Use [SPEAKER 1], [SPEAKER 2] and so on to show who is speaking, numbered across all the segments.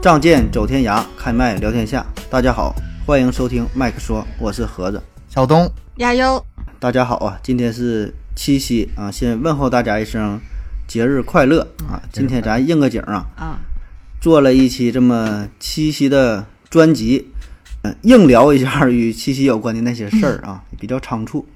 [SPEAKER 1] 仗剑走天涯，开麦聊天下。大家好，欢迎收听麦克说，我是盒子。
[SPEAKER 2] 小东，
[SPEAKER 3] 亚优，
[SPEAKER 1] 大家好啊，今天是七夕啊，先问候大家一声节日快乐啊！今天咱应个景啊，
[SPEAKER 3] 啊，
[SPEAKER 1] 做了一期这么七夕的专辑，嗯，硬聊一下与七夕有关的那些事儿啊，比较仓促，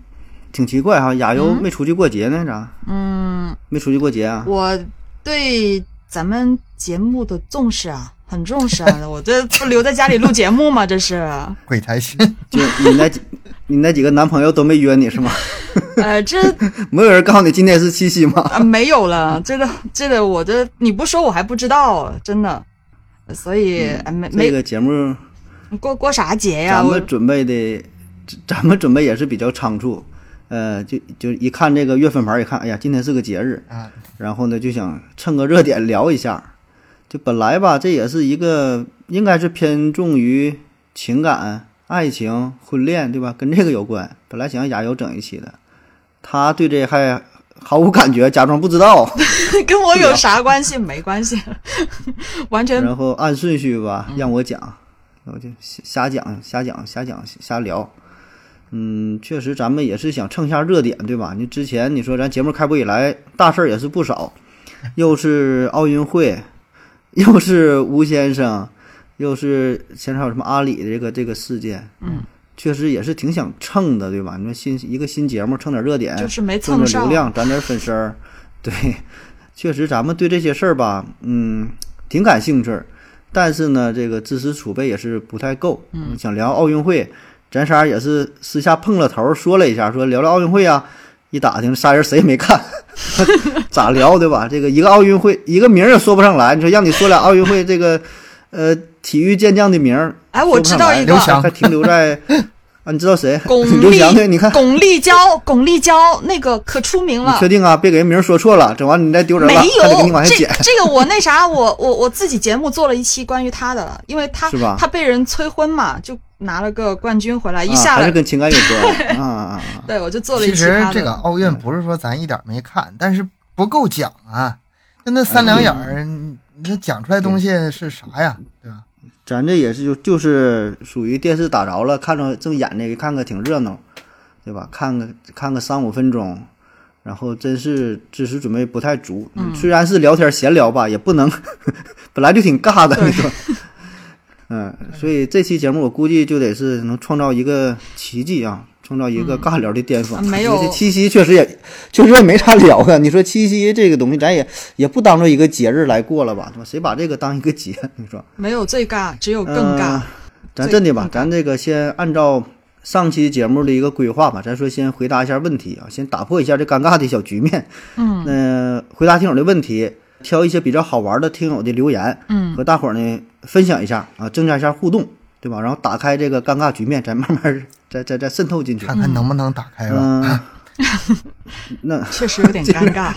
[SPEAKER 1] 挺奇怪哈、啊亚优没出去过节呢，咋？
[SPEAKER 3] 嗯，
[SPEAKER 1] 没出去过节啊？
[SPEAKER 3] 我对咱们节目的重视啊，很重视啊， 我这不留在家里录节目吗？这是，
[SPEAKER 2] 鬼才信，
[SPEAKER 1] 就你那几你那几个男朋友都没约你是吗？
[SPEAKER 3] 呃，这
[SPEAKER 1] 没有人告诉你今天是七夕吗？
[SPEAKER 3] 啊没有了，这个这个，我这你不说我还不知道，真的，所以、啊没
[SPEAKER 1] 嗯这
[SPEAKER 3] 没
[SPEAKER 1] 个节目
[SPEAKER 3] 过过啥节呀、
[SPEAKER 1] 咱
[SPEAKER 3] 我
[SPEAKER 1] 们准备的， 咱咱们准备也是比较仓促，呃，就就一看这个月份牌，一看，哎呀，今天是个节日，
[SPEAKER 2] 啊，
[SPEAKER 1] 然后呢就想蹭个热点聊一下。就本来吧，这也是一个应该是偏重于情感、爱情、婚恋，对吧？跟这个有关。本来想让亚友整一期的，他对这还毫无感觉，假装不知道。
[SPEAKER 3] 跟我有啥关系？没关系， 完全嗯
[SPEAKER 1] 然后按顺序吧，让我讲，我就瞎讲、瞎讲、瞎讲、瞎聊。嗯，确实，咱们也是想蹭一下热点，对吧？你之前你说咱节目开播以来，大事儿也是不少，又是奥运会，又是吴先生，又是前还有什么阿里的这个这个事件，
[SPEAKER 3] 嗯，
[SPEAKER 1] 确实也是挺想蹭的，对吧？你说新一个新节目蹭点热点，
[SPEAKER 3] 就是没
[SPEAKER 1] 挣
[SPEAKER 3] 哎蹭
[SPEAKER 1] 点嗯
[SPEAKER 3] 上
[SPEAKER 1] 流。量，攒点粉丝儿。对，确实咱们对这些事儿吧，嗯，挺感兴趣儿，但是呢，这个知识储备也是不太够。嗯，想聊奥运会，咱仨也是私下碰了头儿说了一下，说聊聊奥运会啊。一打听，仨人谁也没看， 咋聊对吧？这个一个奥运会，一个名儿也说不上来。你说让你说俩奥运会这个，呃，体育健将的名儿，
[SPEAKER 3] 哎，我知道一
[SPEAKER 2] 刘
[SPEAKER 3] 个
[SPEAKER 2] 翔
[SPEAKER 1] 还停留 在啊，你知道谁？
[SPEAKER 3] 巩
[SPEAKER 1] 刘
[SPEAKER 3] 俐
[SPEAKER 1] 翔对，你看
[SPEAKER 3] 巩立姣，巩立姣那个可出名
[SPEAKER 1] 你
[SPEAKER 3] 了
[SPEAKER 1] 确。定啊？别给人名儿说错了，整完你再丢人了，
[SPEAKER 3] 没
[SPEAKER 1] 还得给你
[SPEAKER 3] 有
[SPEAKER 1] 往下
[SPEAKER 3] 这
[SPEAKER 1] 剪。
[SPEAKER 3] 这个我那啥，我我我自己节目做了一期关于他的，因为他
[SPEAKER 1] 是吧
[SPEAKER 3] 他被人催婚嘛，就拿了个冠军回来，一
[SPEAKER 1] 啊
[SPEAKER 3] 下
[SPEAKER 1] 还是
[SPEAKER 3] 来，
[SPEAKER 1] 跟情感有 关啊啊啊！
[SPEAKER 3] 对我就 做了一
[SPEAKER 2] 其
[SPEAKER 3] 期
[SPEAKER 2] 实
[SPEAKER 3] 他
[SPEAKER 2] 这个
[SPEAKER 3] 的。嗯
[SPEAKER 2] 奥运不是说咱一点没看，但是不够讲啊，就那三两眼
[SPEAKER 3] 哎
[SPEAKER 2] 儿，你你这讲出来东西是啥呀？对吧？
[SPEAKER 3] 嗯
[SPEAKER 1] 咱这也是就就是属于电视打着了，看着正演这个，看个挺热闹，对吧？看个看个三五分钟，然后真是知识准备不太足。
[SPEAKER 3] 嗯
[SPEAKER 1] 虽然是聊天闲聊吧，也不能， 本来就挺尬的，
[SPEAKER 3] 对
[SPEAKER 1] 你说。嗯，所以这期节目我估计就得是能创造一个奇迹啊，创造一个尬聊的巅峰。
[SPEAKER 3] 嗯没
[SPEAKER 1] 因为
[SPEAKER 3] 有
[SPEAKER 1] 这七夕确实也确实也没啥聊的。你说七夕这个东西，咱也也不当做一个节日来过了吧，对吧？谁把这个当一个节？你说？
[SPEAKER 3] 没有最尬，只有更尬
[SPEAKER 1] 嗯。咱
[SPEAKER 3] 最
[SPEAKER 1] 真的吧
[SPEAKER 3] 更，尬
[SPEAKER 1] 咱这个先按照上期节目的一个规划吧，咱说先回答一下问题啊，先打破一下这尴尬的小局面。
[SPEAKER 3] 嗯
[SPEAKER 1] 嗯、回答听友的问题，挑一些比较好玩的听友的留言，
[SPEAKER 3] 嗯
[SPEAKER 1] 和大伙儿呢分享一下啊，增加一下互动，对吧？然后打开这个尴尬局面，咱慢慢儿再再再渗透进去。
[SPEAKER 2] 看看能不能打开吧。
[SPEAKER 1] 嗯、那
[SPEAKER 3] 确实有点尴尬。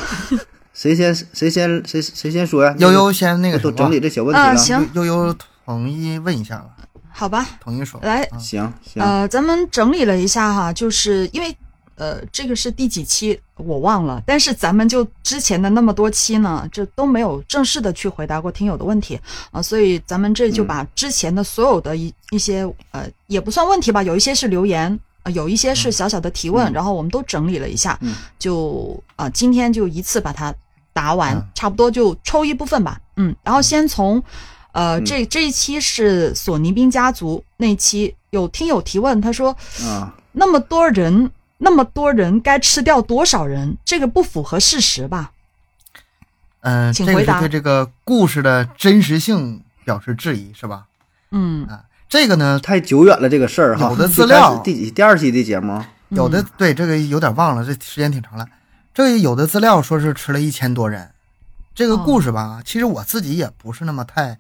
[SPEAKER 1] 谁先谁先谁谁先说呀？
[SPEAKER 2] 悠悠先那个
[SPEAKER 1] 都
[SPEAKER 2] 什
[SPEAKER 1] 整
[SPEAKER 2] 么
[SPEAKER 1] 理，这小问题了。
[SPEAKER 3] 嗯，行，
[SPEAKER 2] 悠悠统一问一下吧，
[SPEAKER 3] 好吧，
[SPEAKER 2] 统一说。
[SPEAKER 3] 来，
[SPEAKER 1] 行行
[SPEAKER 3] 呃，咱们整理了一下哈，就是因为呃，这个是第几期我忘了，但是咱们就之前的那么多期呢，这都没有正式的去回答过听友的问题啊、所以咱们
[SPEAKER 1] 嗯
[SPEAKER 3] 这就把之前的所有的一一些呃，也不算问题吧，有一些是留言。呃有一些是小小的提
[SPEAKER 1] 嗯
[SPEAKER 3] 问，然后我们都整理了一下，
[SPEAKER 1] 嗯
[SPEAKER 3] 就啊、今天就一次把它答完，
[SPEAKER 2] 嗯
[SPEAKER 3] 差不多就抽一部分吧，嗯，然后先从
[SPEAKER 2] 嗯
[SPEAKER 3] 呃，这这一期是索尼兵家族那一期，有听友提问，他说
[SPEAKER 1] 啊，
[SPEAKER 3] 那么多人，那么多人该吃掉多少人？这个不符合事实吧？
[SPEAKER 2] 嗯，这
[SPEAKER 3] 请
[SPEAKER 2] 个
[SPEAKER 3] 回
[SPEAKER 2] 是
[SPEAKER 3] 答
[SPEAKER 2] 对这个故事的真实性表示质疑，是吧？
[SPEAKER 3] 嗯
[SPEAKER 2] 啊，这个呢，
[SPEAKER 1] 太久远了这个事儿哈。
[SPEAKER 2] 有的
[SPEAKER 1] 最
[SPEAKER 2] 资
[SPEAKER 1] 开
[SPEAKER 2] 料
[SPEAKER 1] 始第几第二期的节目？
[SPEAKER 2] 有
[SPEAKER 3] 嗯
[SPEAKER 2] 的对这个有点忘了，这时间挺长了。这个有的资料说是吃了一千多人，这个
[SPEAKER 3] 哦
[SPEAKER 2] 故事吧，其实我自己也不是那么太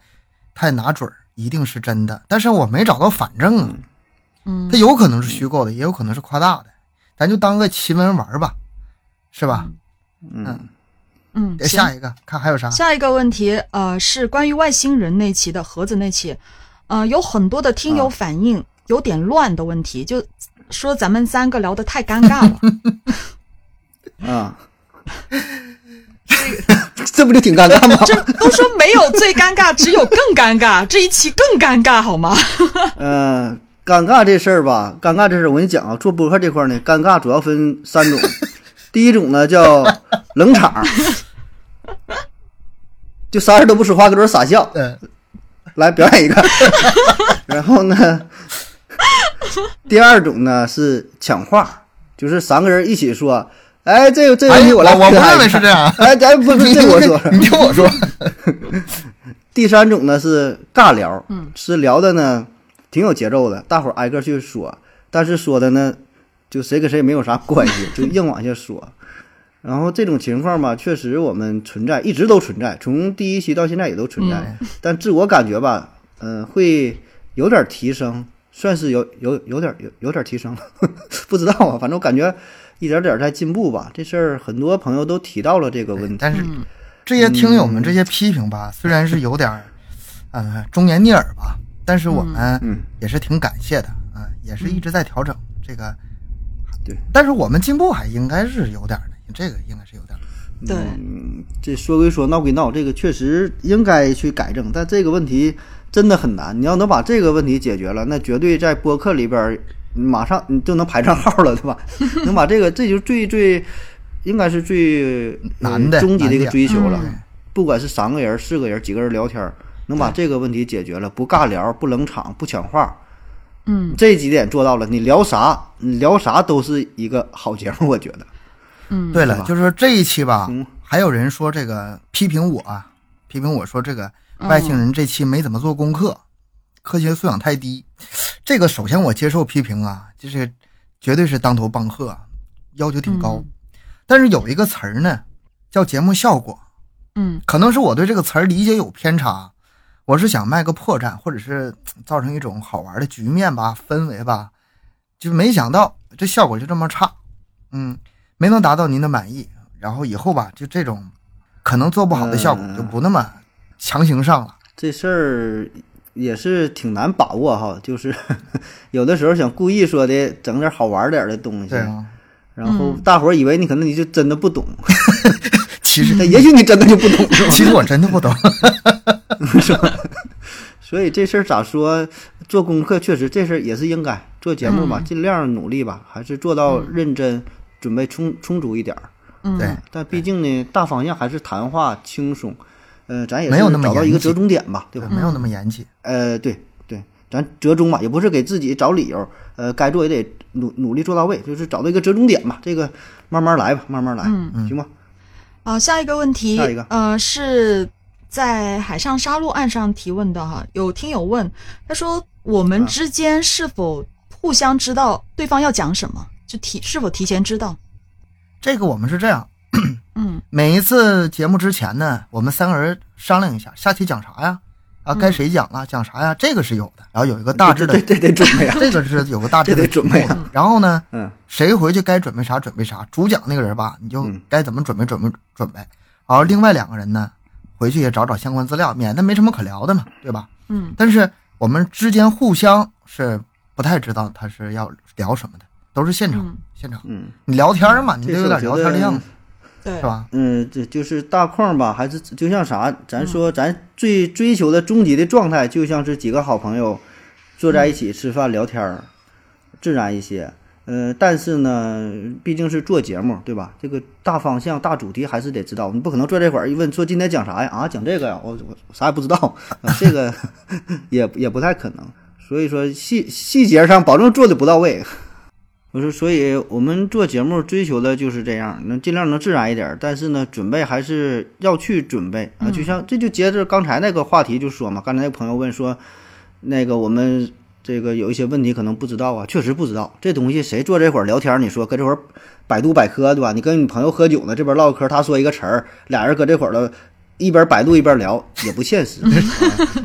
[SPEAKER 2] 太拿准儿，一定是真的，但是我没找到反证啊，
[SPEAKER 3] 嗯
[SPEAKER 2] 它有可能是虚构的，也有可能是夸大的，咱就当个奇闻玩儿吧，是吧？
[SPEAKER 1] 嗯
[SPEAKER 3] 嗯，
[SPEAKER 2] 呃
[SPEAKER 3] 行
[SPEAKER 2] 下一个看还有啥？
[SPEAKER 3] 下一个问题，呃，是关于外星人那期的盒子那期，呃，有很多的听
[SPEAKER 2] 啊
[SPEAKER 3] 友反映有点乱的问题，就说咱们三个聊得太尴尬了。
[SPEAKER 1] 啊，这不就挺尴尬 吗？
[SPEAKER 3] 这都说没有最尴尬，只有更尴尬，这一期更尴尬好吗？
[SPEAKER 1] 嗯、尴尬这事儿吧，尴尬这事儿我跟你讲啊，做播客这块儿呢，尴尬主要分三种。第一种呢叫冷场，就啥事儿都不说话，搁这儿傻笑，
[SPEAKER 2] 嗯，
[SPEAKER 1] 来表演一个。 然后呢，第二种呢是抢话，就是三个人一起说，哎，这个这个问
[SPEAKER 2] 哎
[SPEAKER 1] 题
[SPEAKER 2] 我
[SPEAKER 1] 来
[SPEAKER 2] 我
[SPEAKER 1] 我
[SPEAKER 2] 不认为是这
[SPEAKER 1] 样。
[SPEAKER 2] 样，
[SPEAKER 1] 哎，咱不不，
[SPEAKER 2] 你
[SPEAKER 1] 这我说。
[SPEAKER 2] 你听我说，
[SPEAKER 1] 第三种呢是尬聊，嗯，是聊的呢挺有节奏的，大伙儿挨个去说，但是说的呢就谁跟谁也没有啥关系，就硬往下说。然后这种情况吧，确实我们存在，一直都存在，从第一期到现在也都存在。但自我感觉吧，嗯、会有点提升，算是有有有点有有点提升， 不知道啊，反正我感觉一点点在进步吧。这事儿很多朋友都提到了这个问题，
[SPEAKER 2] 但是这些听友们这些批评吧，虽然是有点儿，呃，忠言逆耳吧，但是我们
[SPEAKER 1] 嗯
[SPEAKER 2] 也是挺感谢的啊、也是一直在调整这个。
[SPEAKER 1] 对，
[SPEAKER 2] 但是我们进步还应该是有点儿的，这个应该是有点儿的。
[SPEAKER 3] 对，
[SPEAKER 1] 这说归说，闹归闹，这个确实应该去改正，但这个问题真的很难。你要能把这个问题解决了，那绝对在播客里边儿马上你就能排上号了，对吧？ 能把这个，这就是最最应该是最呃
[SPEAKER 2] 难的
[SPEAKER 1] 终极的一
[SPEAKER 2] 难
[SPEAKER 1] 个
[SPEAKER 2] 点
[SPEAKER 1] 追求了
[SPEAKER 2] 嗯。
[SPEAKER 1] 不管是三个人、四个人、几个人聊天儿，能把这个问题解决了，不尬聊、不冷场、不抢话，
[SPEAKER 3] 嗯
[SPEAKER 1] 这几点做到了，你聊啥，你聊啥都是一个好节目，我觉得。
[SPEAKER 3] 嗯，
[SPEAKER 2] 对了
[SPEAKER 1] 吧，
[SPEAKER 2] 就是说这一期吧
[SPEAKER 1] 嗯，
[SPEAKER 2] 还有人说这个批评我啊，批评我说这个外星人这期没怎么做功课，科学素养太低。这个首先我接受批评啊，就是绝对是当头棒喝，要求挺高。
[SPEAKER 3] 嗯
[SPEAKER 2] 但是有一个词儿呢，叫节目效果，
[SPEAKER 3] 嗯
[SPEAKER 2] 可能是我对这个词儿理解有偏差。我是想卖个破绽，或者是嗯造成一种好玩的局面吧、氛围吧，就没想到这效果就这么差，嗯，没能达到您的满意。然后以后吧，就这种可能做不好的效果
[SPEAKER 1] 嗯
[SPEAKER 2] 就不那么强行上了。
[SPEAKER 1] 这事儿也是挺难把握哈，就是 有的时候想故意说的整点好玩点儿的东西
[SPEAKER 2] 对，啊，
[SPEAKER 1] 然后大伙儿以为你可能你就真的不懂，
[SPEAKER 2] 其实
[SPEAKER 1] 但也许你真的就不懂，是吧
[SPEAKER 2] 嗯 其实我真的不懂。
[SPEAKER 1] 所以这事儿咋说？做功课确实这事儿也是应该做节目吧，尽量努力吧，还是做到认真，准备充充足一点儿。
[SPEAKER 3] 嗯
[SPEAKER 2] 对，
[SPEAKER 1] 但毕竟呢，大方向还是谈话轻松，呃，咱也
[SPEAKER 2] 没有
[SPEAKER 1] 是
[SPEAKER 2] 那么
[SPEAKER 1] 找到一
[SPEAKER 2] 严
[SPEAKER 1] 个
[SPEAKER 2] 谨
[SPEAKER 1] 折中点吧，对吧？
[SPEAKER 2] 没有那么严谨。
[SPEAKER 1] 呃，对对，咱折中嘛，也不是给自己找理由，呃，该做也得努努力做到位，就是找到一个折中点嘛，这个慢慢来吧，慢慢来，
[SPEAKER 2] 嗯
[SPEAKER 1] 行吧？
[SPEAKER 3] 好，呃下一个问题，
[SPEAKER 1] 下一个
[SPEAKER 3] 呃，是在海上杀戮案上提问的哈。有听友问，他说我们
[SPEAKER 1] 啊
[SPEAKER 3] 之间是否互相知道对方要讲什么？就提是否提前知道？
[SPEAKER 2] 这个我们是这样，
[SPEAKER 3] 嗯
[SPEAKER 2] 每一次节目之前呢，我们三个人商量一下，下期讲啥呀？啊，
[SPEAKER 1] 嗯
[SPEAKER 2] 该谁讲了，讲啥呀？这个是有的，然后有一个大致的
[SPEAKER 1] 这，这这得准备啊，
[SPEAKER 2] 这个是有个大致
[SPEAKER 1] 这
[SPEAKER 2] 的
[SPEAKER 1] 得准备啊
[SPEAKER 2] 目的然后呢，
[SPEAKER 1] 嗯
[SPEAKER 2] 谁回去该准备啥准备啥，主讲那个人吧，你就
[SPEAKER 1] 嗯
[SPEAKER 2] 该怎么准备准备准备。然后另外两个人呢，回去也找找相关资料，免得没什么可聊的嘛，对吧？
[SPEAKER 3] 嗯
[SPEAKER 2] 但是我们之间互相是不太知道他是要聊什么的，都是现场、
[SPEAKER 3] 嗯
[SPEAKER 2] 现场
[SPEAKER 1] 嗯，
[SPEAKER 2] 你聊天儿嘛，你
[SPEAKER 1] 这
[SPEAKER 2] 都
[SPEAKER 1] 是
[SPEAKER 2] 有
[SPEAKER 1] 我觉
[SPEAKER 2] 点聊天儿
[SPEAKER 1] 得
[SPEAKER 2] 的样子，
[SPEAKER 3] 对
[SPEAKER 2] 是，吧？
[SPEAKER 1] 嗯，这就是大框吧，还是就像啥，咱说咱最追求的终极的状态，就像是几个好朋友坐在一起吃饭聊天儿，自然一些。呃，但是呢，毕竟是做节目，对吧？这个大方向、大主题还是得知道。你不可能坐这块儿一问说今天讲啥呀？啊，讲这个呀，我我我啥也不知道，啊、这个 也也不太可能。所以说细细节上保证做的不到位。我说，所以我们做节目追求的就是这样，能尽量能自然一点儿，但是呢，准备还是要去准备啊。就像这就接着刚才那个话题就说嘛，刚才那个朋友问说，那个我们这个有一些问题可能不知道啊，确实不知道这东西谁坐这会儿聊天儿，你说搁这会儿百度百科对吧？你跟你朋友喝酒呢，这边唠嗑，他说一个词儿，俩人搁这会儿了，一边百度一边聊，也不现实，啊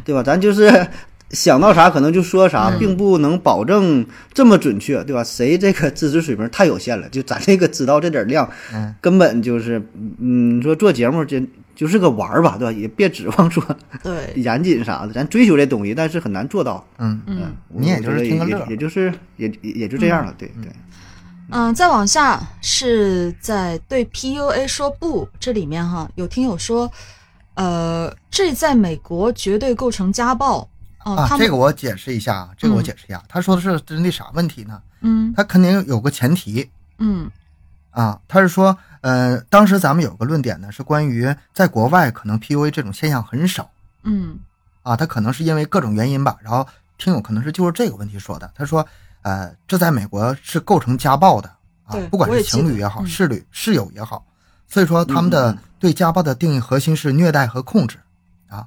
[SPEAKER 1] 对吧？咱就是想到啥可能就说啥，并不能保证这么准确，对吧？谁这个知识水平太有限了，就咱这个知道这点量，
[SPEAKER 2] 嗯
[SPEAKER 1] 根本就是，嗯，你说做节目这就是个玩儿吧，对吧？也别指望说
[SPEAKER 3] 对，
[SPEAKER 1] 严谨啥的，咱追求这东西，但是很难做到。
[SPEAKER 2] 嗯，
[SPEAKER 3] 嗯。
[SPEAKER 1] 我
[SPEAKER 2] 你也
[SPEAKER 1] 我
[SPEAKER 2] 就
[SPEAKER 1] 觉
[SPEAKER 2] 是
[SPEAKER 1] 得
[SPEAKER 2] 听个乐
[SPEAKER 1] 也也就是也也也就这样了，对对。
[SPEAKER 3] 嗯，再往下是在对 PUA 说不，这里面哈有听友说，呃，这在美国绝对构成家暴。哦、
[SPEAKER 2] 啊
[SPEAKER 3] 他，们
[SPEAKER 2] 这个我解释一下啊，这个我
[SPEAKER 3] 嗯
[SPEAKER 2] 解释一下。他说的是针对啥问题呢？
[SPEAKER 3] 嗯
[SPEAKER 2] 他肯定有个前提
[SPEAKER 3] 嗯
[SPEAKER 2] 啊，他是说，呃，当时咱们有个论点呢，是关于在国外可能 PUA 这种现象很少
[SPEAKER 3] 嗯
[SPEAKER 2] 啊，他可能是因为各种原因吧。然后听友可能是就是这个问题说的，他说，呃，这在美国是构成家暴的啊
[SPEAKER 3] 对，
[SPEAKER 2] 不管
[SPEAKER 3] 我也
[SPEAKER 2] 是
[SPEAKER 3] 记得
[SPEAKER 2] 情侣也好，
[SPEAKER 3] 嗯
[SPEAKER 2] 室侣室友也好，所以说他们
[SPEAKER 1] 嗯嗯
[SPEAKER 2] 的对家暴的定义核心是虐待和控制啊，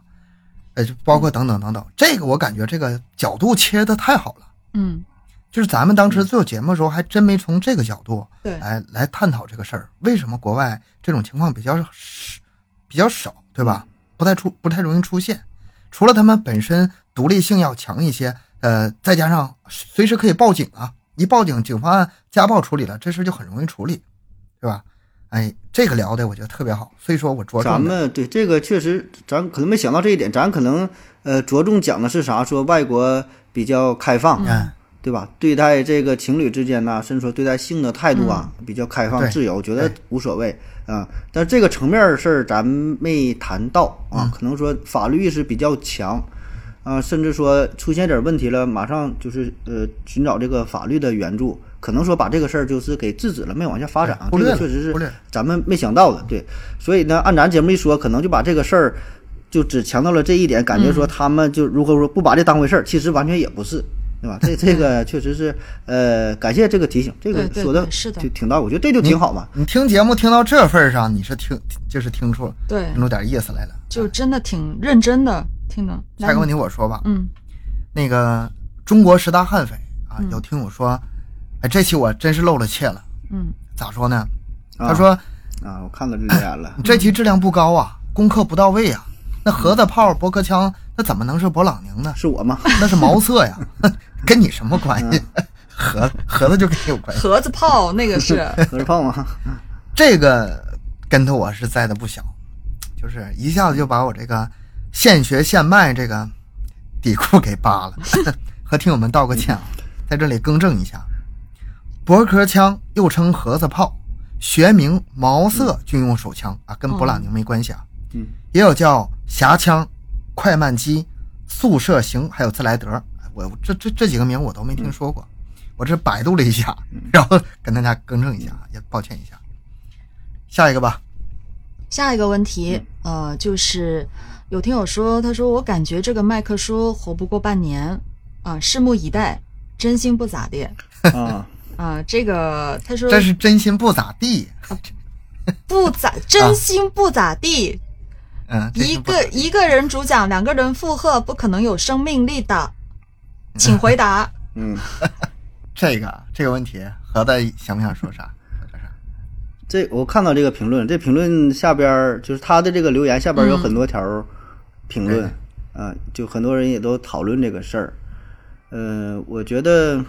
[SPEAKER 2] 呃，就包
[SPEAKER 3] 嗯
[SPEAKER 2] 括等等等等。这个我感觉这个角度切的太好了。
[SPEAKER 3] 嗯，
[SPEAKER 2] 就是咱们当
[SPEAKER 1] 嗯
[SPEAKER 2] 时做节目的时候，还真没从这个角度
[SPEAKER 3] 对
[SPEAKER 1] 哎
[SPEAKER 2] 来来探讨这个事儿。为什么国外这种情况比较少比较少，对吧？
[SPEAKER 1] 嗯
[SPEAKER 2] 不太出不太容易出现。除了他们本身独立性要强一些，呃，再加上随时可以报警啊，一报警，警方按家暴处理了，这事儿就很容易处理，对吧？哎，这个聊的我觉得特别好，所以说我着
[SPEAKER 1] 咱
[SPEAKER 2] 重的
[SPEAKER 1] 们对这个确实，咱可能没想到这一点，咱可能呃着重讲的是啥？说外国比较开放，
[SPEAKER 2] 嗯
[SPEAKER 1] 对吧？对待这个情侣之间呐、甚至说对待性的态度啊，比较开放
[SPEAKER 2] 嗯对
[SPEAKER 1] 自由，觉得
[SPEAKER 2] 对
[SPEAKER 1] 无所谓啊。但这个层面儿事儿咱没谈到啊，
[SPEAKER 2] 嗯
[SPEAKER 1] 可能说法律意识比较强啊，甚至说出现点儿问题了，马上就是呃寻找这个法律的援助，可能说把这个事儿就是给制止了，没往下发展啊。
[SPEAKER 2] 忽
[SPEAKER 1] 这
[SPEAKER 2] 略
[SPEAKER 1] 个
[SPEAKER 2] 了
[SPEAKER 1] 确实是
[SPEAKER 2] 忽略了
[SPEAKER 1] 咱们没想到的，对。所以呢，按咱节目一说，可能就把这个事儿。就只强调了这一点，感觉说
[SPEAKER 2] 嗯
[SPEAKER 1] 他们就如何说不把这当回事儿，其实完全也不是，对吧？这这 个确实是，呃，感谢这个提醒，这个
[SPEAKER 3] 对对
[SPEAKER 1] 说的
[SPEAKER 3] 对是的
[SPEAKER 1] 挺挺到位，我觉得这就挺好嘛。
[SPEAKER 2] 你听节目听到这份儿上，你是听就是听出
[SPEAKER 1] 嗯
[SPEAKER 3] 对
[SPEAKER 2] 听，出点意思来了。
[SPEAKER 3] 就真的挺认真的听的。
[SPEAKER 2] 下一个问题我说吧，
[SPEAKER 3] 嗯
[SPEAKER 2] 那个中国十大悍匪啊
[SPEAKER 3] 嗯，
[SPEAKER 2] 有听友说，哎，这期我真是露了怯了。
[SPEAKER 3] 嗯
[SPEAKER 2] 咋说呢？
[SPEAKER 1] 啊
[SPEAKER 2] 他说、
[SPEAKER 1] 啊，我看到这留言了
[SPEAKER 2] 你，这期质量不高啊，功课不到位啊。那盒子炮、驳壳枪，那怎么能是勃朗宁呢？
[SPEAKER 1] 是我吗？
[SPEAKER 2] 那是毛瑟呀， 跟你什么关系？ 盒盒子就跟你有关系。
[SPEAKER 3] 盒子炮那个 是，
[SPEAKER 1] 何志胖吗？
[SPEAKER 2] 这个跟头我是栽的不小，就是一下子就把我这个现学现卖这个底裤给扒了， 和听友们道个歉啊，在这里更正一下，驳壳枪又称盒子炮，学名毛瑟军用手枪啊，跟勃朗宁没关系啊，
[SPEAKER 1] 嗯嗯，
[SPEAKER 2] 也有叫匣枪、快慢机、速射型，还有自来得儿，我这这这几个名我都没听说过。我这百度了一下，
[SPEAKER 1] 嗯
[SPEAKER 2] 然后跟大家更正一下，啊也抱歉一下。下一个吧，
[SPEAKER 3] 下一个问题，
[SPEAKER 2] 嗯
[SPEAKER 3] 呃，就是有听友说，他说我感觉这个麦克说活不过半年，啊、拭目以待，真心不咋地，
[SPEAKER 1] 啊，
[SPEAKER 3] 啊、这个他说
[SPEAKER 2] 这是真心不咋地，
[SPEAKER 3] 不咋，真心不咋地，
[SPEAKER 2] 嗯，真
[SPEAKER 3] 一
[SPEAKER 2] 心不咋
[SPEAKER 3] 个一个人主讲，两个人附和，不可能有生命力 的，请回答。
[SPEAKER 1] 嗯，
[SPEAKER 2] 这个这个问题，盒子想不想说啥？说啥
[SPEAKER 1] 这我看到这个评论，这评论下边儿就是他的这个留言下边儿有很多条儿评论，啊，就很多人也都讨论这个事儿。呃，我觉得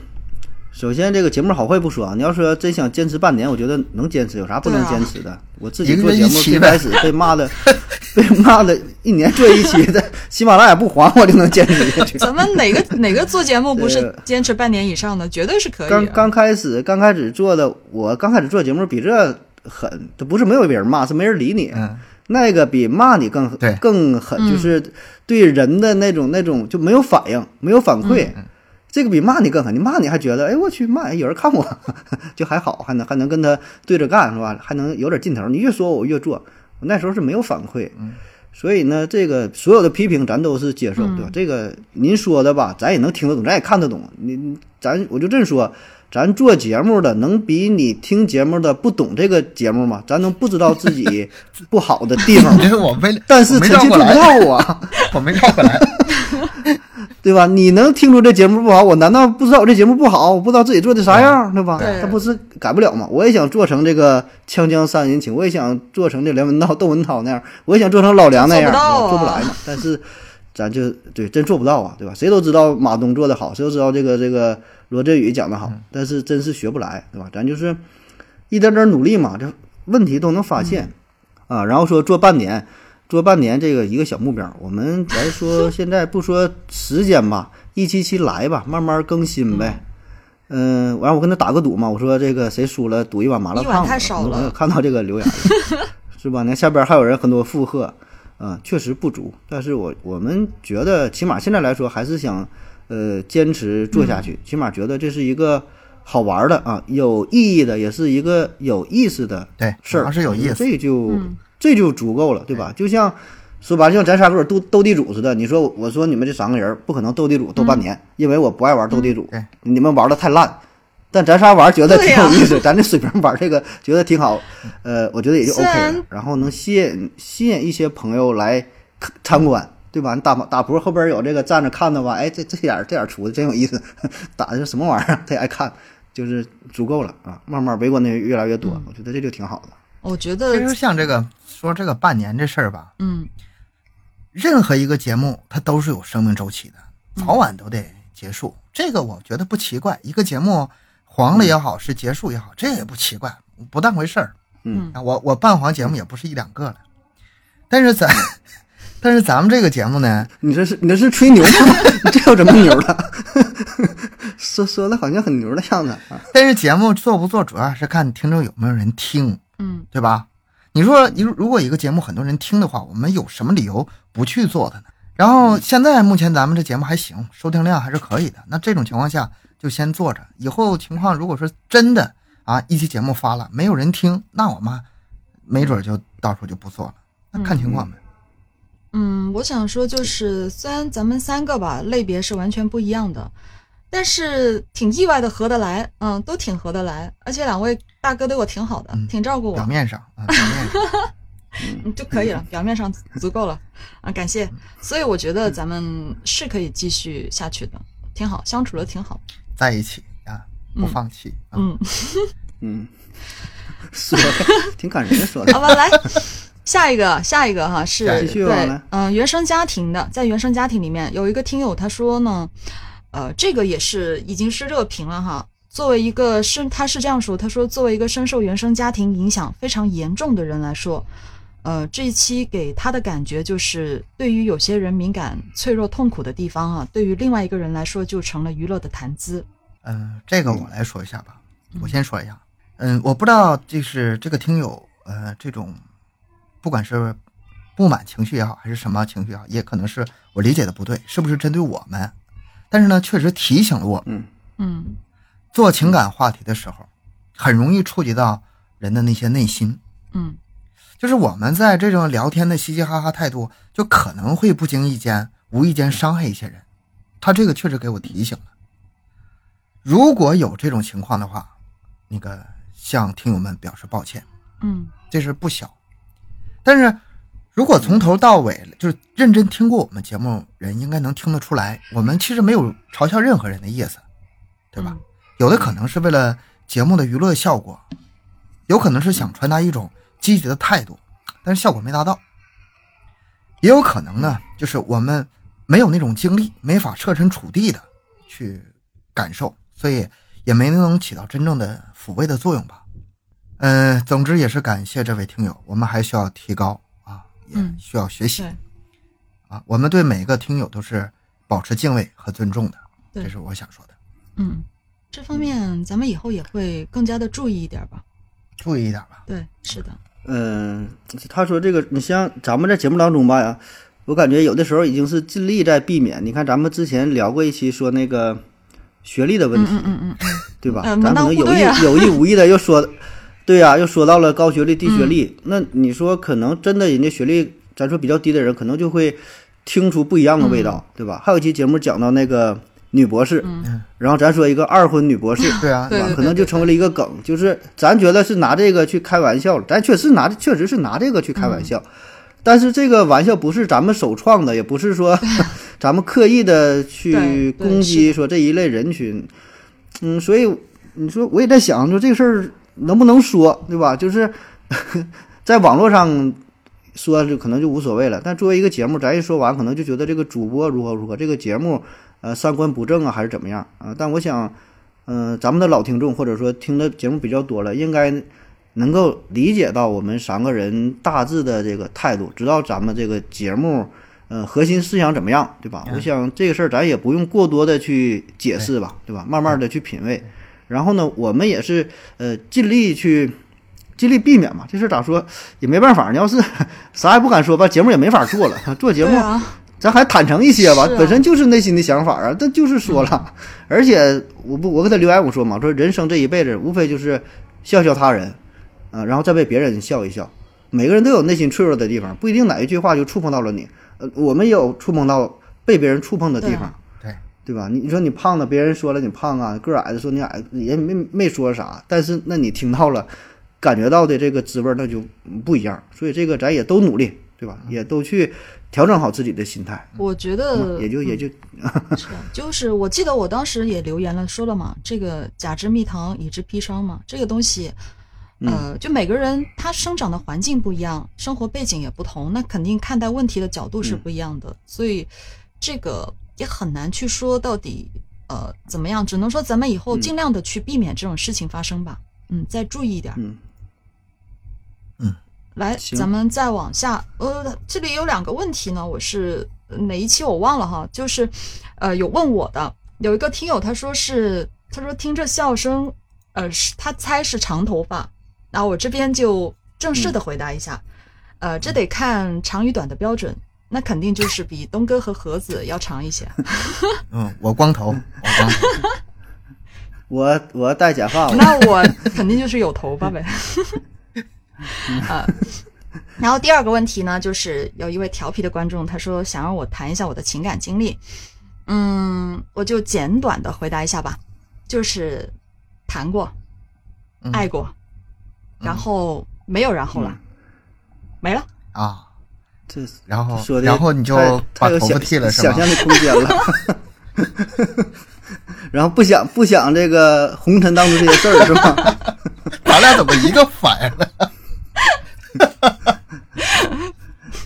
[SPEAKER 1] 首先这个节目好坏不说啊，你要说真想坚持半年，我觉得能坚持，有啥不能
[SPEAKER 3] 对啊
[SPEAKER 1] 坚持的？我自己
[SPEAKER 2] 一个
[SPEAKER 1] 做
[SPEAKER 2] 月
[SPEAKER 1] 节
[SPEAKER 2] 一
[SPEAKER 1] 目
[SPEAKER 2] 期
[SPEAKER 1] 最
[SPEAKER 2] 呗
[SPEAKER 1] 开始被骂的， 被骂的一年做一期的， 喜马拉雅不还我就能坚持下去。
[SPEAKER 3] 咱们哪 个哪个做节目不是
[SPEAKER 1] 呃
[SPEAKER 3] 坚持半年以上的，绝对是可以啊
[SPEAKER 1] 刚
[SPEAKER 3] 的。
[SPEAKER 1] 刚开始，刚开始做的，我刚开始做节目比这狠，这不是没有别人骂，是没人理你。
[SPEAKER 2] 嗯，
[SPEAKER 1] 那个比骂你更
[SPEAKER 2] 对
[SPEAKER 1] 更狠，就是对人的那种那种就没有反应，没有反馈。这个比骂你更狠，你骂你还觉得，哎，我去骂，哎有人看我，就还好，还能还能跟他对着干是吧？还能有点劲头。你越说我越做，我那时候是没有反馈，
[SPEAKER 2] 嗯
[SPEAKER 1] 所以呢，这个所有的批评咱都是接
[SPEAKER 2] 嗯
[SPEAKER 1] 受，对吧？这个您说的吧，咱也能听得懂，咱也看得懂。你咱我就这么说，咱做节目的能比你听节目的不懂这个节目吗？咱能不知道自己不好的地方吗
[SPEAKER 2] 你 嗯这？是我没，
[SPEAKER 1] 但是
[SPEAKER 2] 我没
[SPEAKER 1] 臣
[SPEAKER 2] 绕
[SPEAKER 1] 妾
[SPEAKER 2] 过
[SPEAKER 1] 做不
[SPEAKER 2] 来，
[SPEAKER 1] 到啊，
[SPEAKER 2] 我没绕过来。
[SPEAKER 1] 对吧？你能听出这节目不好，我难道不知道我这节目不好？我不知道自己做的啥样，对吧
[SPEAKER 3] 对？
[SPEAKER 1] 他不是改不了吗？我也想做成这个《锵锵三人行》，我也想做成这梁文道、 窦文涛那样，我也想做成老梁那样，
[SPEAKER 3] 做不到啊
[SPEAKER 1] 我做不来嘛。但是咱就对真做不到啊，对吧？谁都知道马东做的好，谁都知道这个这个罗振宇讲的
[SPEAKER 3] 嗯
[SPEAKER 1] 好，但是真是学不来，对吧？咱就是一点点努力嘛，这问题都能发
[SPEAKER 3] 嗯
[SPEAKER 1] 现、啊。然后说做半年，做半年这个一个小目标，我们来 说现在不说时间吧，一期期来吧，慢慢更新呗。嗯、完我跟他打个赌嘛，我说这个谁输了赌一碗麻辣
[SPEAKER 3] 一
[SPEAKER 1] 烫
[SPEAKER 3] 碗
[SPEAKER 1] 吧。
[SPEAKER 3] 太少
[SPEAKER 1] 我
[SPEAKER 3] 了
[SPEAKER 1] 我看到这个 留言了是吧？那下边还有人很多附和，嗯、确实不足，但是我我们觉得起码现在来说还是想呃坚持做下
[SPEAKER 3] 嗯
[SPEAKER 1] 去，起码觉得这是一个好玩儿的啊，有意义的，也是一个有意思的
[SPEAKER 2] 对，
[SPEAKER 1] 事
[SPEAKER 2] 主要
[SPEAKER 1] 儿，
[SPEAKER 2] 是有意思。
[SPEAKER 1] 这就、
[SPEAKER 3] 嗯
[SPEAKER 1] 这就足够了，对吧？就像说白了，就像咱仨跟我斗斗地主似的，你说我我说你们这三个人不可能斗地主斗
[SPEAKER 3] 嗯
[SPEAKER 1] 半年，因为我不爱玩斗地主，
[SPEAKER 2] 嗯
[SPEAKER 1] 你们玩的太烂。但咱仨玩觉得挺
[SPEAKER 3] 对呀
[SPEAKER 1] 有意思，咱这水平玩这个觉得挺好，呃，我觉得也就
[SPEAKER 3] 虽
[SPEAKER 1] OK
[SPEAKER 3] 然
[SPEAKER 1] 了。然后能吸引吸引一些朋友来看参观，对吧？你打打扑克后边有这个站着看的吧，哎，这这点儿这点儿厨子真有意思， 打的是什么玩意儿？他也爱看，就是足够了啊。慢慢围观的人越来越
[SPEAKER 3] 嗯
[SPEAKER 1] 多，我觉得这就挺好的。
[SPEAKER 3] 我觉
[SPEAKER 2] 其实
[SPEAKER 3] 得，
[SPEAKER 2] 像这个说这个半年这事儿吧，
[SPEAKER 3] 嗯，
[SPEAKER 2] 任何一个节目它都是有生命周期的，早晚都得结束。这个我觉得不奇怪，一个节目黄了也好，是结束也好，这也不奇怪，不当回事儿。
[SPEAKER 1] 嗯
[SPEAKER 2] 啊，我我办黄节目也不是一两个了，但是咱 但是咱们这个节目呢，
[SPEAKER 1] 你这是你这是吹牛吗？ 你这有什么牛的？ 说说的好像很牛的样子啊！
[SPEAKER 2] 但是节目做不做主要是看听众有没有人听，
[SPEAKER 3] 嗯，
[SPEAKER 2] 对吧？你说，你如果一个节目很多人听的话，我们有什么理由不去做它呢？然后现在目前咱们这节目还行，收听量还是可以的。那这种情况下就先做着，以后情况如果说真的啊，一期节目发了没有人听，那我妈没准就到时候就不做了，那看情况呗。
[SPEAKER 3] 嗯，我想说就是，虽然咱们三个吧类别是完全不一样的，但是挺意外的合得来，嗯，都挺合得来，而且两位大哥对我挺好的，
[SPEAKER 2] 嗯
[SPEAKER 3] 挺照顾
[SPEAKER 2] 表
[SPEAKER 3] 我，
[SPEAKER 2] 面上啊，表面上
[SPEAKER 3] 嗯就可以了，表面上足够 了，啊，感谢。所以我觉得咱们是可以继续下去的，挺好，相处的挺好。
[SPEAKER 2] 在一起啊，不放弃啊。
[SPEAKER 3] 嗯，
[SPEAKER 1] 嗯， 说的挺感人的，说的
[SPEAKER 3] 好吧，来下一个，下一个哈是
[SPEAKER 2] 下一
[SPEAKER 1] 个继续吧
[SPEAKER 3] 对
[SPEAKER 1] 来，
[SPEAKER 3] 嗯、原生家庭的，在原生家庭里面有一个听友他说呢，呃，这个也是已经是热评了哈。作为一个深，他是这样说，他说作为一个深受原生家庭影响非常严重的人来说，呃，这一期给他的感觉就是，对于有些人敏感、脆弱、痛苦的地方啊，对于另外一个人来说就成了娱乐的谈资。
[SPEAKER 2] 嗯，这个我来说一下吧，我先说一下。嗯，我不知道就是这个听友，呃，这种不管是不满情绪也好，还是什么情绪也好，也可能是我理解的不对，是不是针对我们？但是呢，确实提醒了我，
[SPEAKER 3] 嗯
[SPEAKER 2] 做情感话题的时候，很容易触及到人的那些内心。
[SPEAKER 3] 嗯
[SPEAKER 2] 就是我们在这种聊天的嘻嘻哈哈态度，就可能会不经意间、无意间伤害一些人。他这个确实给我提醒了。如果有这种情况的话，那个向听友们表示抱歉，
[SPEAKER 3] 嗯
[SPEAKER 2] 这事儿不小。但是如果从头到尾就是认真听过我们节目人，应该能听得出来，我们其实没有嘲笑任何人的意思，对吧？
[SPEAKER 3] 嗯
[SPEAKER 2] 有的可能是为了节目的娱乐效果，有可能是想传达一种积极的态度，但是效果没达到。也有可能
[SPEAKER 3] 嗯
[SPEAKER 2] 呢，就是我们没有那种经历，没法设身处地的去感受，所以也没能起到真正的抚慰的作用吧。嗯，总之也是感谢这位听友，我们还需要提高啊，也
[SPEAKER 3] 嗯
[SPEAKER 2] 需要学习、
[SPEAKER 3] 对
[SPEAKER 2] 啊。我们对每个听友都是保持敬畏和尊重的，
[SPEAKER 3] 对
[SPEAKER 2] 这是我想说的。
[SPEAKER 3] 嗯，这方面咱们以后也会更加的注意一点吧。
[SPEAKER 2] 注意一点吧。
[SPEAKER 3] 对，是的，
[SPEAKER 1] 嗯，他说这个，你像咱们在节目当中吧呀，我感觉有的时候已经是尽力在避免。你看，咱们之前聊过一期说那个学历的问
[SPEAKER 3] 嗯
[SPEAKER 1] 题，
[SPEAKER 3] 嗯嗯嗯嗯，
[SPEAKER 1] 对吧？
[SPEAKER 3] 呃
[SPEAKER 1] 咱
[SPEAKER 3] 门
[SPEAKER 1] 可
[SPEAKER 3] 当
[SPEAKER 1] 能
[SPEAKER 3] 户
[SPEAKER 1] 有意、
[SPEAKER 3] 对啊
[SPEAKER 1] 有意无意的又说，对呀、又说到了高学历、低
[SPEAKER 3] 嗯
[SPEAKER 1] 学历。那你说，可能真的人家学历，咱说比较低的人，可能就会听出不一样的味
[SPEAKER 3] 嗯
[SPEAKER 1] 道，对吧？还有一期节目讲到那个女博士，然后咱说一个二婚女博士，
[SPEAKER 2] 对啊，
[SPEAKER 3] 对
[SPEAKER 1] 吧？可能就成为了一个梗，就是咱觉得是拿这个去开玩笑了，咱确实拿，确实是拿这个去开
[SPEAKER 3] 嗯
[SPEAKER 1] 玩笑，但是这个玩笑不是咱们首创的，也不是说 咱们刻意的去
[SPEAKER 3] 对对
[SPEAKER 1] 攻
[SPEAKER 3] 是
[SPEAKER 1] 击说这一类人群，嗯，所以你说我也在想，说这个事儿能不能说，对吧？就是 在网络上。说就可能就无所谓了，但作为一个节目，咱一说完，可能就觉得这个主播如何如何，这个节目，呃，三观不正啊，还是怎么样啊？但我想，嗯、咱们的老听众或者说听的节目比较多了，应该能够理解到我们三个人大致的这个态度，知道咱们这个节目，呃，核心思想怎么样，对吧？
[SPEAKER 2] 嗯
[SPEAKER 1] 我想这个事儿咱也不用过多的去解释吧，对吧？慢慢的去品味，然后呢，我们也是呃尽力去尽力避免嘛。这事儿咋说也没办法，你要是 啥也不敢说吧，节目也没法做了。做节目、嗯
[SPEAKER 3] 对啊，
[SPEAKER 1] 咱还坦诚一些吧，
[SPEAKER 3] 是啊嗯
[SPEAKER 1] 本身就是内心的想法啊，但就是说了，而且我不我给他留言我说嘛，我说人生这一辈子无非就是笑笑他人，啊，然后再被别人笑一笑。每个人都有内心脆弱的地方，不一定哪一句话就触碰到了你。呃，我们也有触碰到被别人触碰的地
[SPEAKER 3] 对啊
[SPEAKER 1] 方，
[SPEAKER 2] 对
[SPEAKER 1] 对吧？你你说你胖了，别人说了你胖啊；个儿矮的说你矮，也没没说啥。但是那你听到了，感觉到的这个滋味儿那就不一样。所以这个咱也都努力，对吧？
[SPEAKER 3] 嗯
[SPEAKER 1] 也都去调整好自己的心态。
[SPEAKER 3] 我觉得
[SPEAKER 1] 也就也就，
[SPEAKER 3] 是的，就是我记得我当时也留言了，说了嘛，这个“假之蜜糖，以之砒霜”嘛，这个东西，
[SPEAKER 1] 嗯
[SPEAKER 3] 呃，就每个人他生长的环境不一样，生活背景也不同，那肯定看待问题的角度是
[SPEAKER 1] 嗯
[SPEAKER 3] 不一样的，所以这个也很难去说到底呃怎么样，只能说咱们以
[SPEAKER 1] 嗯
[SPEAKER 3] 后尽量的去避免这种事情发生吧，嗯，再注意一点。
[SPEAKER 1] 嗯
[SPEAKER 3] 来，
[SPEAKER 1] 行
[SPEAKER 3] 咱们再往下，呃，这里有两个问题呢，我是哪一期我忘了哈，就是，呃，有问我的，有一个听友他说是，他说听着笑声，呃，是他猜是长头发，那我这边就正式的回答一下，呃，这得看长与短的标准，那肯定就是比东哥和盒子要长一些，
[SPEAKER 2] 嗯，我光头，我光头，
[SPEAKER 1] 我我戴假发，我
[SPEAKER 3] 那我肯定就是有头 发呗。
[SPEAKER 1] 嗯
[SPEAKER 3] 啊，然后第二个问题呢，就是有一位调皮的观众，他说想让我谈一下我的情感经历。嗯，我就简短的回答一下吧，就是谈过，
[SPEAKER 2] 嗯
[SPEAKER 3] 爱过，
[SPEAKER 1] 嗯
[SPEAKER 3] 然后没有然后了，没了。
[SPEAKER 2] 啊，
[SPEAKER 1] 这
[SPEAKER 2] 然后
[SPEAKER 1] 说的，
[SPEAKER 2] 哦然后你就把
[SPEAKER 1] 太有
[SPEAKER 2] 头发
[SPEAKER 1] 想
[SPEAKER 2] 剃了是
[SPEAKER 1] 想
[SPEAKER 2] 吗
[SPEAKER 1] 象？的空间了。然后不想不想这个红尘当中这些事儿是吧？
[SPEAKER 2] 咱俩怎么一个反应了？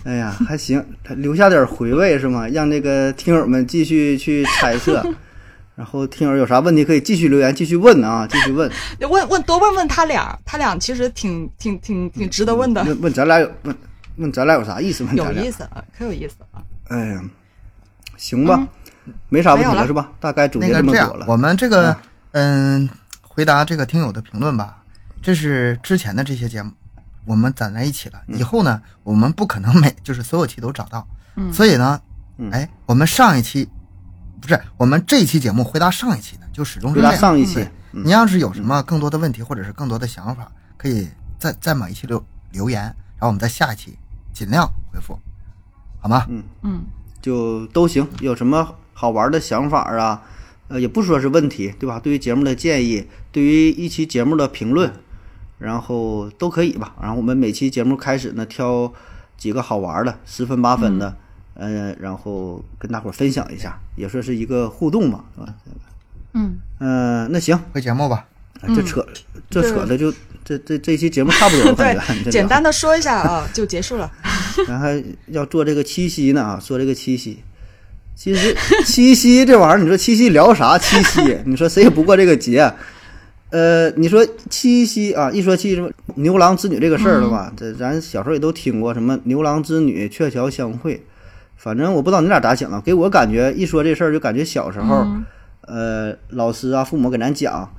[SPEAKER 1] 哎呀，还行，留下点回味是吗？让这个听友们继续去猜测，然后听友有啥问题可以继续留言，继续问啊，继续问。
[SPEAKER 3] 问问多问问他俩，他俩其实挺挺挺挺值得问的，
[SPEAKER 1] 问问咱俩有问问咱俩有啥意思？问
[SPEAKER 3] 有
[SPEAKER 1] 嗯咱俩
[SPEAKER 3] 意，思啊，可有意思了。
[SPEAKER 1] 哎呀，行吧，没啥问题
[SPEAKER 3] 嗯没有了
[SPEAKER 1] 是吧？大概总
[SPEAKER 2] 那
[SPEAKER 1] 结
[SPEAKER 2] 个
[SPEAKER 1] 么
[SPEAKER 2] 这样
[SPEAKER 1] 多，了
[SPEAKER 2] 我。们这个嗯，回答这个听友的评论吧。这是之前的这些节目，我们攒在一起了。
[SPEAKER 1] 嗯
[SPEAKER 2] 以后呢，我们不可能每 就是所有期都找到，
[SPEAKER 3] 嗯
[SPEAKER 2] 所以呢
[SPEAKER 1] 嗯，
[SPEAKER 2] 哎，我们上一期不是我们这一期节目回答上一期的，就始终是
[SPEAKER 1] 回
[SPEAKER 2] 这
[SPEAKER 1] 答
[SPEAKER 2] 样。
[SPEAKER 1] 上一期，嗯
[SPEAKER 2] 你要是有什么更多的问题或者是更多的想法，可以在在某一期留留言，然后我们在下一期尽量回复，好吗？
[SPEAKER 3] 嗯，
[SPEAKER 1] 就都行。有什么好玩的想法啊？呃，也不说是问题，对吧？对于节目的建议，对于一期节目的评论，然后都可以吧。然后我们每期节目开始呢，挑几个好玩的，十分八分的，
[SPEAKER 3] 嗯
[SPEAKER 1] 呃，然后跟大伙儿分享一下，也算是一个互动嘛，是吧？
[SPEAKER 3] 嗯，
[SPEAKER 1] 嗯、那行，
[SPEAKER 2] 回节目吧，
[SPEAKER 1] 哎这扯、这扯的就这这这期节目差不多了，我感 觉这
[SPEAKER 3] 对，
[SPEAKER 1] 聊
[SPEAKER 3] 简单的说一下啊，就结束了。
[SPEAKER 1] 咱还要做这个七夕呢啊，说这个七夕，其实七夕 这玩意儿，你说七夕聊啥？七夕， 你说谁也不过这个节。呃，你说七夕啊，一说七什么牛郎织女这个事儿了
[SPEAKER 2] 嗯
[SPEAKER 1] 吧？这咱小时候也都听过，什么牛郎织女鹊桥相会，反正我不知道你俩咋想的，给我感觉一说这事儿就感觉小时候，
[SPEAKER 2] 嗯
[SPEAKER 1] 呃，老师啊父母给咱讲，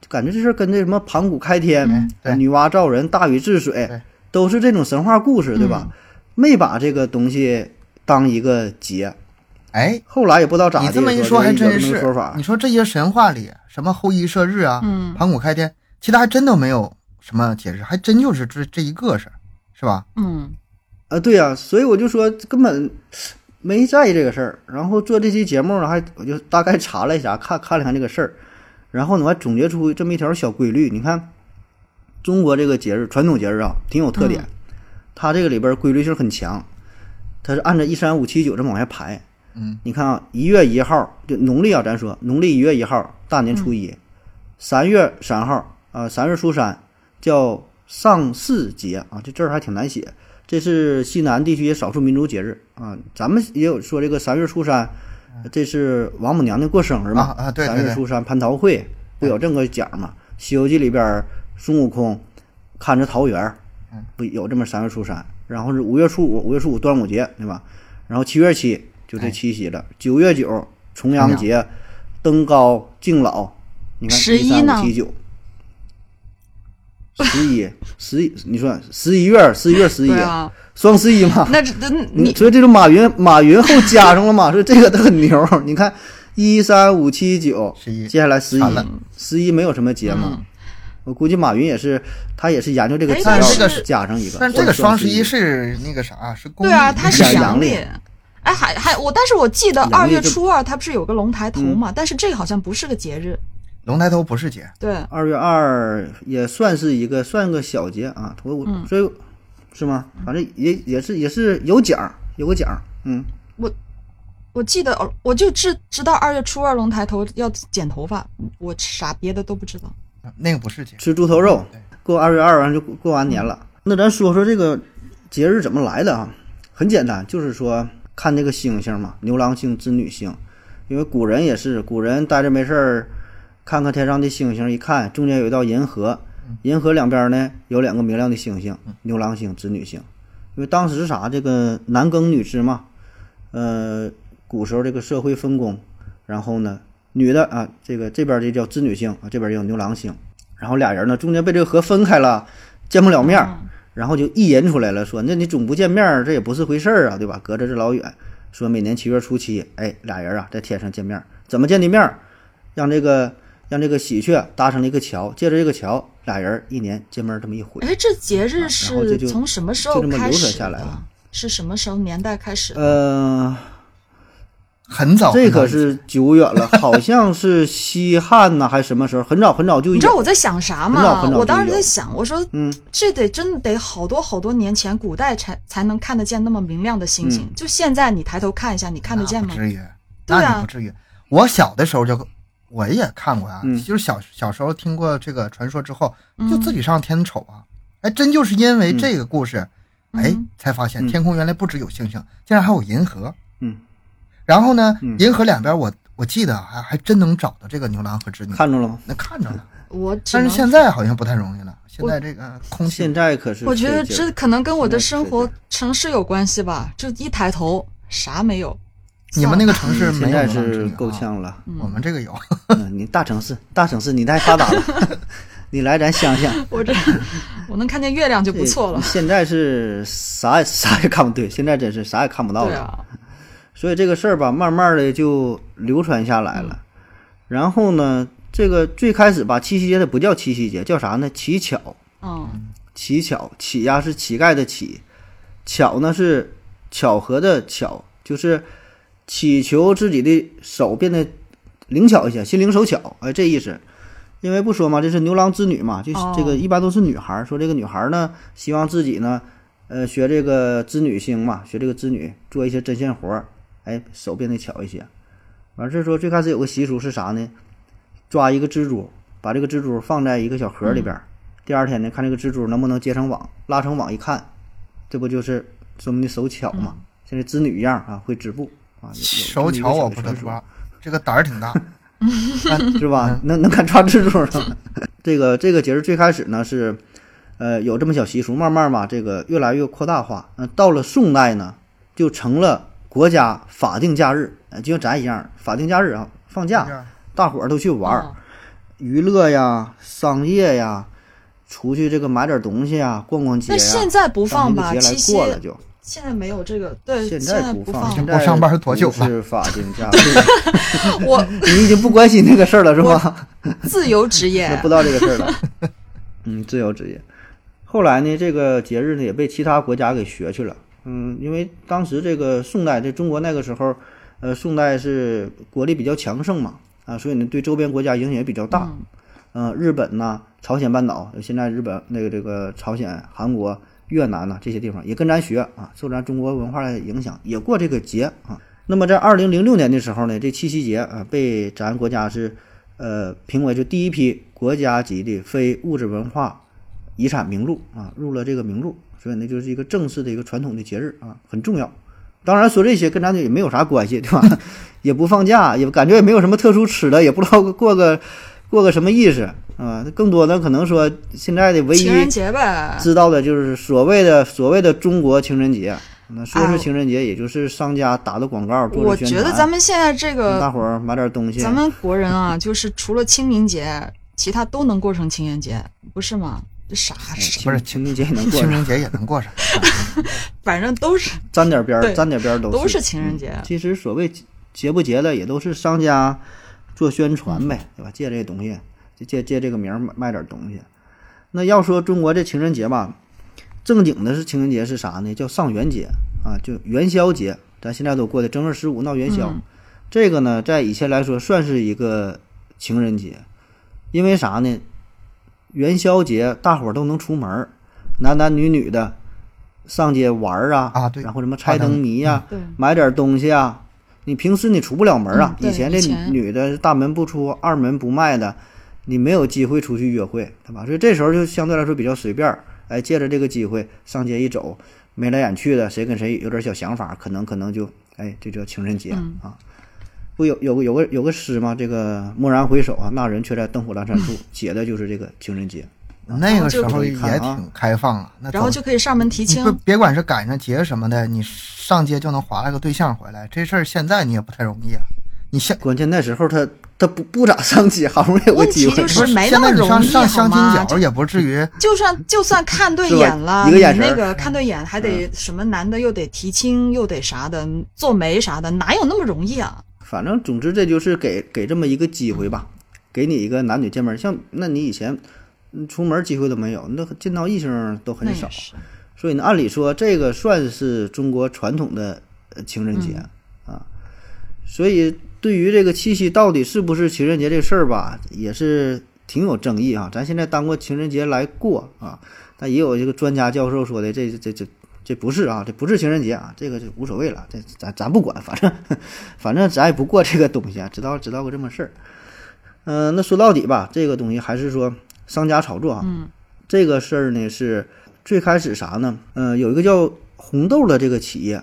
[SPEAKER 1] 就感觉这事儿跟那什么盘古开天、
[SPEAKER 2] 嗯对
[SPEAKER 1] 女娲造人、大禹治水
[SPEAKER 2] 对，嗯
[SPEAKER 1] 都是这种神话故事，对吧？没把这个东西当一个节。
[SPEAKER 2] 哎，
[SPEAKER 1] 后来也不知道咋的，
[SPEAKER 2] 你这么一
[SPEAKER 1] 说
[SPEAKER 2] 还
[SPEAKER 1] 有
[SPEAKER 2] 真
[SPEAKER 1] 这么个
[SPEAKER 2] 是
[SPEAKER 1] 说法，
[SPEAKER 2] 你说这些神话里，什么后羿射日啊，
[SPEAKER 3] 嗯
[SPEAKER 2] 盘古开天，其他还真都没有什么解释，还真就是这这一个事儿，是吧？
[SPEAKER 3] 嗯，
[SPEAKER 1] 啊，对呀、所以我就说根本没在意这个事儿。然后做这期节目呢，还我就大概查了一下，看看了看这个事儿，然后呢，我还总结出这么一条小规律。你看，中国这个节日传统节日啊，挺有特
[SPEAKER 2] 嗯
[SPEAKER 1] 点，它这个里边规律性很强，它是按照一三五七九这么往下排。
[SPEAKER 2] 嗯，
[SPEAKER 1] 你看啊，一月一号就农历啊，咱说农历一月一号大年初
[SPEAKER 2] 嗯
[SPEAKER 1] 一，三、月三号啊，三、月初三叫上巳节啊，这字儿还挺难写。这是西南地区少数民族节日啊。咱们也有说这个三月初三，这是王母娘娘过生日嘛？
[SPEAKER 2] 嗯啊啊对对嗯
[SPEAKER 1] 三月初三蟠桃会不有这么个讲嘛？《西游记》里边孙悟空看着桃园儿，
[SPEAKER 3] 嗯
[SPEAKER 1] 不有这么三月初三？然后是五月初五，五月初五端午节，对吧？然后七月七
[SPEAKER 3] 哎
[SPEAKER 1] 就这七夕了，九月九重阳节、登高敬老、你看
[SPEAKER 3] 11
[SPEAKER 1] 13
[SPEAKER 3] 呢
[SPEAKER 1] 五七九，十一十一，你说十一月十一月十一
[SPEAKER 3] 对，啊，
[SPEAKER 1] 双十一嘛，
[SPEAKER 3] 那这那
[SPEAKER 1] 你
[SPEAKER 3] 你
[SPEAKER 1] 所以这种马云 马云后加上了嘛，所以这个他很牛。你看一三五七九，
[SPEAKER 2] 11
[SPEAKER 1] 接下来十一
[SPEAKER 2] 惨了，
[SPEAKER 1] 十一没有什么节嘛。我估计马云也是，他也是研究这个
[SPEAKER 3] 嗯哎
[SPEAKER 1] 资
[SPEAKER 3] 但
[SPEAKER 1] 料
[SPEAKER 2] 是
[SPEAKER 1] 的，加上一个。
[SPEAKER 2] 但这个
[SPEAKER 1] 双
[SPEAKER 2] 双十
[SPEAKER 1] 一
[SPEAKER 2] 一是那个啥，是公益
[SPEAKER 3] 对啊，它是
[SPEAKER 1] 是阳
[SPEAKER 3] 阳
[SPEAKER 1] 历
[SPEAKER 3] 历。哎，还还我，但是我记得
[SPEAKER 1] 阳历
[SPEAKER 3] 二月
[SPEAKER 1] 就嗯
[SPEAKER 3] 初二它不是有个龙抬头嘛？但是这个好像不是个节日，
[SPEAKER 2] 龙抬头不是节，
[SPEAKER 3] 对，
[SPEAKER 1] 二月二也算是一个算个小节啊，我我
[SPEAKER 3] 嗯
[SPEAKER 1] 所以是吗？反正也也是也是有奖，有个奖，嗯，
[SPEAKER 3] 我记得，哦我就知知道二月初二龙抬头要剪头发，我啥别的都不知道。
[SPEAKER 2] 那个不是节。
[SPEAKER 1] 吃猪头肉
[SPEAKER 2] 对，
[SPEAKER 1] 过二月二完就过过完年了。那咱说说这个节日怎么来的啊？很简单，就是说看这个星星嘛，牛郎星、织女星，因为古人也是，古人待着没事儿，看看天上的星星，一看中间有一道银河，银河两边呢有两个明亮的星星，牛郎星、织女星。因为当时是啥，这个男耕女织嘛，呃，古时候这个社会分工，然后呢，女的啊，这个这边这叫织女星啊，这边叫牛郎星，然后俩人呢中间被这个河分开了，见不了面儿，然后就意淫出来了，说那你总不见面儿，这也不是回事儿啊，对吧？隔着这老远，说每年七月初七，哎，俩人啊在天上见面儿，怎么见的面儿？让这个让这个喜鹊搭成了一个桥，借着这个桥，俩人一年见面儿这么一回。
[SPEAKER 3] 哎，这节日
[SPEAKER 1] 啊然后这
[SPEAKER 3] 是
[SPEAKER 1] 就
[SPEAKER 3] 从什么时
[SPEAKER 1] 就
[SPEAKER 3] 候
[SPEAKER 1] 这么
[SPEAKER 3] 开
[SPEAKER 1] 流传
[SPEAKER 3] 始
[SPEAKER 1] 下来
[SPEAKER 3] 的
[SPEAKER 1] 了
[SPEAKER 3] 是什么时候年代开始的？
[SPEAKER 1] 呃，
[SPEAKER 2] 很
[SPEAKER 3] 哦
[SPEAKER 2] 早，
[SPEAKER 1] 这可
[SPEAKER 2] 很早以前
[SPEAKER 1] 是久远了，好像是西汉呐、还是什么时候，很早很早就有。
[SPEAKER 3] 你知道我在想啥
[SPEAKER 1] 很早
[SPEAKER 3] 吗
[SPEAKER 1] 很？早
[SPEAKER 3] 我当时
[SPEAKER 1] 就有
[SPEAKER 3] 在想，我说，
[SPEAKER 1] 嗯，
[SPEAKER 3] 这得真得好多好多年前，古代才才能看得见那么明亮的星
[SPEAKER 1] 嗯
[SPEAKER 3] 星。就现在你抬头看一下，你
[SPEAKER 1] 啊
[SPEAKER 3] 看得见
[SPEAKER 2] 不
[SPEAKER 3] 吗？
[SPEAKER 2] 至于，
[SPEAKER 3] 对啊
[SPEAKER 2] 那你不至于。我小的时候就我也看过呀、啊
[SPEAKER 1] 嗯
[SPEAKER 2] 就是小小时候听过这个传说之后，
[SPEAKER 3] 嗯
[SPEAKER 2] 就自己上天瞅啊，还真就是因为这个故事，哎，才发
[SPEAKER 1] 嗯
[SPEAKER 2] 现天空原来不只有星星，竟然还有银河。
[SPEAKER 1] 嗯，
[SPEAKER 2] 然后呢，
[SPEAKER 1] 嗯
[SPEAKER 2] 银河两边我我记得啊还还真能找到这个牛郎和织女，
[SPEAKER 1] 看着了吗？
[SPEAKER 2] 那看着了，
[SPEAKER 3] 我只
[SPEAKER 2] 但是
[SPEAKER 3] 能，
[SPEAKER 2] 现在好像不太容易了。现在这个空气
[SPEAKER 1] 现在可是
[SPEAKER 3] 我觉得
[SPEAKER 1] 费劲
[SPEAKER 3] 这可能跟我的生
[SPEAKER 1] 现在
[SPEAKER 3] 活
[SPEAKER 1] 是
[SPEAKER 3] 城市有关系吧。就一抬头啥没有，
[SPEAKER 2] 你们那个
[SPEAKER 1] 嗯
[SPEAKER 2] 城市
[SPEAKER 1] 现
[SPEAKER 2] 没有
[SPEAKER 1] 在
[SPEAKER 2] 牛郎织
[SPEAKER 1] 是
[SPEAKER 2] 女啊
[SPEAKER 1] 够，呛了。
[SPEAKER 2] 我们这个有。
[SPEAKER 1] 嗯，你大城市，大城市你太发达了， 你来咱乡下
[SPEAKER 3] 我这我能看见月 亮就不错了
[SPEAKER 1] 这。现在是啥也啥也看不对，现在真是啥也看不到
[SPEAKER 3] 对
[SPEAKER 1] 了。
[SPEAKER 3] 啊，
[SPEAKER 1] 所以这个事儿吧，慢慢的就流传下来了。然后呢，这个最开始吧，七夕节它不叫七夕节，叫啥呢？乞巧。
[SPEAKER 3] 嗯，
[SPEAKER 1] 乞巧，乞呀是乞丐的乞，巧呢是巧合的巧，就是祈求自己的手变得灵巧一些，心灵手巧，哎，这意思。因为不说嘛，这是牛郎织女嘛，就是
[SPEAKER 3] 哦
[SPEAKER 1] 这个一般都是女孩儿。说这个女孩儿呢，希望自己呢，呃，学这个织女星嘛，学这个织女做一些针线活儿，哎，手变得巧一些。完事儿说最开始有个习俗是啥呢？抓一个蜘蛛，把这个蜘蛛放在一个小盒里边
[SPEAKER 2] 嗯
[SPEAKER 1] 儿，第二天呢，看这个蜘蛛能不能结成网，拉成网一看，这不就是说明你手巧嘛？像这织女一样啊，会织布啊。有
[SPEAKER 2] 嗯手
[SPEAKER 1] 有这么一个
[SPEAKER 2] 巧我
[SPEAKER 1] 小的
[SPEAKER 2] 不
[SPEAKER 1] 传
[SPEAKER 2] 得
[SPEAKER 1] 说
[SPEAKER 2] 抓，嗯这个胆儿挺大。
[SPEAKER 1] 是吧？能能敢抓蜘蛛呢？ 这个这个节日最开始呢是，呃，有这么小习俗，慢慢嘛，这个越来越扩大化。那、到了宋代呢，就成了国家法定假日，呃就像咱一样，法定假日啊，放假，大伙儿都去玩儿，
[SPEAKER 3] 哦
[SPEAKER 1] 娱乐呀、商业呀，出去这个买点东西呀、逛逛街
[SPEAKER 3] 那
[SPEAKER 1] 呀。
[SPEAKER 3] 现在不
[SPEAKER 1] 啊当
[SPEAKER 3] 放
[SPEAKER 1] 这个节
[SPEAKER 3] 吧？七
[SPEAKER 1] 来
[SPEAKER 3] 夕
[SPEAKER 1] 过了就，
[SPEAKER 3] 现在没有这个，对，现
[SPEAKER 1] 在
[SPEAKER 3] 不
[SPEAKER 1] 放，
[SPEAKER 3] 了
[SPEAKER 1] 现在
[SPEAKER 2] 我上班多久
[SPEAKER 1] 不
[SPEAKER 2] 了
[SPEAKER 1] 是法定假日，
[SPEAKER 3] 我
[SPEAKER 1] 你已经不关心这个事儿了是吧？
[SPEAKER 3] 自由职
[SPEAKER 1] 那
[SPEAKER 3] 业
[SPEAKER 1] 不，知道这个事儿了。嗯，自由职业。后来呢，这个节日呢也被其他国家给学去了。嗯，因为当时这个宋代，这中国那个时候，呃，宋代是国力比较强盛嘛，啊，所以呢对周边国家影响也比较大。嗯、日本呐、朝鲜半岛，现在日本那个这个朝鲜、韩国、越南呐、这些地方也跟咱学啊，受咱中国文化的影响，也过这个节啊。那么在二零零六年的时候呢，这七夕节啊被咱国家是呃评为就第一批国家级的非物质文化遗产名录啊，入了这个名录，所以呢就是一个正式的一个传统的节日啊，很重要。当然说这些跟咱也没有啥关系，对吧？ 也不放假，也感觉也没有什么特殊吃的，也不知道过个过个什么意思啊。更多的可能说现在的唯一
[SPEAKER 3] 啊情人节呗。
[SPEAKER 1] 知道的就是所谓的所谓的中国情人节，那说是情人节，也就是商家打的广告，做
[SPEAKER 3] 啊我
[SPEAKER 1] 的宣
[SPEAKER 3] 觉
[SPEAKER 1] 传。
[SPEAKER 3] 得咱们现在这
[SPEAKER 1] 让大
[SPEAKER 3] 个，
[SPEAKER 1] 伙儿买点东西，
[SPEAKER 3] 咱们国人啊，就是除了清明节，其他都能过成情人节，不是吗？这啥啥，
[SPEAKER 1] 不是清明节也能过
[SPEAKER 2] 清
[SPEAKER 1] 上，
[SPEAKER 2] 明节也能过 上。
[SPEAKER 3] 反正都是
[SPEAKER 1] 沾点边
[SPEAKER 3] 对
[SPEAKER 1] 儿，沾点边儿都
[SPEAKER 3] 都
[SPEAKER 1] 是
[SPEAKER 3] 是情人节。
[SPEAKER 1] 其实所谓节不节的，也都是商家做宣传呗，对吧？借这东西，就借借这个名儿卖卖点东西。那要说中国这情人节吧，正经的是情人节是啥呢？叫上元节啊，就元宵节，咱现在都过的正月十五闹元宵。
[SPEAKER 3] 嗯
[SPEAKER 1] 这个呢，在以前来说算是一个情人节，因为啥呢？元宵节大伙儿都能出门儿，男男女女的上街玩儿啊，
[SPEAKER 2] 啊对嗯
[SPEAKER 1] 然后什么猜灯谜啊呀、
[SPEAKER 3] 对，
[SPEAKER 1] 买点东西啊。你平时你出不了门啊，
[SPEAKER 3] 嗯对
[SPEAKER 1] 以前
[SPEAKER 3] 以
[SPEAKER 1] 这
[SPEAKER 3] 前
[SPEAKER 1] 女的大门不出二门不迈的，你没有机会出去约会，对吧？所以这时候就相对来说比较随便儿，哎，借着这个机会上街一走，眉来眼去的，谁跟谁有点小想法，可能可能就哎，这叫情人节、
[SPEAKER 3] 嗯
[SPEAKER 1] 啊。不有有个有个有个诗吗？这个蓦然回首啊，那人却在灯火阑珊处，写的就是这个情人节。
[SPEAKER 2] 那个时候也
[SPEAKER 1] 然后就
[SPEAKER 2] 挺开放啊，那
[SPEAKER 3] 然后
[SPEAKER 2] 走
[SPEAKER 3] 就可以上门提
[SPEAKER 2] 你
[SPEAKER 3] 亲
[SPEAKER 2] 不。别管是赶上节什么的，你上街就能划拉个对象回来，这事儿现在你也不太容易啊。你现
[SPEAKER 1] 关键那时候他他不不咋上街，好不容易有个
[SPEAKER 3] 问题
[SPEAKER 1] 机会
[SPEAKER 3] 就，是
[SPEAKER 2] 不是
[SPEAKER 3] 没那
[SPEAKER 2] 现
[SPEAKER 3] 么
[SPEAKER 2] 在你
[SPEAKER 3] 容易
[SPEAKER 2] 上上
[SPEAKER 3] 好
[SPEAKER 2] 相亲
[SPEAKER 3] 吗？
[SPEAKER 2] 角也不至于
[SPEAKER 3] 就算就算看对
[SPEAKER 1] 是吧
[SPEAKER 3] 眼了，
[SPEAKER 1] 一个眼神
[SPEAKER 3] 你那
[SPEAKER 1] 儿嗯
[SPEAKER 3] 个看对眼还得什么男的又得提亲又得啥的做媒啥的，哪有那么容易啊？
[SPEAKER 1] 反正总之这就是给给这么一个机会吧，给你一个男女见面儿。像那你以前嗯出门机会都没有，那见到异性都
[SPEAKER 3] 那
[SPEAKER 1] 很
[SPEAKER 3] 也
[SPEAKER 1] 少，
[SPEAKER 3] 是，
[SPEAKER 1] 所以呢，按理说这个算是中国传统的呃情人
[SPEAKER 3] 嗯
[SPEAKER 1] 节、啊。所以对于这个七夕到底是不是情人节这事儿吧，也是挺有争议啊。咱现在当过情人节来过啊，但也有这个专家教授说的，这这这这不是啊，这不是情人节啊，这个就无所谓了，这咱咱不管，反 正反正咱也不过这个东西啊，知道知道个这么事儿。嗯、那说到底吧，这个东西还是说商家炒作啊。
[SPEAKER 3] 嗯
[SPEAKER 1] 这个事儿呢是最开始啥呢？呃，有一个叫红豆的这个企业，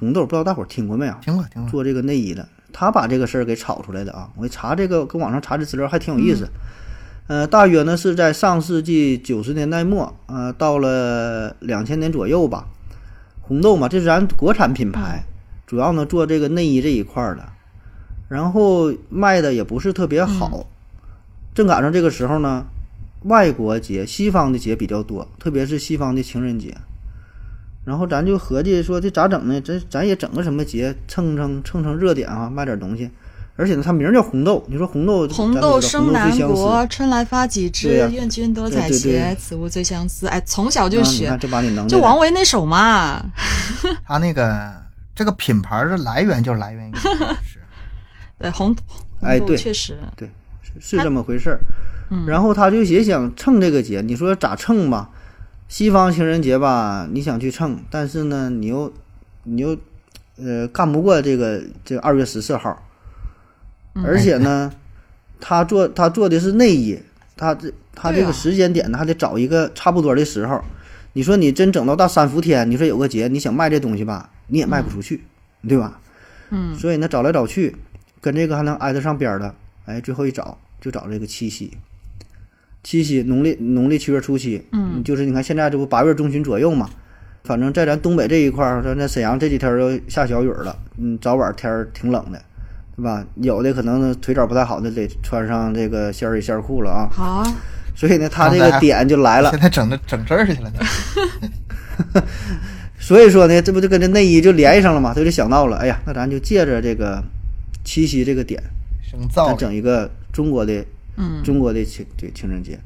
[SPEAKER 1] 红豆不知道大伙儿听过没有？啊
[SPEAKER 2] 听过 听过，
[SPEAKER 1] 做这个内衣的，他把这个事儿给炒出来的啊。我一查这个，跟网上查这资料还挺有意思。呃，大约呢是在上世纪九十年代末，呃，到了两千年左右吧。红豆嘛，这是咱国产品牌，主要呢做这个内衣这一块儿的，然后卖的也不是特别好。
[SPEAKER 3] 嗯
[SPEAKER 1] 正赶上这个时候呢，外国节、西方的节比较多，特别是西方的情人节。然后咱就合计说这咋整呢？这咱也整个什么节蹭蹭蹭蹭热点啊，卖点东西。而且呢，它名儿叫红豆，你说红豆，
[SPEAKER 3] 红
[SPEAKER 1] 咱都
[SPEAKER 3] 豆
[SPEAKER 1] 知道红豆最
[SPEAKER 3] 生南
[SPEAKER 1] 相思。
[SPEAKER 3] 国，春来发几
[SPEAKER 1] 对
[SPEAKER 3] 枝
[SPEAKER 1] 呀，
[SPEAKER 3] 愿君多采
[SPEAKER 1] 对对
[SPEAKER 3] 撷
[SPEAKER 1] 对，
[SPEAKER 3] 此物最相思。哎，从小就
[SPEAKER 1] 啊你
[SPEAKER 3] 学
[SPEAKER 1] 看，这把你能
[SPEAKER 3] 就
[SPEAKER 1] 耐的
[SPEAKER 3] 王维那首嘛。
[SPEAKER 2] 他那个这个品牌的来源就来源于是
[SPEAKER 3] 对，呃红
[SPEAKER 1] 哎
[SPEAKER 3] 红豆
[SPEAKER 1] 对
[SPEAKER 3] 确实，
[SPEAKER 1] 是这么回事儿。
[SPEAKER 3] 嗯
[SPEAKER 1] 然后他就也想蹭这个节，你说咋蹭吧？西方情人节吧，你想去蹭，但是呢，你又你又呃干不过这个这个二月十四号，
[SPEAKER 3] 嗯
[SPEAKER 1] 而且呢，他做他做的是内衣，他这他这
[SPEAKER 3] 对啊
[SPEAKER 1] 个时间点呢还得找一个差不多的时候。你说你真整到大三伏天，你说有个节，你想卖这东西吧，你也卖不出去，对吧？
[SPEAKER 3] 嗯，
[SPEAKER 1] 所以呢，找来找去，跟这个还能挨得上边儿的，哎，最后一找就找这个七夕。七夕，农历农历七月初七，嗯，就是你看现在这不八月中旬左右嘛，反正在咱东北这一块儿，咱在沈阳这几天儿都下小雨儿了，嗯，早晚天儿挺冷的，对吧？有的可能腿脚不太好的得穿上这个线儿衣线儿裤了啊，
[SPEAKER 3] 好啊，
[SPEAKER 1] 所以呢，他这
[SPEAKER 2] 刚
[SPEAKER 1] 个
[SPEAKER 2] 才
[SPEAKER 1] 点就 来了，
[SPEAKER 2] 现在整的整这儿去了呢。
[SPEAKER 1] 所以说呢，这不就跟这内衣就联系上了嘛，他就想到了，哎呀，那咱就借着这个七夕这个点，
[SPEAKER 2] 生
[SPEAKER 1] 咱
[SPEAKER 2] 造
[SPEAKER 1] 整一个中国的，
[SPEAKER 3] 嗯
[SPEAKER 1] 中国的情对情人节，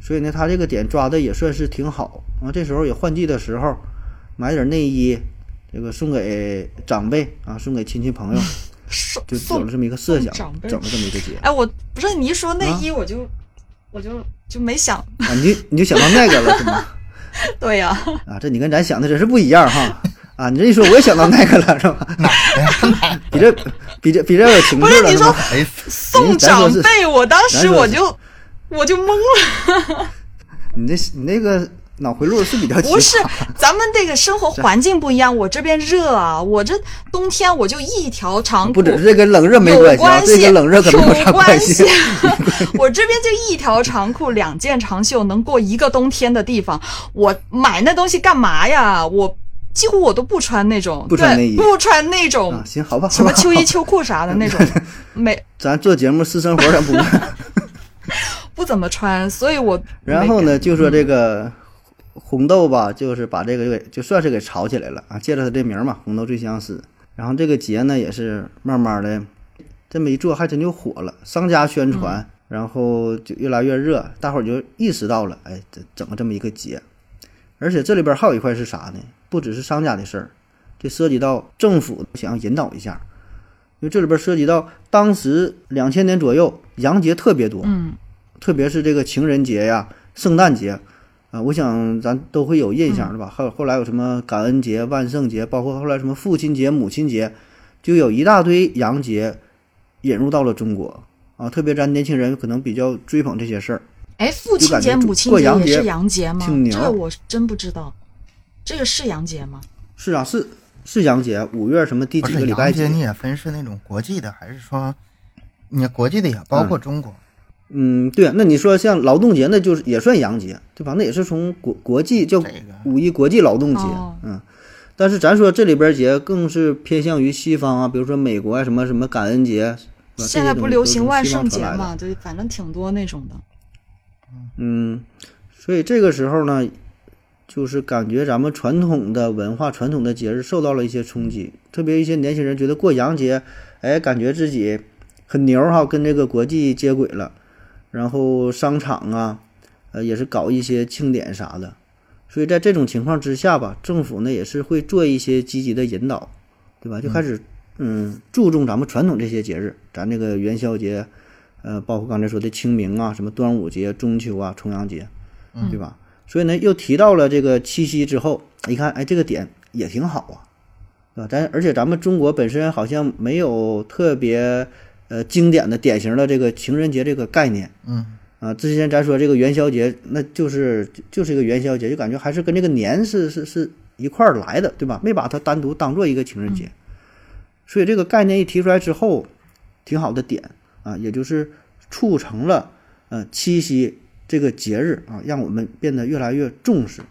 [SPEAKER 1] 所以呢，他这个点抓的也算是挺好啊。这时候也换季的时候，买点内衣，这个送给长辈啊，送给亲戚朋友，
[SPEAKER 3] 送
[SPEAKER 1] 就有
[SPEAKER 3] 送
[SPEAKER 1] 了这么一个设想，
[SPEAKER 3] 送长辈
[SPEAKER 1] 整了这么一个节
[SPEAKER 3] 哎，我不是你一说内
[SPEAKER 1] 啊
[SPEAKER 3] 衣，我就、我就就没想，
[SPEAKER 1] 啊，你就你就想到那个了是吗？
[SPEAKER 3] 对呀、
[SPEAKER 1] 啊，这你跟咱想的真是不一样哈。啊，你这一说我也想到那个了是吧？ 比这比这比这有情
[SPEAKER 3] 不
[SPEAKER 1] 致
[SPEAKER 3] 是
[SPEAKER 1] 了
[SPEAKER 3] 你
[SPEAKER 1] 是
[SPEAKER 3] 说
[SPEAKER 1] 吗？
[SPEAKER 2] 哎，
[SPEAKER 3] 送长
[SPEAKER 1] 咱
[SPEAKER 3] 辈，我当时
[SPEAKER 1] 咱说
[SPEAKER 3] 我
[SPEAKER 1] 是
[SPEAKER 3] 就我就懵了，
[SPEAKER 1] 你这你那个脑回路是比较奇葩
[SPEAKER 3] 不是， 咱们这个生活环境不一样，我这边热啊，我这冬天我就一条长裤，
[SPEAKER 1] 不只是这跟冷热 没关
[SPEAKER 3] 有
[SPEAKER 1] 系啊，
[SPEAKER 3] 关
[SPEAKER 1] 这
[SPEAKER 3] 系，
[SPEAKER 1] 跟冷热可没有啥
[SPEAKER 3] 有关啊
[SPEAKER 1] 系。啊
[SPEAKER 3] 我这边就一条长裤，两件长袖，能过一个冬天的地方，我买那东西干嘛呀？我几乎我都不穿那种，
[SPEAKER 1] 不穿内衣
[SPEAKER 3] 对不穿那种、
[SPEAKER 1] 啊，行，好吧，
[SPEAKER 3] 什么秋衣
[SPEAKER 1] 好吧
[SPEAKER 3] 秋裤啥 的那种，没
[SPEAKER 1] 咱做节目私生活咱不问。
[SPEAKER 3] 不怎么穿，所以我
[SPEAKER 1] 然后
[SPEAKER 3] 没嗯
[SPEAKER 1] 呢，
[SPEAKER 3] 敢
[SPEAKER 1] 就说这个红豆吧，就是把这个给就算是给炒起来了啊，借着他这名儿嘛，红豆最相思。然后这个节呢，也是慢慢的这么一做，还真就火了，商家宣传，
[SPEAKER 3] 嗯
[SPEAKER 1] 然后就越来越热，大伙儿就意识到了，哎，这整个这么一个节。而且这里边还有一块是啥呢？不只是商家的事儿，这涉及到政府想要引导一下，因为这里边涉及到当时两千年左右洋节特别多，
[SPEAKER 3] 嗯
[SPEAKER 1] 特别是这个情人节呀、圣诞节，啊、我想咱都会有印象，是吧？后后来有什么感恩节、万圣节，包括后来什么父亲节、母亲节，就有一大堆洋节引入到了中国啊。特别咱年轻人可能比较追捧这些事儿，
[SPEAKER 3] 哎，父
[SPEAKER 1] 就
[SPEAKER 3] 亲
[SPEAKER 1] 感觉
[SPEAKER 3] 节、
[SPEAKER 1] 就
[SPEAKER 3] 母亲
[SPEAKER 1] 过
[SPEAKER 3] 节
[SPEAKER 1] 洋
[SPEAKER 3] 也
[SPEAKER 1] 节
[SPEAKER 3] 是洋节吗
[SPEAKER 1] 挺？牛
[SPEAKER 3] 这个我真不知道，这个是洋节吗？
[SPEAKER 1] 是啊，是是洋节，五月什么第
[SPEAKER 2] 不
[SPEAKER 1] 几个
[SPEAKER 2] 哦是
[SPEAKER 1] 礼
[SPEAKER 2] 洋
[SPEAKER 1] 拜
[SPEAKER 2] 节，
[SPEAKER 1] 几？
[SPEAKER 2] 你也分是那种国际的，还是说你国际的也包括中国？
[SPEAKER 1] 嗯，对、啊，那你说像劳动节，那就是也算洋节，对吧？那也是从国国际叫
[SPEAKER 2] 这个
[SPEAKER 1] 五一国际劳动节，
[SPEAKER 3] 哦
[SPEAKER 1] 嗯。但是咱说这里边儿节更是偏向于西方啊，比如说美国啊，什么什么感恩节，是吧
[SPEAKER 3] 现在不流行万圣节？
[SPEAKER 1] 这些东西都是从西方传来的
[SPEAKER 3] 嘛，对，反正挺多那种的。
[SPEAKER 1] 嗯，所以这个时候呢，就是感觉咱们传统的文化、传统的节日受到了一些冲击，特别一些年轻人觉得过洋节，哎，感觉自己很牛哈，跟这个国际接轨了。然后商场啊，呃，也是搞一些庆典啥的。所以在这种情况之下吧，政府呢也是会做一些积极的引导，对吧？就开始嗯注重咱们传统这些节日，咱这个元宵节，呃，包括刚才说的清明啊，什么端午节、中秋啊、重阳节，对吧？所以呢，又提到了这个七夕之后，一看，哎，这个点也挺好啊，对吧？咱而且咱们中国本身好像没有特别呃经典的、典型的这个情人节这个概念。
[SPEAKER 2] 嗯，
[SPEAKER 1] 啊，之前咱说这个元宵节，那就是就就是一个元宵节，就感觉还是跟这个年是是是一块儿来的，对吧？没把它单独当做一个情人节，所以这个概念一提出来之后，挺好的点啊，也就是促成了呃七夕这个节日啊，让我们变得越来越重视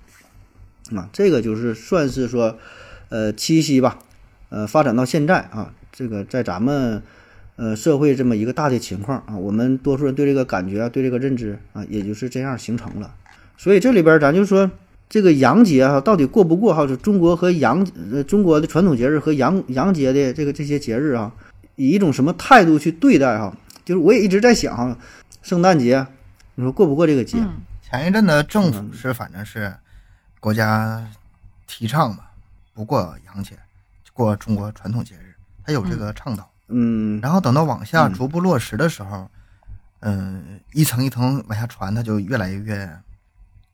[SPEAKER 1] 啊，这个就是算是说呃七夕吧，呃发展到现在啊，这个在咱们。呃社会这么一个大的情况啊，我们多数人对这个感觉啊，对这个认知啊，也就是这样形成了。所以这里边儿咱就说这个洋节啊，到底过不过？还有就中国和洋呃中国的传统节日和洋洋节的这个这些节日啊，以一种什么态度去对待哈、就是我也一直在想啊，圣诞节啊你说过不过这个节？
[SPEAKER 3] 嗯，
[SPEAKER 2] 前一阵子政
[SPEAKER 1] 嗯
[SPEAKER 2] 府是反正是国家提倡吧，不过洋节，过中国传统节日，它有这个倡导。
[SPEAKER 1] 嗯
[SPEAKER 2] 然后等到往下逐步落实的时候，嗯、一层一层往下传，它就越来越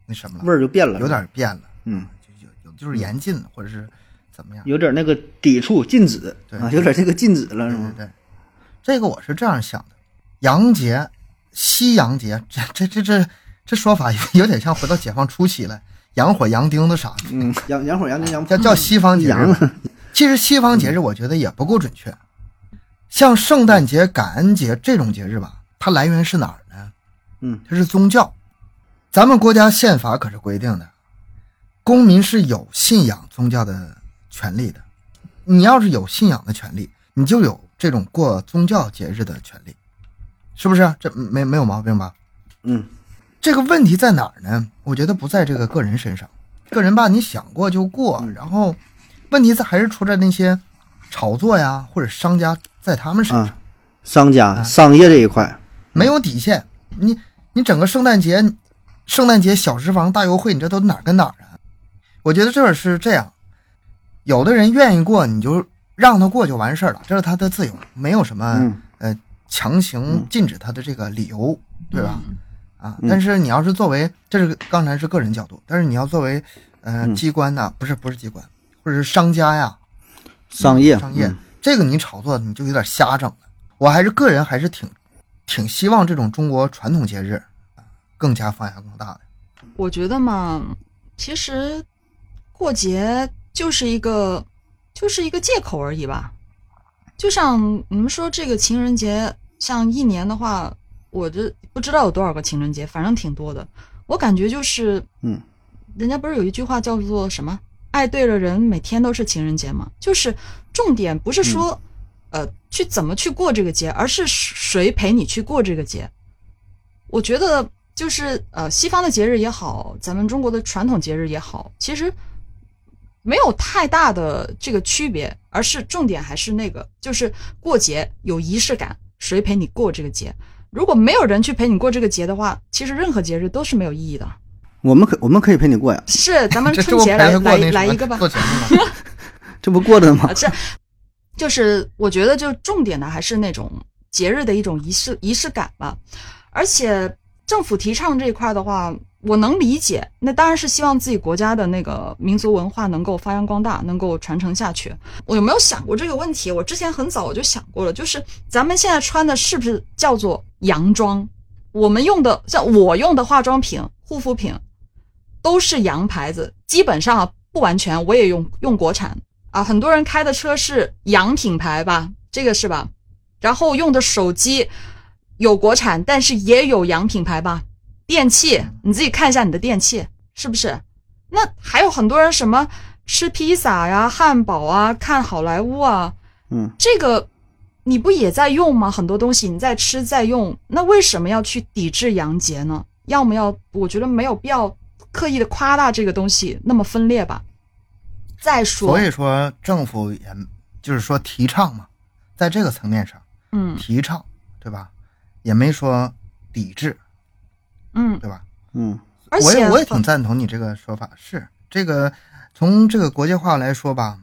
[SPEAKER 2] 那什么了，
[SPEAKER 1] 味儿就变了，
[SPEAKER 2] 有点变了，
[SPEAKER 1] 嗯，
[SPEAKER 2] 就有有就是严禁或者是怎么样。
[SPEAKER 1] 有点那个抵触禁止
[SPEAKER 2] 对
[SPEAKER 1] 啊，有点这个禁止了是
[SPEAKER 2] 对对
[SPEAKER 1] 吗？
[SPEAKER 2] 对，这个我是这样想的：洋节、西洋节，这这这这这说法 有有点像回到解放初期了，洋火、洋钉子啥的，
[SPEAKER 1] 嗯，洋洋火洋丁洋
[SPEAKER 2] 叫叫西方节日
[SPEAKER 1] 洋。
[SPEAKER 2] 其实西方节日我觉得也不够准确，像圣诞节、感恩节这种节日吧，它来源是哪儿呢？
[SPEAKER 1] 嗯，
[SPEAKER 2] 它是宗教。咱们国家宪法可是规定的，公民是有信仰宗教的权利的。你要是有信仰的权利，你就有这种过宗教节日的权利，是不是？这没没有毛病吧？
[SPEAKER 1] 嗯，
[SPEAKER 2] 这个问题在哪儿呢？我觉得不在这个个人身上，个人吧，你想过就过，然后问题在还是出在那些炒作呀，或者商家在他们身上、
[SPEAKER 1] 啊，商家商业这一块。
[SPEAKER 2] 没有底线。你你整个圣诞节，圣诞节小时房大优惠，你这都哪儿跟哪儿啊？我觉得这是这样，有的人愿意过，你就让他过就完事儿了，这是他的自由，没有什么、
[SPEAKER 1] 嗯
[SPEAKER 2] 呃强行禁止他的这个理由，对吧？啊，
[SPEAKER 1] 嗯
[SPEAKER 2] 但是你要是作为，这是刚才是个人角度，但是你要作为，呃，
[SPEAKER 1] 嗯
[SPEAKER 2] 机关呐、不是不是机关，或者是商家呀，
[SPEAKER 1] 商业，
[SPEAKER 2] 商业
[SPEAKER 1] 嗯，
[SPEAKER 2] 这个你炒作你就有点瞎整了。我还是个人还是挺挺希望这种中国传统节日啊更加发扬光大的。
[SPEAKER 3] 我觉得嘛，其实过节就是一个就是一个借口而已吧。就像你们说这个情人节，像一年的话，我这不知道有多少个情人节，反正挺多的。我感觉就是，
[SPEAKER 1] 嗯，
[SPEAKER 3] 人家不是有一句话叫做什么“爱爱对了人，每天都是情人节嘛。就是重点不是说，呃，去怎么去过这个节，而是谁陪你去过这个节。我觉得就是呃，西方的节日也好，咱们中国的传统节日也好，其实没有太大的这个区别，而是重点还是那个，就是过节有仪式感，谁陪你过这个节。如果没有人去陪你过这个节的话，其实任何节日都是没有意义的。
[SPEAKER 1] 我们可我们可以陪你过呀，
[SPEAKER 3] 是，咱们
[SPEAKER 2] 这
[SPEAKER 3] 春
[SPEAKER 2] 我
[SPEAKER 3] 节
[SPEAKER 2] 陪
[SPEAKER 3] 来来
[SPEAKER 2] 他过那
[SPEAKER 3] 来
[SPEAKER 2] 什么
[SPEAKER 3] 一个吧。
[SPEAKER 2] 做节目 了，
[SPEAKER 1] 这不过着呢吗
[SPEAKER 3] 啊，？这就是我觉得就重点的还是那种节日的一种仪式仪式感吧。而且政府提倡这一块的话，我能理解，那当然是希望自己国家的那个民族文化能够发扬光大，能够传承下去。我有没有想过这个问题？我之前很早我就想过了，就是咱们现在穿的是不是叫做洋装？我们用的像我用的化妆品、护肤品都是洋牌子，基本上啊不完全我也用用国产，啊，很多人开的车是洋品牌吧，这个是吧？然后用的手机有国产，但是也有洋品牌吧？电器你自己看一下你的电器是不是？那还有很多人什么吃披萨呀、汉堡啊、看好莱坞啊，
[SPEAKER 1] 嗯，
[SPEAKER 3] 这个你不也在用吗？很多东西你在吃在用，那为什么要去抵制洋节呢？要么要，我觉得没有必要刻意的夸大这个东西那么分裂吧。再说，
[SPEAKER 2] 所以说政府也就是说提倡嘛，在这个层面上
[SPEAKER 3] 嗯，
[SPEAKER 2] 提倡，对吧？也没说抵制，
[SPEAKER 3] 嗯，
[SPEAKER 2] 对吧？
[SPEAKER 1] 嗯，
[SPEAKER 3] 而
[SPEAKER 2] 我
[SPEAKER 3] 且
[SPEAKER 2] 也我也挺赞同你这个说法，是这个从这个国际化来说吧，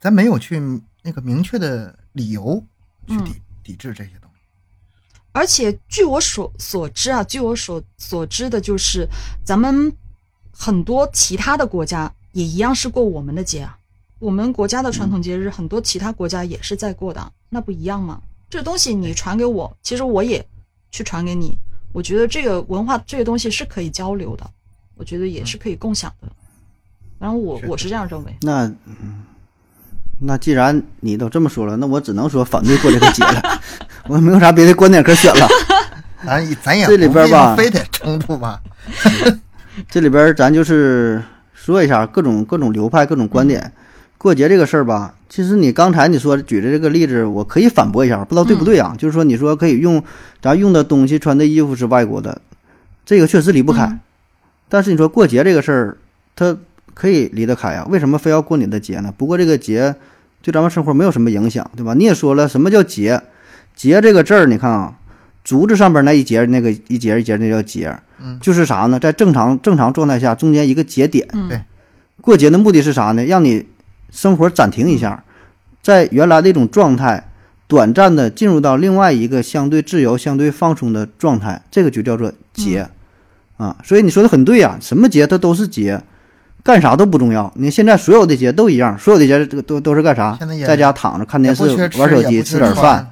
[SPEAKER 2] 咱没有去那个明确的理由
[SPEAKER 3] 嗯
[SPEAKER 2] 去抵、抵制这些东西。
[SPEAKER 3] 而且据我所所知啊，据我所所知的就是，咱们很多其他的国家也一样是过我们的节啊。我们国家的传
[SPEAKER 2] 嗯
[SPEAKER 3] 统节日，很多其他国家也是在过的，啊那不一样吗？这东西你传给我，其实我也去传给你。我觉得这个文化这个东西是可以交流的，我觉得也是可以共享的。反正我
[SPEAKER 2] 嗯是的
[SPEAKER 3] 我是这样认为。
[SPEAKER 1] 那嗯那既然你都这么说了，那我只能说反对过这个节了， 我也没有啥别的观点可选了。
[SPEAKER 2] 咱咱也
[SPEAKER 1] 哎这里
[SPEAKER 2] 不
[SPEAKER 1] 边
[SPEAKER 2] 必要
[SPEAKER 1] 吧
[SPEAKER 2] 非得冲突吧，
[SPEAKER 1] 这里边儿咱就是说一下各种各种流派、各种观点。过节这个事儿吧，其实你刚才你说举的这个例子，我可以反驳一下，不知道对不对啊？就是说，你说可以用咱用的东西、穿的衣服是外国的，这个确实离不开。
[SPEAKER 3] 嗯
[SPEAKER 1] 但是你说过节这个事儿，它可以离得开啊？为什么非要过你的节呢？不过这个节对咱们生活没有什么影响，对吧？你也说了，什么叫节？节这个字儿，你看啊，竹子上边那一节那个一节一节那叫节，
[SPEAKER 2] 嗯
[SPEAKER 1] 就是啥呢？在正常正常状态下，中间一个节点，
[SPEAKER 3] 嗯
[SPEAKER 2] 对
[SPEAKER 1] 过节的目的是啥呢？让你生活暂停一下，在原来的一种状态，短暂的进入到另外一个相对自由、相对放松的状态，这个就叫做节、啊。所以你说的很对呀、什么节它都是节，干啥都不重要。你现在所有的节都一样，所有的节这个都都是干啥
[SPEAKER 2] 现在也？
[SPEAKER 1] 在家躺着看
[SPEAKER 2] 也
[SPEAKER 1] 电视
[SPEAKER 2] 不缺、吃，
[SPEAKER 1] 玩手机、
[SPEAKER 2] 也不缺
[SPEAKER 1] 吃点
[SPEAKER 2] 穿
[SPEAKER 1] 饭，，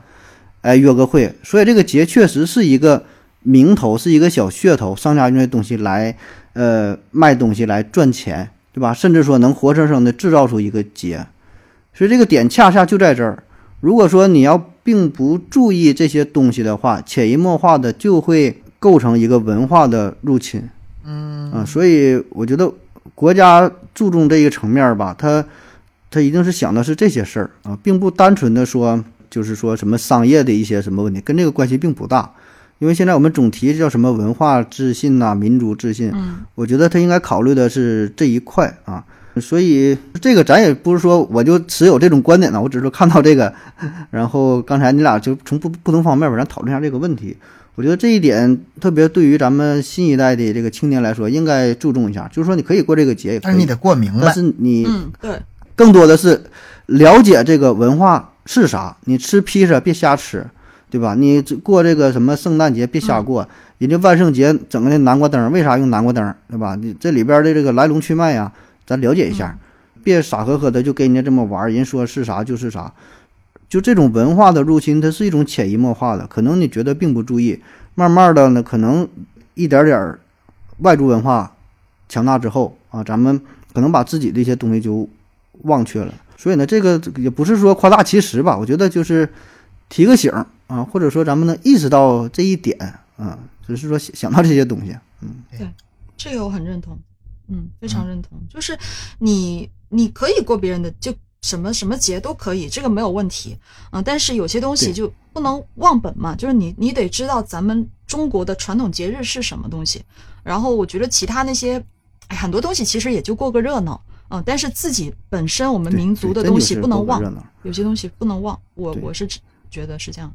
[SPEAKER 1] 哎，约个会。所以这个节确实是一个名头，是一个小噱头，商家用这东西来呃卖东西来赚钱，对吧？甚至说能活生生的制造出一个节。所以这个点恰恰就在这儿。如果说你要并不注意这些东西的话，潜移默化的就会构成一个文化的入侵。
[SPEAKER 2] 嗯
[SPEAKER 1] 啊，所以我觉得国家注重这一个层面儿吧，他他一定是想的是这些事儿啊，并不单纯的说就是说什么商业的一些什么问题，跟这个关系并不大。因为现在我们总提叫什么文化自信呐、民族自信，
[SPEAKER 3] 嗯
[SPEAKER 1] 我觉得他应该考虑的是这一块啊。所以这个咱也不是说我就持有这种观点呢，我只是看到这个，然后刚才你俩就从不不同方面吧，咱讨论一下这个问题。我觉得这一点，特别对于咱们新一代的这个青年来说，应该注重一下。就是说，你可以过这个节，也可
[SPEAKER 2] 但是你
[SPEAKER 1] 以，
[SPEAKER 2] 得过明
[SPEAKER 1] 但
[SPEAKER 2] 白，
[SPEAKER 1] 是你
[SPEAKER 3] 嗯，对，
[SPEAKER 1] 更多的是了解这个文化是啥。你吃披萨别瞎吃，对吧？你这过这个什么圣诞节别瞎过，人家万圣节整个那南瓜灯儿，为啥用南瓜灯儿，对吧？你这里边的这个来龙去脉呀、啊咱了解一下，别傻呵呵的就跟人家这么玩儿，人说是啥就是啥。就这种文化的入侵，它是一种潜移默化的，可能你觉得并不注意，慢慢的呢，可能一点点儿外族文化强大之后啊，咱们可能把自己的一些东西就忘却了。所以呢，这个也不是说夸大其词吧，我觉得就是提个醒儿啊，或者说咱们能意识到这一点啊，只是说想想到这些东西。
[SPEAKER 3] 这个我很认同。嗯，非常认同，就是你你可以过别人的，就什么什么节都可以，这个没有问题啊、但是有些东西
[SPEAKER 1] 对
[SPEAKER 3] 就不能忘本嘛，就是你你得知道咱们中国的传统节日是什么东西。然后我觉得其他那些，哎，很多东西其实也就过个热闹啊、但是自己本身我们
[SPEAKER 1] 对
[SPEAKER 3] 民族
[SPEAKER 1] 对
[SPEAKER 3] 的
[SPEAKER 1] 真
[SPEAKER 3] 东
[SPEAKER 1] 就
[SPEAKER 3] 西
[SPEAKER 1] 是
[SPEAKER 3] 不
[SPEAKER 1] 过
[SPEAKER 3] 能
[SPEAKER 1] 个
[SPEAKER 3] 忘
[SPEAKER 1] 热，闹
[SPEAKER 3] 有些东西不能忘。我
[SPEAKER 1] 对
[SPEAKER 3] 我是只觉得是这样，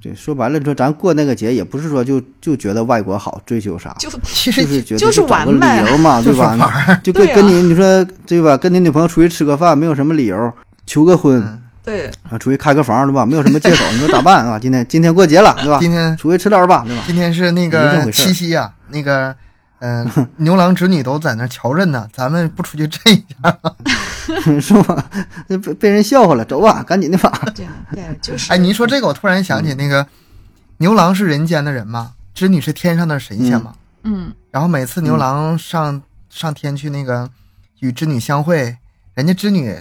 [SPEAKER 1] 对，说白了，你说咱过那个节，也不是说就就觉得外国好，追求啥，
[SPEAKER 3] 就
[SPEAKER 2] 其
[SPEAKER 1] 就
[SPEAKER 2] 实
[SPEAKER 1] 是觉得
[SPEAKER 3] 就是
[SPEAKER 1] 就找个
[SPEAKER 3] 玩呗
[SPEAKER 1] 理由 嘛，
[SPEAKER 2] 就
[SPEAKER 1] 对
[SPEAKER 2] 是玩
[SPEAKER 1] 吧？
[SPEAKER 2] 儿，
[SPEAKER 1] 就跟
[SPEAKER 3] 对啊
[SPEAKER 1] 跟你你说对吧？跟你女朋友出去吃个饭，没有什么理由，求个婚
[SPEAKER 2] 嗯
[SPEAKER 3] 对
[SPEAKER 1] 啊，出去开个房，对吧？没有什么借口，你说咋办啊？今天今天过节了，对吧？
[SPEAKER 2] 今天
[SPEAKER 1] 出去吃点儿吧，对吧？
[SPEAKER 2] 今天是那
[SPEAKER 1] 没这
[SPEAKER 2] 个
[SPEAKER 1] 回事儿
[SPEAKER 2] 七夕啊，那个嗯、呃牛郎织女都在那儿瞧阵呢，咱们不出去震一下？
[SPEAKER 1] 是吧？那被被人笑话了，走吧，赶紧的吧。
[SPEAKER 3] 这样对，就是
[SPEAKER 2] 哎，你一说这个，我突然想起那个牛郎是人间的人嘛，织女是天上的神仙嘛。
[SPEAKER 3] 嗯
[SPEAKER 2] 然后每次牛郎上、上天去那个与织女相会，人家织女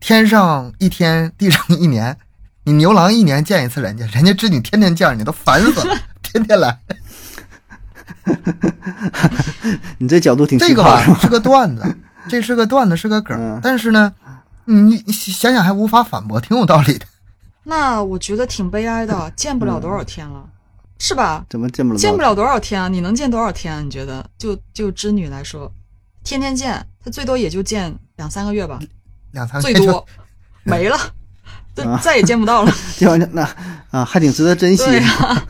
[SPEAKER 2] 天上一天，地上一年，你牛郎一年见一次人家，人家织女天天见着你都烦死 了，天天来。
[SPEAKER 1] 你这角度挺
[SPEAKER 2] 这
[SPEAKER 1] 奇
[SPEAKER 2] 个
[SPEAKER 1] 葩
[SPEAKER 2] 吧
[SPEAKER 1] 是吧？
[SPEAKER 2] 是个段 子，这是个段子，是个梗儿
[SPEAKER 1] 嗯。
[SPEAKER 2] 但是呢，你你想想还无法反驳，挺有道理的。
[SPEAKER 3] 那我觉得挺悲哀的，见不了多少天了，是吧？
[SPEAKER 1] 怎么嗯见不了？
[SPEAKER 3] 见不。了多少天啊？你能见多少天啊？你觉得？就就织女来说，天天见，她最多也就见两三个月吧，
[SPEAKER 2] 两三 个
[SPEAKER 3] 最
[SPEAKER 2] 月就
[SPEAKER 3] 多 没了，再
[SPEAKER 1] 啊
[SPEAKER 3] 再也见不 到了。
[SPEAKER 1] 这玩意儿那啊，还挺值得珍惜。
[SPEAKER 3] 对呀、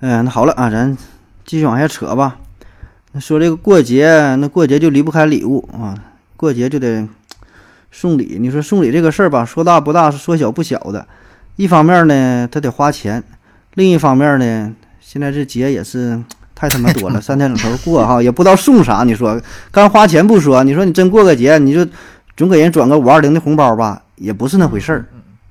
[SPEAKER 1] 嗯，那好了啊，咱继续往下扯吧。那说这个过节，那过节就离不开礼物啊，过节就得送礼。你说送礼这个事儿吧，说大不大，说小不小的。一方面呢，他得花钱；另一方面呢，现在这节也是太他妈多了，三天两头过哈，也不知道送啥。你说干花钱不说，你说你真过个节，你就总给人转个五二零的红包吧，也不是那回事儿，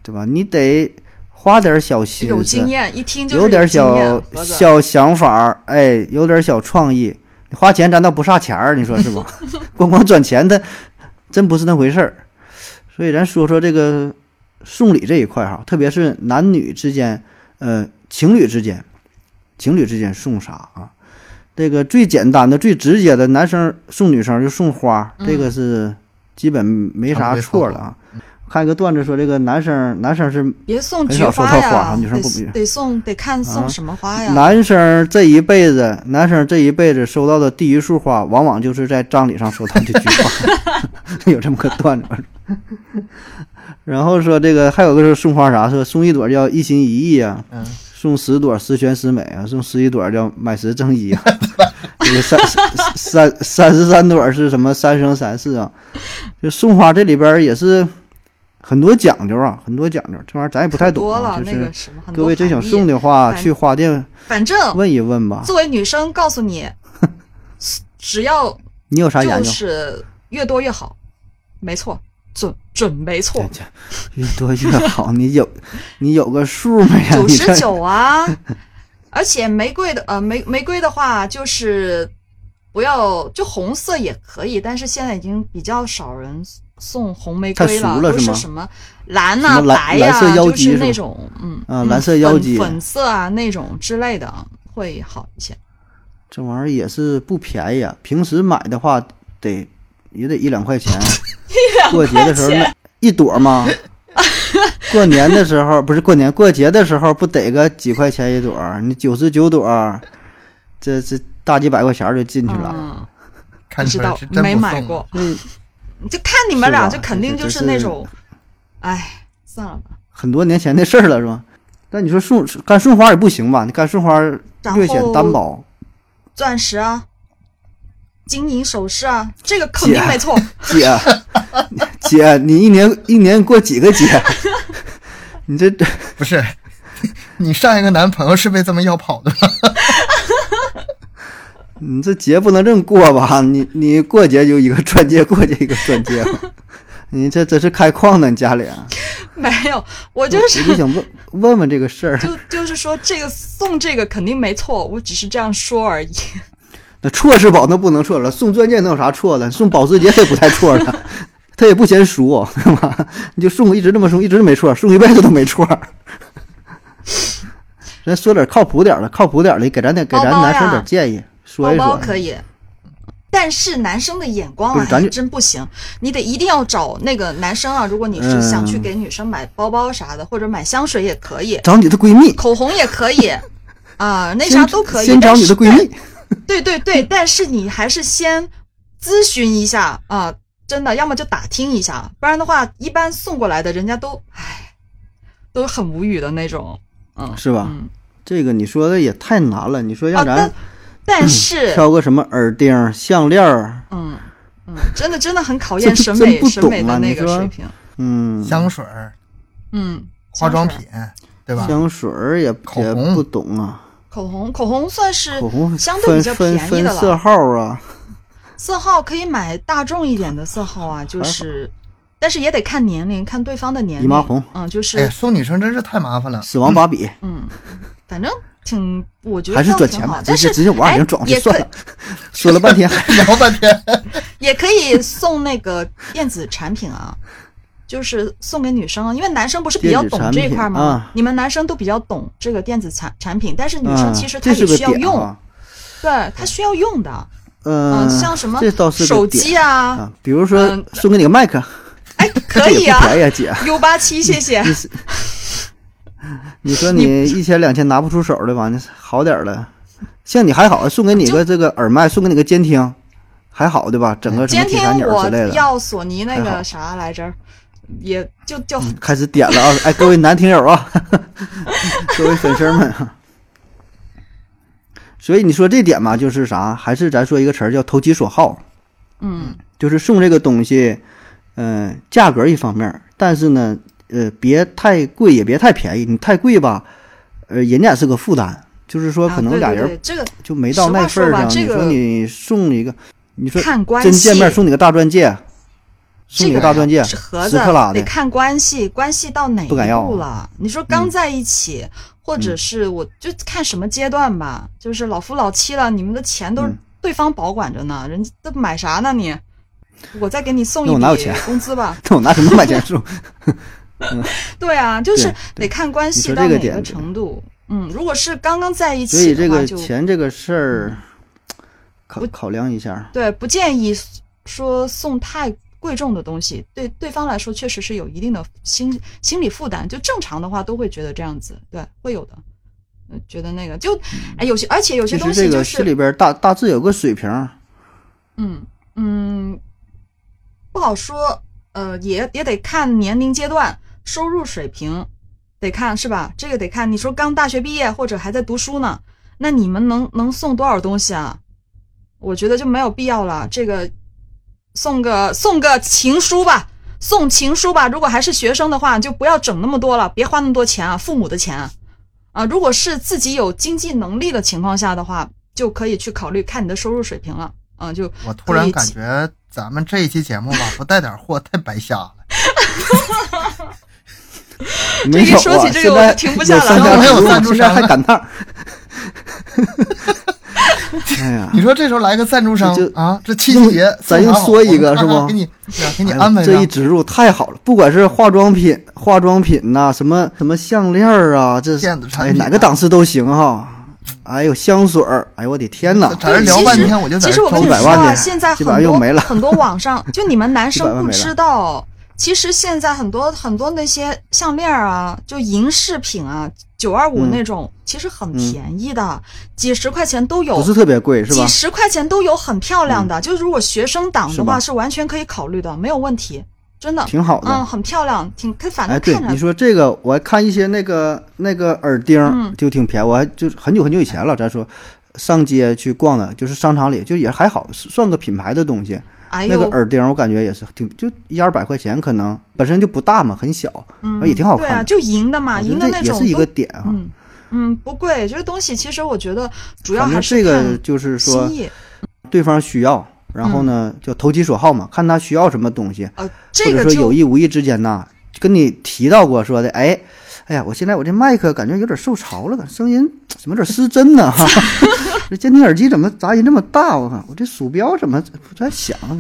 [SPEAKER 1] 对吧？你得花点小心思，
[SPEAKER 3] 有经验，一听就是
[SPEAKER 1] 有点
[SPEAKER 3] 经验
[SPEAKER 1] 小
[SPEAKER 3] 盒子
[SPEAKER 1] 小想法儿，哎，有点小创意。你花钱咱倒不差钱儿，你说是吧？ 光光转钱它真不是那回事儿。所以咱说说这个送礼这一块哈，特别是男女之间，呃，情侣之间，情侣之间送啥啊？这个最简单的、最直接的，男生送女生就送花，这
[SPEAKER 3] 嗯
[SPEAKER 1] 个是基本没
[SPEAKER 2] 常
[SPEAKER 1] 啥
[SPEAKER 2] 规
[SPEAKER 1] 错
[SPEAKER 2] 操
[SPEAKER 1] 了啊。看一个段子说，这个男生男生是
[SPEAKER 3] 别送
[SPEAKER 1] 很
[SPEAKER 3] 菊
[SPEAKER 1] 少收
[SPEAKER 3] 花
[SPEAKER 1] 到
[SPEAKER 3] 呀，
[SPEAKER 1] 花女生不啊
[SPEAKER 3] 得得送得看送什么花哎呀。
[SPEAKER 1] 男生这一辈子，男生这一辈子收到的第一束花，往往就是在葬礼上收到的菊花，有这么个段子。然后说这个还有个是送花啥，说送一朵叫一心一意啊，
[SPEAKER 2] 嗯
[SPEAKER 1] 送十朵十全十美啊，送十一朵叫买十赠一啊，这个三三三十三朵是什么三生三世啊？就送花这里边儿也是很多讲究啊，很多讲究，这玩意儿咱也不太懂
[SPEAKER 3] 多
[SPEAKER 1] 啊、
[SPEAKER 3] 了
[SPEAKER 1] 就
[SPEAKER 3] 那个
[SPEAKER 1] 是
[SPEAKER 3] 什么，很多
[SPEAKER 1] 各位真想
[SPEAKER 3] 含义
[SPEAKER 1] 送的话，
[SPEAKER 3] 反
[SPEAKER 1] 去花店
[SPEAKER 3] 反正
[SPEAKER 1] 问一问吧。
[SPEAKER 3] 作为女生，告诉你， 只要
[SPEAKER 1] 你有啥研
[SPEAKER 3] 就
[SPEAKER 1] 究？
[SPEAKER 3] 是越多越好，没错，准准没错，
[SPEAKER 1] 越多越好，你有 你有个数没呀？
[SPEAKER 3] 九
[SPEAKER 1] 你
[SPEAKER 3] 十
[SPEAKER 1] 这
[SPEAKER 3] 九啊！ 而且玫瑰的呃玫玫瑰的话，就是不要就红色也可以，但是现在已经比较少人送红玫瑰
[SPEAKER 1] 太俗了
[SPEAKER 3] 都
[SPEAKER 1] 是
[SPEAKER 3] 是
[SPEAKER 1] 吗
[SPEAKER 3] 什么蓝呐、
[SPEAKER 1] 什么蓝
[SPEAKER 3] 白呀、
[SPEAKER 1] 蓝色妖
[SPEAKER 3] 就
[SPEAKER 1] 姬
[SPEAKER 3] 是
[SPEAKER 1] 是
[SPEAKER 3] 那
[SPEAKER 1] 吗
[SPEAKER 3] 种嗯
[SPEAKER 1] 啊
[SPEAKER 3] 嗯
[SPEAKER 1] 蓝色妖姬
[SPEAKER 3] 粉粉色啊那种之类的会好一些。
[SPEAKER 1] 这玩意儿也是不便宜啊，平时买的话得也得一两块钱， 过节的时候那一朵吗？过年的时候不是过年，过节的时候不得个几块钱一朵儿？你九十九朵儿，这这大几百块钱儿就进去了。
[SPEAKER 3] 嗯，
[SPEAKER 2] 看
[SPEAKER 3] 不
[SPEAKER 2] 出
[SPEAKER 3] 知
[SPEAKER 2] 来
[SPEAKER 3] 道
[SPEAKER 2] 是真
[SPEAKER 3] 没
[SPEAKER 2] 不
[SPEAKER 3] 买
[SPEAKER 2] 送啊。
[SPEAKER 3] 过，
[SPEAKER 1] 所以
[SPEAKER 3] 就看你们俩，
[SPEAKER 1] 嗯是吧
[SPEAKER 3] 就肯定就
[SPEAKER 1] 这这
[SPEAKER 3] 是那
[SPEAKER 1] 是
[SPEAKER 3] 种，哎，算了吧。
[SPEAKER 1] 很多年前的事儿了，是吧？但你说送干送花也不行吧？你干送花
[SPEAKER 3] 然后
[SPEAKER 1] 略显单薄。
[SPEAKER 3] 钻石啊，金银首饰啊，这个肯定
[SPEAKER 1] 姐
[SPEAKER 3] 没错。
[SPEAKER 1] 姐， 姐，你一年一年过几个节？ 你这
[SPEAKER 2] 不是， 你上一个男朋友是被这么要跑的 吗？
[SPEAKER 1] 你这节不能这么过吧？你你过节就一个钻戒，过节一个钻戒，你这这是开矿呢？你家里啊，
[SPEAKER 3] 没有，我就是
[SPEAKER 1] 我就想问问问这个事儿。
[SPEAKER 3] 就就是说这个送这个肯定没错，我只是这样说而已。
[SPEAKER 1] 那错是宝，那不能错了。送钻戒能有啥错的？送保时捷他也不带错的， 他也不嫌俗，对吧？你就送，一直这么送，一直没错，送一辈子都没错。 咱说点靠谱点儿的，靠谱点儿的，给咱点给咱
[SPEAKER 3] 包包
[SPEAKER 1] 男生
[SPEAKER 3] 呀
[SPEAKER 1] 点建议，说
[SPEAKER 3] 包
[SPEAKER 1] 一说。
[SPEAKER 3] 包可以，但是男生的眼光
[SPEAKER 1] 不
[SPEAKER 3] 啊
[SPEAKER 1] 是咱
[SPEAKER 3] 还
[SPEAKER 1] 就
[SPEAKER 3] 真不行，你得一定要找那个男生啊。如果你是想去
[SPEAKER 1] 嗯
[SPEAKER 3] 给女生买包包啥的，或者买香水也可以，
[SPEAKER 1] 找你的闺蜜，
[SPEAKER 3] 口红也 可以，啊、那啥都可以。
[SPEAKER 1] 先找
[SPEAKER 3] 但
[SPEAKER 1] 你
[SPEAKER 3] 是
[SPEAKER 1] 的闺蜜，
[SPEAKER 3] 对对对，但是你还是先咨询一下啊、真的，要么就打听一下，不然的话，一般送过来的人家都，唉，都很无语的那种。嗯，
[SPEAKER 1] 是吧
[SPEAKER 3] 嗯，
[SPEAKER 1] 这个你说的也太难了。你说
[SPEAKER 3] 啊，
[SPEAKER 1] 让咱
[SPEAKER 3] 但但
[SPEAKER 1] 嗯
[SPEAKER 3] 是，
[SPEAKER 1] 挑个什么耳钉、项链儿，
[SPEAKER 3] 嗯嗯，真的真的很考验
[SPEAKER 1] 这
[SPEAKER 3] 审
[SPEAKER 1] 真
[SPEAKER 3] 美
[SPEAKER 1] 不
[SPEAKER 3] 审美
[SPEAKER 1] 懂
[SPEAKER 3] 的
[SPEAKER 1] 啊
[SPEAKER 3] 那
[SPEAKER 1] 你
[SPEAKER 3] 个
[SPEAKER 1] 说
[SPEAKER 3] 水平。
[SPEAKER 1] 嗯，
[SPEAKER 2] 香水儿、
[SPEAKER 3] 嗯，
[SPEAKER 2] 化妆
[SPEAKER 3] 香
[SPEAKER 2] 品
[SPEAKER 3] 水、，
[SPEAKER 2] 对吧？
[SPEAKER 1] 香水儿也
[SPEAKER 2] 口
[SPEAKER 1] 也
[SPEAKER 2] 红
[SPEAKER 1] 不懂啊，
[SPEAKER 3] 口红，口红算是
[SPEAKER 1] 口红
[SPEAKER 3] 嗯相对
[SPEAKER 1] 分
[SPEAKER 3] 比较
[SPEAKER 1] 分
[SPEAKER 3] 便宜
[SPEAKER 1] 分
[SPEAKER 3] 的
[SPEAKER 1] 色
[SPEAKER 3] 了，
[SPEAKER 1] 号啊，
[SPEAKER 3] 色号可以买大众一点的色号啊，就是。但是也得看年龄，看对方的年龄。
[SPEAKER 1] 姨妈红
[SPEAKER 3] 嗯，就是、
[SPEAKER 2] 哎呀，送女生真是太麻烦了。
[SPEAKER 1] 死亡芭比。
[SPEAKER 3] 嗯，反正挺，我觉得
[SPEAKER 1] 还是
[SPEAKER 3] 这样
[SPEAKER 1] 赚
[SPEAKER 3] 挺
[SPEAKER 1] 钱
[SPEAKER 3] 好
[SPEAKER 1] 吧，直
[SPEAKER 3] 但
[SPEAKER 1] 接
[SPEAKER 3] 是
[SPEAKER 1] 直接五二
[SPEAKER 3] 哎
[SPEAKER 1] 零转过去
[SPEAKER 3] 也
[SPEAKER 1] 算
[SPEAKER 3] 可
[SPEAKER 1] 了。 说了半天，
[SPEAKER 2] 聊 半天，
[SPEAKER 3] 也可以送那个电子产品啊， 就是送给女生啊，因为男生不是比较懂这一块
[SPEAKER 1] 电子产
[SPEAKER 3] 吗？
[SPEAKER 1] 品啊
[SPEAKER 3] 你们男生都比较懂这个电子产产品， 但是女生
[SPEAKER 1] 嗯，
[SPEAKER 3] 其实她
[SPEAKER 1] 这
[SPEAKER 3] 也
[SPEAKER 1] 是个
[SPEAKER 3] 需要
[SPEAKER 1] 点
[SPEAKER 3] 用，
[SPEAKER 1] 啊。
[SPEAKER 3] 对她需要用的，嗯、
[SPEAKER 1] 嗯，
[SPEAKER 3] 像什么
[SPEAKER 1] 这倒是个
[SPEAKER 3] 手
[SPEAKER 1] 点
[SPEAKER 3] 机啊，
[SPEAKER 1] 啊，比如说
[SPEAKER 3] 嗯
[SPEAKER 1] 送给你个麦克，
[SPEAKER 3] 哎，可
[SPEAKER 1] 这也
[SPEAKER 3] 以啊
[SPEAKER 1] 不便宜啊，姐。
[SPEAKER 3] ，U 八七，谢谢。
[SPEAKER 1] 你说你一千两千拿不出手的吧？你好点儿了，像你还好，送给你个这个耳麦，送给你个监听，还好对吧？整个什么
[SPEAKER 3] 监
[SPEAKER 1] 铁
[SPEAKER 3] 听
[SPEAKER 1] 三角
[SPEAKER 3] 我
[SPEAKER 1] 之类的，
[SPEAKER 3] 要索尼那
[SPEAKER 1] 还
[SPEAKER 3] 个
[SPEAKER 1] 好
[SPEAKER 3] 啥来着，也就就
[SPEAKER 1] 开始点 了啊！哎，各位男听友啊，各位粉丝们啊，所以你说这点嘛，就是啥？还是咱说一个词儿叫投其所好，
[SPEAKER 3] 嗯
[SPEAKER 1] 就是送这个东西，嗯、价格一方面儿，但是呢，呃，别太贵，也别太便宜。你太贵吧，呃，人家也是个负担。就是说，
[SPEAKER 3] 啊
[SPEAKER 1] 可能
[SPEAKER 3] 对
[SPEAKER 1] 俩
[SPEAKER 3] 对
[SPEAKER 1] 人
[SPEAKER 3] 对这个
[SPEAKER 1] 就没到那份儿上。
[SPEAKER 3] 实话说吧这个
[SPEAKER 1] 你说你送一个，你说
[SPEAKER 3] 看关系
[SPEAKER 1] 真见面送你个大钻戒，送
[SPEAKER 3] 这
[SPEAKER 1] 你
[SPEAKER 3] 个
[SPEAKER 1] 大钻戒，
[SPEAKER 3] 是盒
[SPEAKER 1] 十
[SPEAKER 3] 子啊
[SPEAKER 1] 克拉
[SPEAKER 3] 得
[SPEAKER 1] 的，
[SPEAKER 3] 看关系，关系到哪一
[SPEAKER 1] 不敢要啊嗯
[SPEAKER 3] 步了？你说刚在一起，或者是我就看什么阶段吧，就是老夫老妻了，你们的钱都是
[SPEAKER 1] 嗯
[SPEAKER 3] 对方保管着呢，人家都买啥呢你？我再给你送
[SPEAKER 1] 那我哪
[SPEAKER 3] 一
[SPEAKER 1] 有
[SPEAKER 3] 笔
[SPEAKER 1] 钱
[SPEAKER 3] 工资吧。
[SPEAKER 1] 那我拿什么买钱 送？
[SPEAKER 3] 对啊，就是
[SPEAKER 1] 对
[SPEAKER 3] 得看关
[SPEAKER 1] 你
[SPEAKER 3] 系
[SPEAKER 1] 说
[SPEAKER 3] 到
[SPEAKER 1] 这个
[SPEAKER 3] 哪
[SPEAKER 1] 点
[SPEAKER 3] 个
[SPEAKER 1] 子
[SPEAKER 3] 程度。嗯，如果是刚刚在一
[SPEAKER 1] 所
[SPEAKER 3] 起
[SPEAKER 1] 以这
[SPEAKER 3] 的话
[SPEAKER 1] 个
[SPEAKER 3] 就，嗯
[SPEAKER 1] 钱这个事儿，考
[SPEAKER 3] 我
[SPEAKER 1] 考量一下。
[SPEAKER 3] 对不建议说送太贵重的东西，对对方来说确实是有一定的心心理负担。就正常的话都会觉得这样子，对，会有的。嗯，觉得那个就哎，有些而且有些
[SPEAKER 1] 其实
[SPEAKER 3] 东西
[SPEAKER 1] 这
[SPEAKER 3] 就
[SPEAKER 1] 个
[SPEAKER 3] 是
[SPEAKER 1] 心里边大大致有个水平儿，
[SPEAKER 3] 嗯嗯，不好说。呃，也也得看年龄阶段、收入水平，得看是吧？这个得看。你说刚大学毕业或者还在读书呢，那你们能能送多少东西啊？我觉得就没有必要了。这个送个送个情书吧，送情书吧。如果还是学生的话，就不要整那么多了，别花那么多钱啊，父母的钱啊。啊，如果是自己有经济能力的情况下的话，就可以去考虑看你的收入水平了。啊，就
[SPEAKER 2] 我突然感觉咱们这一期节目 吧，不带点货太白瞎了。
[SPEAKER 1] 没有
[SPEAKER 3] 一说起
[SPEAKER 1] 啊，
[SPEAKER 3] 这
[SPEAKER 1] 现
[SPEAKER 3] 个我
[SPEAKER 1] 在
[SPEAKER 3] 就停不下来
[SPEAKER 1] 有三
[SPEAKER 2] 了
[SPEAKER 1] 家
[SPEAKER 2] 没有
[SPEAKER 1] 主
[SPEAKER 2] 赞助
[SPEAKER 1] 现在
[SPEAKER 2] 商
[SPEAKER 1] 还
[SPEAKER 2] 了
[SPEAKER 1] 赶趟儿。 哎呀，
[SPEAKER 2] 你说这时候来个赞助商
[SPEAKER 1] 这就
[SPEAKER 2] 啊，这七夕节
[SPEAKER 1] 咱又
[SPEAKER 2] 送啥好
[SPEAKER 1] 说一个
[SPEAKER 2] 我们
[SPEAKER 1] 是不
[SPEAKER 2] 咔咔给你给你
[SPEAKER 1] 哎呦
[SPEAKER 2] 安排
[SPEAKER 1] 这一
[SPEAKER 2] 上。
[SPEAKER 1] 植入太好了，不管是化妆品、化妆品呐、什么什么项链儿啊，这
[SPEAKER 2] 电子产
[SPEAKER 1] 哎
[SPEAKER 2] 品啊
[SPEAKER 1] 哪个档次都行哈。哎呦，香水儿，哎呦我的天哪！
[SPEAKER 2] 咱这聊半天，我就在
[SPEAKER 3] 其实
[SPEAKER 2] 这
[SPEAKER 3] 我跟
[SPEAKER 2] 抽
[SPEAKER 3] 你
[SPEAKER 1] 100
[SPEAKER 3] 说
[SPEAKER 1] 万
[SPEAKER 3] 啊，
[SPEAKER 1] 呢
[SPEAKER 3] 现在
[SPEAKER 1] 基
[SPEAKER 3] 很
[SPEAKER 1] 本上又
[SPEAKER 3] 多
[SPEAKER 1] 没了
[SPEAKER 3] 很多网上，就你 们男
[SPEAKER 1] 100
[SPEAKER 3] 生
[SPEAKER 1] 万
[SPEAKER 3] 不
[SPEAKER 1] 没了
[SPEAKER 3] 知道，其实现在很多很多那些项链啊，就银饰品啊，九二五
[SPEAKER 1] 嗯
[SPEAKER 3] 那种，其实很
[SPEAKER 1] 嗯
[SPEAKER 3] 便宜的，几十块钱都有
[SPEAKER 1] 不。是特别贵是吧嗯
[SPEAKER 3] 几？十块钱都有很漂亮的，就是如果学生党
[SPEAKER 1] 是
[SPEAKER 3] 的
[SPEAKER 1] 吧
[SPEAKER 3] 话是完全可以考虑的，没有问题，真的，
[SPEAKER 1] 挺好的。
[SPEAKER 3] 嗯，很漂亮，挺，反
[SPEAKER 1] 哎，
[SPEAKER 3] 正
[SPEAKER 1] 对
[SPEAKER 3] 看，着
[SPEAKER 1] 你说这个，我还看一些那个那个耳钉儿
[SPEAKER 3] 嗯
[SPEAKER 1] 就挺便宜，我还就是很久很久以前了，咱说上街去逛的，就是商场里就也还好，算个品牌的东西。
[SPEAKER 3] 哎
[SPEAKER 1] 那
[SPEAKER 3] 呦，
[SPEAKER 1] 个耳钉儿我感觉也是挺就一二百块钱，可能本身就不大嘛，很小，
[SPEAKER 3] 嗯，
[SPEAKER 1] 也挺好看
[SPEAKER 3] 对啊，
[SPEAKER 1] 的
[SPEAKER 3] 就银的嘛，
[SPEAKER 1] 我觉
[SPEAKER 3] 银
[SPEAKER 1] 得
[SPEAKER 3] 的
[SPEAKER 1] 这
[SPEAKER 3] 那
[SPEAKER 1] 也
[SPEAKER 3] 种
[SPEAKER 1] 是一
[SPEAKER 3] 都
[SPEAKER 1] 个，点啊哈。
[SPEAKER 3] 嗯嗯，不贵，这个东西其实我觉得主要
[SPEAKER 1] 反
[SPEAKER 3] 还
[SPEAKER 1] 正
[SPEAKER 3] 是
[SPEAKER 1] 这个
[SPEAKER 3] 看
[SPEAKER 1] 就是说
[SPEAKER 3] 心，意。嗯
[SPEAKER 1] 对方需要，然后呢，就投其所好嘛，看他需要什么东西，
[SPEAKER 3] 呃，这
[SPEAKER 1] 或
[SPEAKER 3] 个
[SPEAKER 1] 者说有
[SPEAKER 3] 就
[SPEAKER 1] 意无意之间呐，跟你提到过说的，哎，哎呀，我现在我这麦克感觉有点受潮了，感觉声音怎么有点失真呢？哈， 这监听耳机怎么杂音这么大？我靠，我这鼠标怎么不太响啊？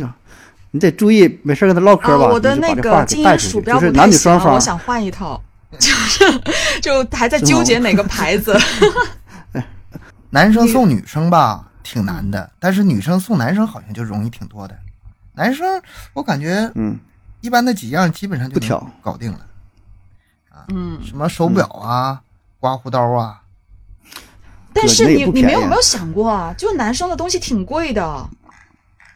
[SPEAKER 1] 你得注意，没事跟他唠嗑
[SPEAKER 3] 啊，
[SPEAKER 1] 吧。
[SPEAKER 3] 我的
[SPEAKER 1] 你就
[SPEAKER 3] 那
[SPEAKER 1] 把这话
[SPEAKER 3] 个
[SPEAKER 1] 给
[SPEAKER 3] 精
[SPEAKER 1] 带
[SPEAKER 3] 英
[SPEAKER 1] 出
[SPEAKER 3] 鼠
[SPEAKER 1] 去，
[SPEAKER 3] 标
[SPEAKER 1] 就
[SPEAKER 3] 不
[SPEAKER 1] 是
[SPEAKER 3] 太
[SPEAKER 1] 男女
[SPEAKER 3] 行
[SPEAKER 1] 双
[SPEAKER 3] 了，
[SPEAKER 1] 方啊
[SPEAKER 3] 我，想换一 套， 就是就还在纠结哪个牌子。
[SPEAKER 2] 男生送女生吧，挺难的，但是女生送男生好像就容易挺多的，男生我感觉
[SPEAKER 1] 嗯，
[SPEAKER 2] 一般的几样基本上就
[SPEAKER 1] 不挑
[SPEAKER 2] 能搞定了，
[SPEAKER 3] 嗯，
[SPEAKER 2] 什么手表
[SPEAKER 1] 嗯
[SPEAKER 2] 啊、刮胡刀啊，
[SPEAKER 3] 但
[SPEAKER 1] 对
[SPEAKER 3] 是
[SPEAKER 1] 那也
[SPEAKER 3] 你
[SPEAKER 1] 不
[SPEAKER 3] 你
[SPEAKER 1] 便
[SPEAKER 3] 们有
[SPEAKER 1] 宜啊
[SPEAKER 3] 没有想过啊？就男生的东西挺贵的，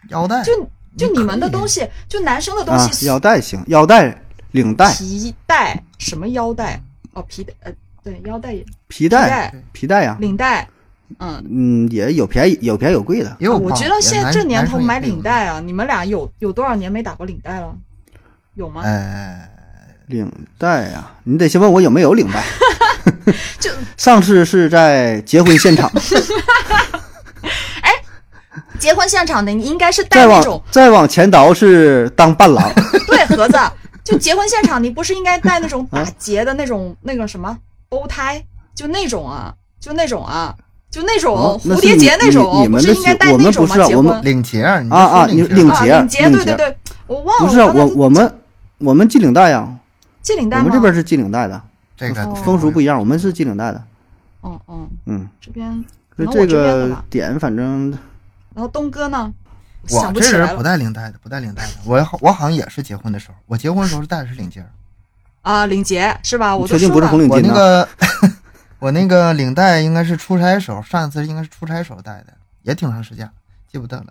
[SPEAKER 2] 腰
[SPEAKER 1] 哎
[SPEAKER 2] 带，
[SPEAKER 3] 就就
[SPEAKER 2] 你
[SPEAKER 3] 你们
[SPEAKER 2] 可
[SPEAKER 3] 的
[SPEAKER 2] 以
[SPEAKER 3] 东西，就男生的东
[SPEAKER 1] 啊，
[SPEAKER 3] 西，
[SPEAKER 1] 腰带行，腰带、领带、
[SPEAKER 3] 皮带什么腰带哦，皮带呃对腰带也
[SPEAKER 1] 皮带、皮带呀，
[SPEAKER 3] 领带，嗯，啊
[SPEAKER 1] 嗯，也有便宜，有便宜有贵的。
[SPEAKER 2] 也有
[SPEAKER 3] 我
[SPEAKER 2] 包
[SPEAKER 3] 觉得
[SPEAKER 2] 也
[SPEAKER 3] 现在
[SPEAKER 2] 男
[SPEAKER 3] 这年头
[SPEAKER 2] 男生也
[SPEAKER 3] 买
[SPEAKER 2] 可以
[SPEAKER 3] 领
[SPEAKER 2] 用
[SPEAKER 3] 带啊，你们俩有有多少年没打过领带了？有吗？
[SPEAKER 1] 哎
[SPEAKER 2] 呃，
[SPEAKER 1] 领带呀，你得先问我有没有领带。
[SPEAKER 3] 就
[SPEAKER 1] 上次是在结婚现 场，
[SPEAKER 3] 结婚现场的你应该是带
[SPEAKER 1] 再
[SPEAKER 3] 那种哦
[SPEAKER 1] 往再往前倒是当伴 郎，
[SPEAKER 3] 对盒子，就结婚现场你不是应该带那种打结的那种那个什么包胎，就那种啊，就那种啊，就那种
[SPEAKER 1] 哦那
[SPEAKER 3] 蝴
[SPEAKER 1] 是
[SPEAKER 3] 蝶
[SPEAKER 1] 你
[SPEAKER 3] 结那
[SPEAKER 1] 你
[SPEAKER 3] 种，
[SPEAKER 1] 你
[SPEAKER 3] 不
[SPEAKER 1] 们
[SPEAKER 3] 是
[SPEAKER 1] 的
[SPEAKER 3] 应该
[SPEAKER 1] 习
[SPEAKER 3] 带
[SPEAKER 1] 我
[SPEAKER 3] 那
[SPEAKER 1] 们
[SPEAKER 3] 种
[SPEAKER 1] 不
[SPEAKER 3] 吗？
[SPEAKER 1] 是啊
[SPEAKER 3] 结
[SPEAKER 1] 我
[SPEAKER 3] 婚
[SPEAKER 1] 们
[SPEAKER 2] 领结儿，你就
[SPEAKER 1] 啊
[SPEAKER 2] 说
[SPEAKER 1] 啊你
[SPEAKER 2] 结儿
[SPEAKER 1] 领
[SPEAKER 3] 啊，
[SPEAKER 1] 结
[SPEAKER 3] 领结，
[SPEAKER 1] 领
[SPEAKER 3] 对对
[SPEAKER 1] 结
[SPEAKER 3] 对，我忘了，
[SPEAKER 1] 不是啊，
[SPEAKER 3] 刚才
[SPEAKER 1] 我我们我们系领带呀，
[SPEAKER 3] 系领
[SPEAKER 1] 我
[SPEAKER 3] 带吗？
[SPEAKER 1] 们这边是系领带的，
[SPEAKER 2] 这个
[SPEAKER 3] 哦
[SPEAKER 1] 风俗不一样，我们是系领带的，
[SPEAKER 3] 嗯嗯，
[SPEAKER 1] 嗯，
[SPEAKER 3] 这边可
[SPEAKER 1] 所以
[SPEAKER 3] 能我
[SPEAKER 1] 这
[SPEAKER 3] 这边的
[SPEAKER 1] 个
[SPEAKER 3] 吧。
[SPEAKER 1] 点反正
[SPEAKER 3] 然后东哥呢，
[SPEAKER 2] 我
[SPEAKER 3] 想
[SPEAKER 2] 这
[SPEAKER 3] 起来
[SPEAKER 2] 人不
[SPEAKER 3] 了
[SPEAKER 2] 带领带的，不带领带的。我好我好像也是结婚的时候，我结婚的时候是带的是领结儿，
[SPEAKER 3] 啊，领结是吧？我
[SPEAKER 1] 你
[SPEAKER 3] 都
[SPEAKER 1] 确定
[SPEAKER 3] 说
[SPEAKER 1] 不是
[SPEAKER 3] 了
[SPEAKER 1] 红，领
[SPEAKER 2] 我
[SPEAKER 1] 巾啊
[SPEAKER 2] 那
[SPEAKER 1] 呢？
[SPEAKER 2] 个 我那个领带应该是出差时候，上一次应该是出差时候带的，也挺长时间了，记不得了。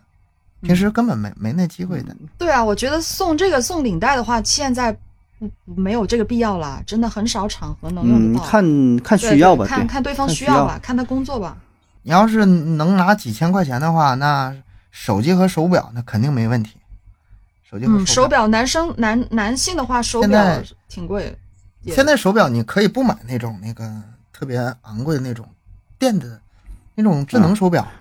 [SPEAKER 2] 平
[SPEAKER 3] 嗯
[SPEAKER 2] 时根本没没那机会的，
[SPEAKER 3] 对啊，我觉得送这个送领带的话，现在不没有这个必要了，真的很少场合能
[SPEAKER 1] 嗯，
[SPEAKER 3] 用得到。
[SPEAKER 1] 看看
[SPEAKER 3] 哦对
[SPEAKER 1] 需要吧，
[SPEAKER 3] 看
[SPEAKER 1] 对，
[SPEAKER 3] 看对方
[SPEAKER 1] 看
[SPEAKER 3] 需
[SPEAKER 1] 需要
[SPEAKER 3] 吧，看他工作吧。
[SPEAKER 2] 你要是能拿几千块钱的话，那手机和手表那肯定没问题。手机和
[SPEAKER 3] 嗯，手
[SPEAKER 2] 表，
[SPEAKER 3] 表男生男男性的话，手
[SPEAKER 2] 现
[SPEAKER 3] 表
[SPEAKER 2] 在
[SPEAKER 3] 挺贵。也
[SPEAKER 2] 现在手表你可以不买那种那个特别昂贵的那种电子那种智能手表，
[SPEAKER 1] 嗯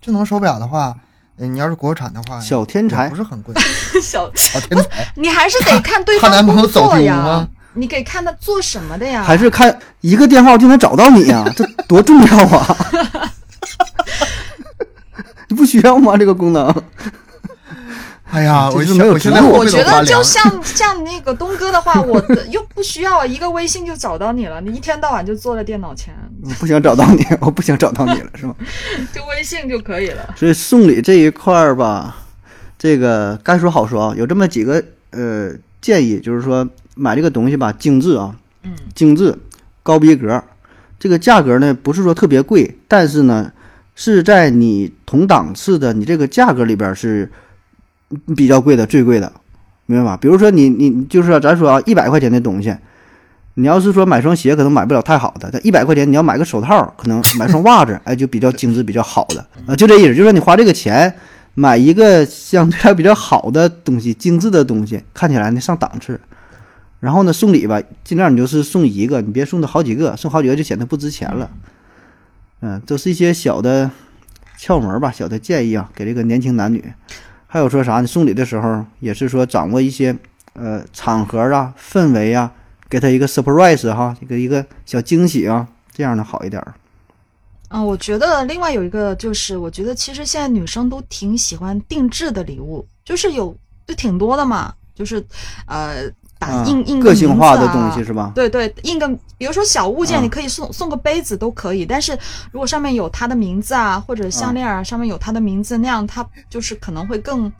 [SPEAKER 2] 智能手表的话，呃你要是国产的话，
[SPEAKER 1] 小天才
[SPEAKER 2] 也不是很贵。
[SPEAKER 3] 小，
[SPEAKER 2] 小天 才，
[SPEAKER 3] 你还是得看对
[SPEAKER 2] 怕
[SPEAKER 3] 方
[SPEAKER 2] 男朋
[SPEAKER 3] 工
[SPEAKER 2] 友走
[SPEAKER 3] 作
[SPEAKER 2] 丢
[SPEAKER 3] 呀
[SPEAKER 2] 吗，
[SPEAKER 3] 你得看他做什么的呀。
[SPEAKER 1] 还是看一个电话就能找到你 呀，这多重要啊！ 你不需要吗？这个功能？
[SPEAKER 2] 哎呀，
[SPEAKER 1] 这
[SPEAKER 2] 我
[SPEAKER 1] 是没有
[SPEAKER 2] 我现
[SPEAKER 1] 出
[SPEAKER 2] 在
[SPEAKER 1] 路
[SPEAKER 2] 后
[SPEAKER 3] 我
[SPEAKER 2] 背
[SPEAKER 3] 觉
[SPEAKER 2] 都发
[SPEAKER 3] 得
[SPEAKER 2] 凉
[SPEAKER 3] 就。像像那个东哥的话，我的又不需要一个微信就找到你了，你一天到晚就坐在电脑前，
[SPEAKER 1] 我不想找到你，我不想找到你了，是吗？
[SPEAKER 3] 就微信就可以了。
[SPEAKER 1] 所以送礼这一块儿吧，这个该说好说啊，有这么几个呃建议，就是说买这个东西吧，精致啊，
[SPEAKER 3] 嗯，
[SPEAKER 1] 精致，高逼格，这个价格呢不是说特别贵，但是呢是在你同档次的你这个价格里边儿是比较贵的，最贵的，明白吧？比如说你你你就是说咱说啊，一百块钱的东西。你要是说买双鞋，可能买不了太好的；但一百块钱你要买个手套，可能 买双袜子，哎，就比较精致、比较好的。啊，就这意思，就是说你花这个钱买一个相对来比较好的东西、精致的东西，看起来呢上档次。然后呢，送礼吧，尽量你就是送一个，你别送的好几个，送好几个就显得不值钱了。嗯，都是一些小的窍门吧，小的建议啊，给这个年轻男女。还有说啥？你送礼的时候也是说掌握一些呃场合啊、氛围啊，给他一个 surprise 哈，一个一个小惊喜啊，这样的好一点儿。
[SPEAKER 3] 啊，我觉得另外有一个就是，我觉得其实现在女生都挺喜欢定制的礼物，就是有就挺多的嘛，就是呃打
[SPEAKER 1] 啊
[SPEAKER 3] 印印个
[SPEAKER 1] 个性
[SPEAKER 3] 名
[SPEAKER 1] 化
[SPEAKER 3] 字
[SPEAKER 1] 的
[SPEAKER 3] 啊
[SPEAKER 1] 东西是吧？
[SPEAKER 3] 对对，印个，比如说小物件，
[SPEAKER 1] 啊
[SPEAKER 3] 你可以送、送个杯子都可以，但是如果上面有他的名字啊，或者
[SPEAKER 1] 嗯
[SPEAKER 3] 项链啊，上面有他的名字，那样他就是可能会更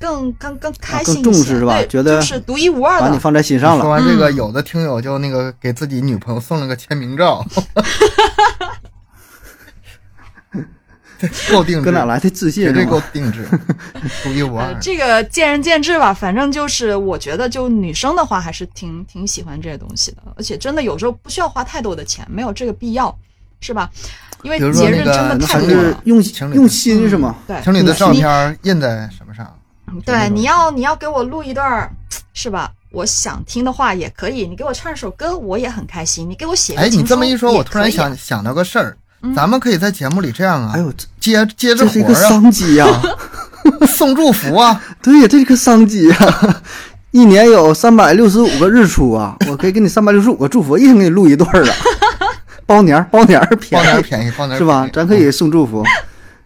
[SPEAKER 3] 更更更开心一些、
[SPEAKER 1] 啊重视是吧
[SPEAKER 3] 对
[SPEAKER 1] 觉得
[SPEAKER 3] 就是独一无二
[SPEAKER 1] 把你
[SPEAKER 3] 的。
[SPEAKER 1] 放在心上
[SPEAKER 2] 说
[SPEAKER 1] 了，
[SPEAKER 2] 完这个，
[SPEAKER 3] 嗯
[SPEAKER 2] 有的听友就那个给自己女朋友送了个签 名照，这够定制
[SPEAKER 1] 搁，哪来的自信
[SPEAKER 2] 绝
[SPEAKER 1] 是
[SPEAKER 2] 对
[SPEAKER 1] 吧
[SPEAKER 2] 够定 制，独一无
[SPEAKER 3] 呃
[SPEAKER 2] 二，。
[SPEAKER 3] 这个见仁见智吧，反正就是我觉得，就女生的话还是挺挺喜欢这些东西的，而且真的有时候不需要花太多的钱，没有这个必要，是吧？因为
[SPEAKER 2] 比如说
[SPEAKER 3] 节日
[SPEAKER 2] 那
[SPEAKER 3] 真
[SPEAKER 2] 个
[SPEAKER 3] 的
[SPEAKER 1] 那
[SPEAKER 3] 太
[SPEAKER 1] 还
[SPEAKER 3] 多
[SPEAKER 1] 是
[SPEAKER 3] 了。
[SPEAKER 1] 用
[SPEAKER 2] 情侣
[SPEAKER 1] 用心是吗？
[SPEAKER 3] 对，
[SPEAKER 2] 情侣的
[SPEAKER 3] 你
[SPEAKER 2] 照
[SPEAKER 3] 你
[SPEAKER 2] 片印在什么上？
[SPEAKER 3] 对，你要你要给我录一段儿，是吧？我想听的话也可以，你给我唱首歌，我也很开心。你给我写个
[SPEAKER 2] 哎，你
[SPEAKER 3] 情
[SPEAKER 2] 这么
[SPEAKER 3] 书
[SPEAKER 2] 一说，
[SPEAKER 3] 也
[SPEAKER 2] 我突
[SPEAKER 3] 可
[SPEAKER 2] 然
[SPEAKER 3] 以啊嗯
[SPEAKER 2] 想想到个事儿，咱们可以在节目里这样啊，
[SPEAKER 1] 哎呦，这
[SPEAKER 2] 接接着
[SPEAKER 1] 这是一
[SPEAKER 2] 活
[SPEAKER 1] 个
[SPEAKER 2] 儿啊，
[SPEAKER 1] 商机 呀、
[SPEAKER 2] 送祝福 啊，
[SPEAKER 1] 对呀，这是个商机呀、一年有三百六十五个日出啊，我可以给你三百六十五个祝福，一人给你录一段 儿啊，包年儿包年儿
[SPEAKER 2] 包
[SPEAKER 1] 便
[SPEAKER 2] 点
[SPEAKER 1] 宜
[SPEAKER 2] 儿便宜，包点儿
[SPEAKER 1] 是吧
[SPEAKER 2] 便宜？
[SPEAKER 1] 咱可以送祝 福，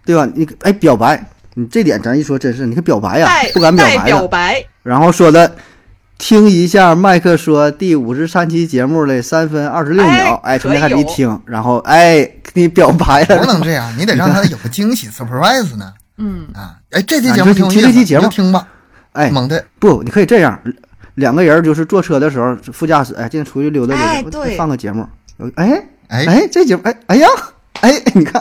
[SPEAKER 1] 对吧？你哎表白，你这点咱一说真是，你看表白呀、
[SPEAKER 3] 代
[SPEAKER 1] 不敢表
[SPEAKER 3] 代
[SPEAKER 1] 白
[SPEAKER 3] 表
[SPEAKER 1] 了，
[SPEAKER 3] 白，
[SPEAKER 1] 然后说的听一下麦克说第五十三期节目的三分二十六秒，哎，从这开始一听，然后哎，给你表白
[SPEAKER 2] 不
[SPEAKER 1] 了。
[SPEAKER 2] 能这样，你得让他有个 惊喜 surprise 呢
[SPEAKER 3] 嗯，
[SPEAKER 2] 啊！哎，这期
[SPEAKER 1] 啊
[SPEAKER 2] 节
[SPEAKER 1] 你
[SPEAKER 2] 目
[SPEAKER 1] 就
[SPEAKER 2] 挺有
[SPEAKER 1] 听
[SPEAKER 2] 意思
[SPEAKER 1] 这期
[SPEAKER 2] 的
[SPEAKER 1] 节目
[SPEAKER 2] 你就听吧，
[SPEAKER 1] 哎，
[SPEAKER 2] 猛的，
[SPEAKER 1] 不，你可以这样，两个人就是坐车的时候，副驾驶哎，今天出去溜达溜达，
[SPEAKER 3] 哎
[SPEAKER 1] 我
[SPEAKER 3] 对
[SPEAKER 1] 放个节目，哎
[SPEAKER 2] 哎
[SPEAKER 1] 哎，这节目哎哎呀。哎， 你看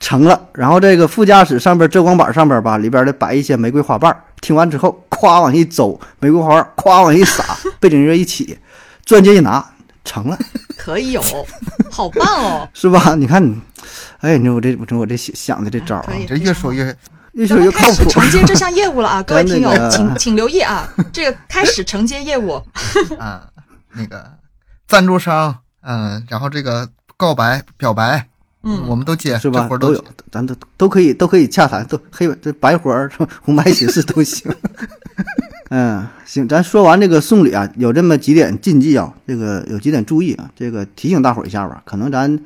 [SPEAKER 1] 成了。然后这个副驾驶上边遮光板上边吧，里边的摆一些玫瑰花瓣儿。听完之后，咵往一走，玫瑰花瓣儿咵往一撒， 背景音乐一起，钻戒一拿，成了。
[SPEAKER 3] 可 以有，哦好棒哦！
[SPEAKER 1] 是吧？你看你，哎，你说我这，我这我这想想的这招啊
[SPEAKER 3] 可，以
[SPEAKER 2] 你这越说越
[SPEAKER 1] 越说
[SPEAKER 3] 咱们
[SPEAKER 1] 越
[SPEAKER 3] 开
[SPEAKER 1] 靠
[SPEAKER 3] 始
[SPEAKER 1] 谱。
[SPEAKER 3] 承接这项业务了啊，各位听友
[SPEAKER 1] 咱那，个
[SPEAKER 3] 请请留意啊，这个开始承接业务，
[SPEAKER 2] 啊，那个赞助商，嗯，然后这个告白、表白，
[SPEAKER 3] 嗯
[SPEAKER 2] 我们都接，
[SPEAKER 1] 是吧
[SPEAKER 2] 这活？儿
[SPEAKER 1] 都
[SPEAKER 2] 都
[SPEAKER 1] 有，咱都都可以，都可以洽谈，都黑这白活儿、 红白喜事都行。 嗯，行，咱说完这个送礼啊，有这么几点禁忌啊，这个有几点注意啊，这个提醒大伙儿一下吧。可能咱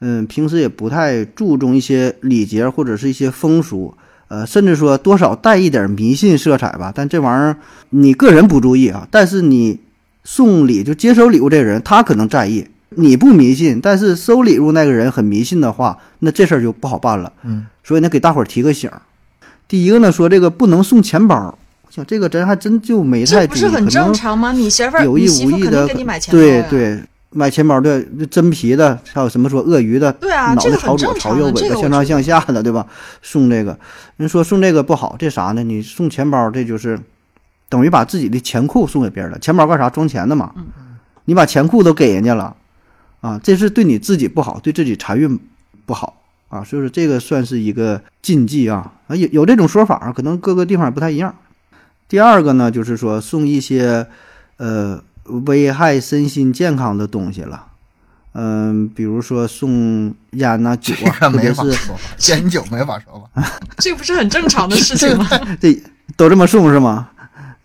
[SPEAKER 1] 嗯平时也不太注重一些礼节或者是一些风俗，呃，甚至说多少带一点迷信色彩吧。但这玩意儿你个人不注意啊，但是你送礼就接收礼物这个人，他可能在意。你不迷信，但是收礼物那个人很迷信的话，那这事儿就不好办了。
[SPEAKER 2] 嗯，
[SPEAKER 1] 所以呢，给大伙儿提个醒儿。第一个呢，说这个不能送钱包，像这个咱还真就没太
[SPEAKER 3] 这
[SPEAKER 1] 注
[SPEAKER 3] 不
[SPEAKER 1] 意，
[SPEAKER 3] 是
[SPEAKER 1] 可
[SPEAKER 3] 很正
[SPEAKER 1] 能
[SPEAKER 3] 常吗？你媳妇儿、
[SPEAKER 1] 有
[SPEAKER 3] 你
[SPEAKER 1] 意
[SPEAKER 3] 媳
[SPEAKER 1] 无
[SPEAKER 3] 妇
[SPEAKER 1] 意
[SPEAKER 3] 肯定
[SPEAKER 1] 的
[SPEAKER 3] 给你买钱包
[SPEAKER 1] 对
[SPEAKER 3] 呀，
[SPEAKER 1] 对，买钱包对，真皮的，还有什么说鳄鱼的，
[SPEAKER 3] 对啊
[SPEAKER 1] 脑
[SPEAKER 3] 这
[SPEAKER 1] 袋
[SPEAKER 3] 个很
[SPEAKER 1] 朝左
[SPEAKER 3] 正
[SPEAKER 1] 朝
[SPEAKER 3] 常
[SPEAKER 1] 右，尾
[SPEAKER 3] 的这
[SPEAKER 1] 巴
[SPEAKER 3] 个
[SPEAKER 1] 向
[SPEAKER 3] 我
[SPEAKER 1] 上
[SPEAKER 3] 觉
[SPEAKER 1] 向下的，对吧？送这个，人说送这个不好，这啥呢？你送钱包，这就是等于把自己的钱库送给别人了。钱包干啥？装钱的嘛。
[SPEAKER 3] 嗯
[SPEAKER 1] 你把钱库都给人家了，啊，这是对你自己不好，对自己财运不好啊。所以说这个算是一个禁忌啊。啊，有有这种说法，可能各个地方也不太一样。第二个呢，就是说送一些，呃，危害身心健康的东西了，嗯、比如说送烟呐、酒
[SPEAKER 2] 这
[SPEAKER 1] 啊，
[SPEAKER 2] 个
[SPEAKER 1] 特
[SPEAKER 2] 没
[SPEAKER 1] 别
[SPEAKER 2] 法
[SPEAKER 1] 是 啊
[SPEAKER 2] 说吧，烟酒没法说吧，
[SPEAKER 3] 这不是很正常的 事情吗？
[SPEAKER 1] 这都这么送是吗？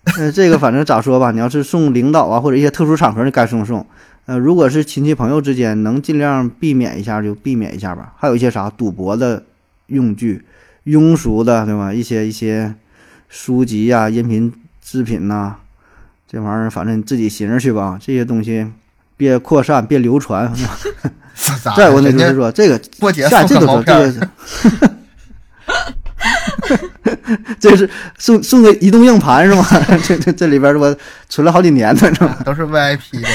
[SPEAKER 1] 呃，这个反正咋说吧，你要是送领导啊或者一些特殊场合，你该送送。呃，如果是亲戚朋友之间，能尽量避免一下就避免一下吧。还有一些啥赌博的用具、庸俗的，对吧？一些一些书籍呀、音频制品呐、这玩意儿反正你自己寻思去吧。这些东西别扩散，别流传。
[SPEAKER 2] 咋咋的？
[SPEAKER 1] 再有个呢，
[SPEAKER 2] 人
[SPEAKER 1] 就
[SPEAKER 2] 家
[SPEAKER 1] 是说这个
[SPEAKER 2] 过节
[SPEAKER 1] 下
[SPEAKER 2] 送
[SPEAKER 1] 这
[SPEAKER 2] 个
[SPEAKER 1] 都
[SPEAKER 2] 毛
[SPEAKER 1] 是
[SPEAKER 2] 片
[SPEAKER 1] 这
[SPEAKER 2] 儿，
[SPEAKER 1] 个， 这是送送个移动硬盘是吗？ 这这这里边儿我存了好几年呢，是吧？
[SPEAKER 2] 都是 VIP 的，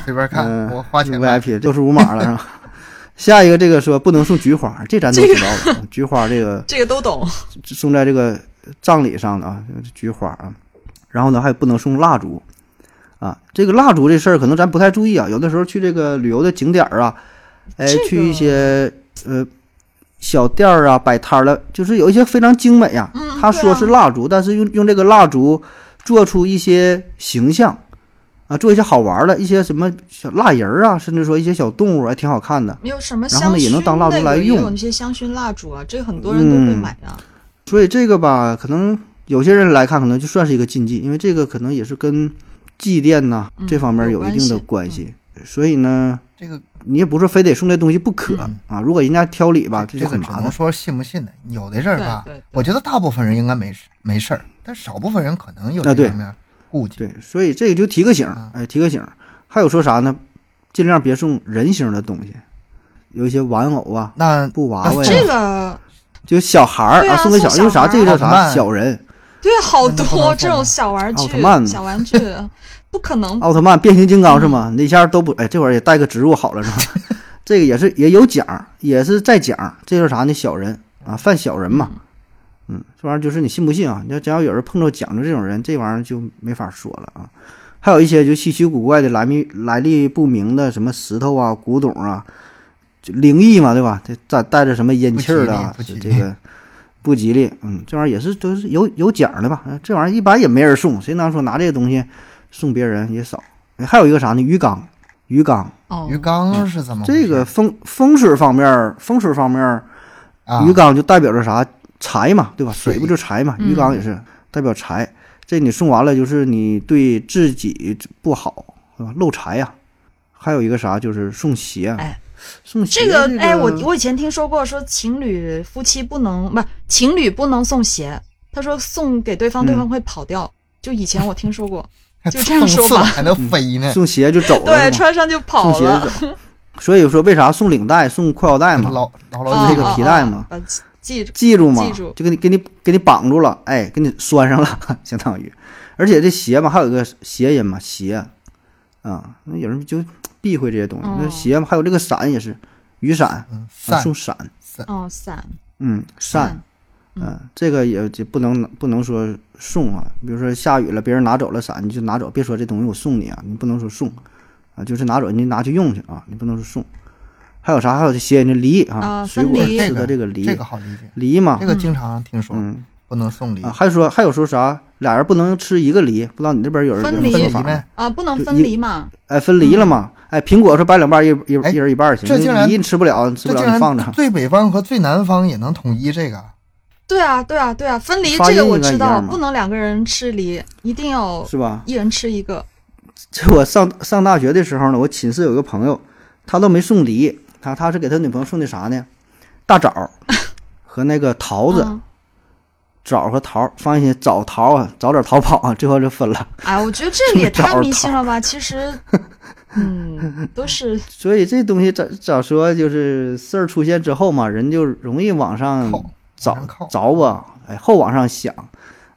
[SPEAKER 2] 随便看，
[SPEAKER 1] 嗯，
[SPEAKER 2] 我花钱买。
[SPEAKER 1] VIP 六十五码了是吧？ 下一个这个说不能送菊花，这咱都知道了。菊花这个
[SPEAKER 3] 这个都懂，
[SPEAKER 1] 送在这个葬礼上的啊，菊花啊。然后呢，还不能送蜡烛啊。这个蜡烛这事儿，可能咱不太注意啊。有的时候去这个旅游的景点儿啊，哎，
[SPEAKER 3] 这个
[SPEAKER 1] 去一些呃小店儿啊、摆摊儿了，就是有一些非常精美啊。
[SPEAKER 3] 嗯
[SPEAKER 1] 他
[SPEAKER 3] 对
[SPEAKER 1] 说
[SPEAKER 3] 啊
[SPEAKER 1] 是蜡烛，但是用用这个蜡烛做出一些形象啊，做一些好玩儿的一些什么小蜡人儿啊，甚至说一些小动物，还哎挺好看的。
[SPEAKER 3] 有什么
[SPEAKER 1] 然后
[SPEAKER 3] 香
[SPEAKER 1] 呢也
[SPEAKER 3] 薰
[SPEAKER 1] 能当蜡烛
[SPEAKER 3] 那
[SPEAKER 1] 来
[SPEAKER 3] 个也
[SPEAKER 1] 用
[SPEAKER 3] 有那些香薰蜡烛啊，这个很多人都会
[SPEAKER 1] 嗯
[SPEAKER 3] 买啊。
[SPEAKER 1] 所以这个吧，可能有些人来看，可能就算是一个禁忌，因为这个可能也是跟祭奠呐、
[SPEAKER 3] 嗯
[SPEAKER 1] 这方面
[SPEAKER 3] 有
[SPEAKER 1] 有一
[SPEAKER 3] 关
[SPEAKER 1] 定的
[SPEAKER 3] 系嗯
[SPEAKER 1] 关系。所以呢，
[SPEAKER 2] 这个
[SPEAKER 1] 你也不是非得送这东西不可、
[SPEAKER 3] 嗯
[SPEAKER 1] 啊。如果人家挑理吧，
[SPEAKER 2] 这
[SPEAKER 1] 就
[SPEAKER 2] 个
[SPEAKER 1] 很
[SPEAKER 2] 只
[SPEAKER 1] 麻
[SPEAKER 2] 能
[SPEAKER 1] 烦。
[SPEAKER 2] 说信不信的，有的事儿吧
[SPEAKER 3] 对对对，
[SPEAKER 2] 我觉得大部分人应该没事没事儿，但少部分人可能有
[SPEAKER 1] 啊
[SPEAKER 2] 这
[SPEAKER 1] 对
[SPEAKER 2] 方面顾忌。
[SPEAKER 1] 对，所以这个就提个醒
[SPEAKER 2] 啊，
[SPEAKER 3] 嗯
[SPEAKER 1] 哎，提个醒。还有说啥呢？尽量别送人形的东西，有一些玩偶啊、
[SPEAKER 2] 那
[SPEAKER 1] 布娃娃呀
[SPEAKER 3] 这、
[SPEAKER 2] 对啊
[SPEAKER 3] 个
[SPEAKER 1] 就小孩儿
[SPEAKER 3] 对啊
[SPEAKER 1] 送给小孩儿，
[SPEAKER 3] 送
[SPEAKER 1] 因为
[SPEAKER 3] 小孩
[SPEAKER 1] 啥？
[SPEAKER 3] 儿
[SPEAKER 1] 这个叫
[SPEAKER 2] 奥特
[SPEAKER 1] 啥？
[SPEAKER 2] 曼
[SPEAKER 1] 小人、
[SPEAKER 3] 对，好
[SPEAKER 2] 那不能
[SPEAKER 3] 多
[SPEAKER 2] 放
[SPEAKER 3] 这
[SPEAKER 2] 吗
[SPEAKER 3] 种小玩
[SPEAKER 1] 奥特
[SPEAKER 3] 具
[SPEAKER 1] 曼、呢
[SPEAKER 3] 小 玩具，不可能。
[SPEAKER 1] 奥特曼、变形金刚是吗？那一下都不，哎，这会儿也带个植入好了是吧？这个也是也有奖，也是在奖，这就是啥呢？小人啊，犯小人嘛。嗯，这玩意儿就是你信不信啊？你要只要有人碰着讲究这种人，这玩意儿就没法说了啊。还有一些就稀奇古怪的来历来历不明的什么石头啊、古董啊，就灵异嘛，对吧？这带带着什么烟气儿的啊，
[SPEAKER 2] 不吉利不吉
[SPEAKER 1] 这
[SPEAKER 2] 利
[SPEAKER 1] 个不吉利。嗯，这玩意儿也是都是有有奖的吧？呃这玩意儿一般也没人送，谁能说拿这个东西送别人也少？还有一个啥呢？鱼缸，鱼缸
[SPEAKER 3] 哦
[SPEAKER 2] 鱼缸是怎么回事？
[SPEAKER 1] 嗯这个风风水方面儿，风水方面儿，
[SPEAKER 2] 啊
[SPEAKER 1] 鱼缸就代表着啥财嘛，对吧？
[SPEAKER 2] 水
[SPEAKER 1] 水不就财嘛？
[SPEAKER 3] 嗯
[SPEAKER 1] 鱼缸也是代表财。这你送完了，就是你对自己不好，是吧？漏财呀、还有一个啥就是送鞋啊，
[SPEAKER 3] 哎
[SPEAKER 1] 送鞋
[SPEAKER 3] 这个
[SPEAKER 1] 这，
[SPEAKER 3] 哎，我我以前听说过，说情侣夫妻不能，不是情侣不能送鞋。他说送给对方，对
[SPEAKER 1] 嗯
[SPEAKER 3] 方会跑掉。就以前我听说过，就这样说
[SPEAKER 2] 送
[SPEAKER 3] 吧
[SPEAKER 2] 刺还能飞呢，
[SPEAKER 1] 送鞋就走了，
[SPEAKER 3] 对，
[SPEAKER 1] 是吗
[SPEAKER 3] 穿上就
[SPEAKER 1] 送
[SPEAKER 3] 跑
[SPEAKER 1] 鞋
[SPEAKER 3] 了。
[SPEAKER 1] 就走。所以说为啥送领带、送裤腰带嗯嘛，
[SPEAKER 2] 老牢
[SPEAKER 1] 就
[SPEAKER 2] 牢
[SPEAKER 1] 那
[SPEAKER 2] 记
[SPEAKER 1] 个
[SPEAKER 2] 着
[SPEAKER 1] 皮带嘛
[SPEAKER 3] 啊啊啊啊记住，
[SPEAKER 1] 记住嘛，
[SPEAKER 3] 记住
[SPEAKER 1] 就给你给你给你绑住了，哎，给你拴上了， 相当于。而且这鞋嘛，还有一个谐音嘛，鞋啊，那有人就避讳这些东西。那
[SPEAKER 3] 哦
[SPEAKER 1] 鞋嘛，还有这个伞也是雨伞，
[SPEAKER 2] 嗯
[SPEAKER 1] 啊、
[SPEAKER 2] 散
[SPEAKER 1] 送伞，
[SPEAKER 3] 哦，伞，
[SPEAKER 1] 嗯，伞
[SPEAKER 3] 伞，
[SPEAKER 1] 嗯、这个也就不能不能说送啊。比如说下雨了，别人拿走了伞，你就拿走，别说这东西我送你啊，你不能说送啊，就是拿走，你拿去用去啊，你不能说送。还有啥？还有这谐音的梨啊，
[SPEAKER 3] 啊
[SPEAKER 1] 水
[SPEAKER 3] 分
[SPEAKER 1] 果
[SPEAKER 3] 梨
[SPEAKER 1] 吃的
[SPEAKER 2] 这
[SPEAKER 1] 个梨，
[SPEAKER 2] 这个好理解，
[SPEAKER 1] 梨嘛
[SPEAKER 2] 这，个经常听说，
[SPEAKER 1] 嗯。
[SPEAKER 2] 不能送梨
[SPEAKER 1] 啊，，还说还有说啥，俩人不能吃一个梨，不知道你那边有人
[SPEAKER 3] 分
[SPEAKER 1] 有人
[SPEAKER 3] 梨
[SPEAKER 2] 分
[SPEAKER 1] 说
[SPEAKER 2] 梨
[SPEAKER 1] 法吗？
[SPEAKER 2] 呗，嗯
[SPEAKER 3] 啊，不能
[SPEAKER 1] 就
[SPEAKER 3] 分
[SPEAKER 1] 一
[SPEAKER 3] 离嘛。
[SPEAKER 1] 哎，分梨了嘛？哎，苹果说掰两半儿，一一
[SPEAKER 2] 哎
[SPEAKER 1] 一人一半儿行。
[SPEAKER 2] 这竟然
[SPEAKER 1] 梨你吃不了，吃
[SPEAKER 2] 这
[SPEAKER 1] 不
[SPEAKER 2] 竟
[SPEAKER 1] 了你放着
[SPEAKER 2] 然。最北方和最南方也能统一这个，
[SPEAKER 3] 对啊，对啊，对啊，分离
[SPEAKER 1] 发
[SPEAKER 3] 这个
[SPEAKER 1] 音
[SPEAKER 3] 我
[SPEAKER 1] 应该
[SPEAKER 3] 知
[SPEAKER 1] 一样
[SPEAKER 3] 道，
[SPEAKER 1] 嘛
[SPEAKER 3] 不能两个人吃梨，一定要
[SPEAKER 1] 是吧？
[SPEAKER 3] 一人吃一个。
[SPEAKER 1] 这我上上大学的时候呢，我寝室有个朋友，他都没送梨，他他是给他女朋友送的啥呢？大枣 儿和那个桃子，
[SPEAKER 3] 嗯
[SPEAKER 1] 枣儿和桃儿放一起，枣桃啊，早点逃跑啊，最后就分了。
[SPEAKER 3] 哎，我觉得这个 也
[SPEAKER 1] 这么
[SPEAKER 3] 太
[SPEAKER 1] 着
[SPEAKER 3] 迷信了吧！其实，嗯，都是
[SPEAKER 1] 所以这东西咋咋说，就是事儿出现之后嘛，人就容易往上
[SPEAKER 2] 靠
[SPEAKER 1] 找
[SPEAKER 2] 往上靠
[SPEAKER 1] 找吧，哎，后往上想，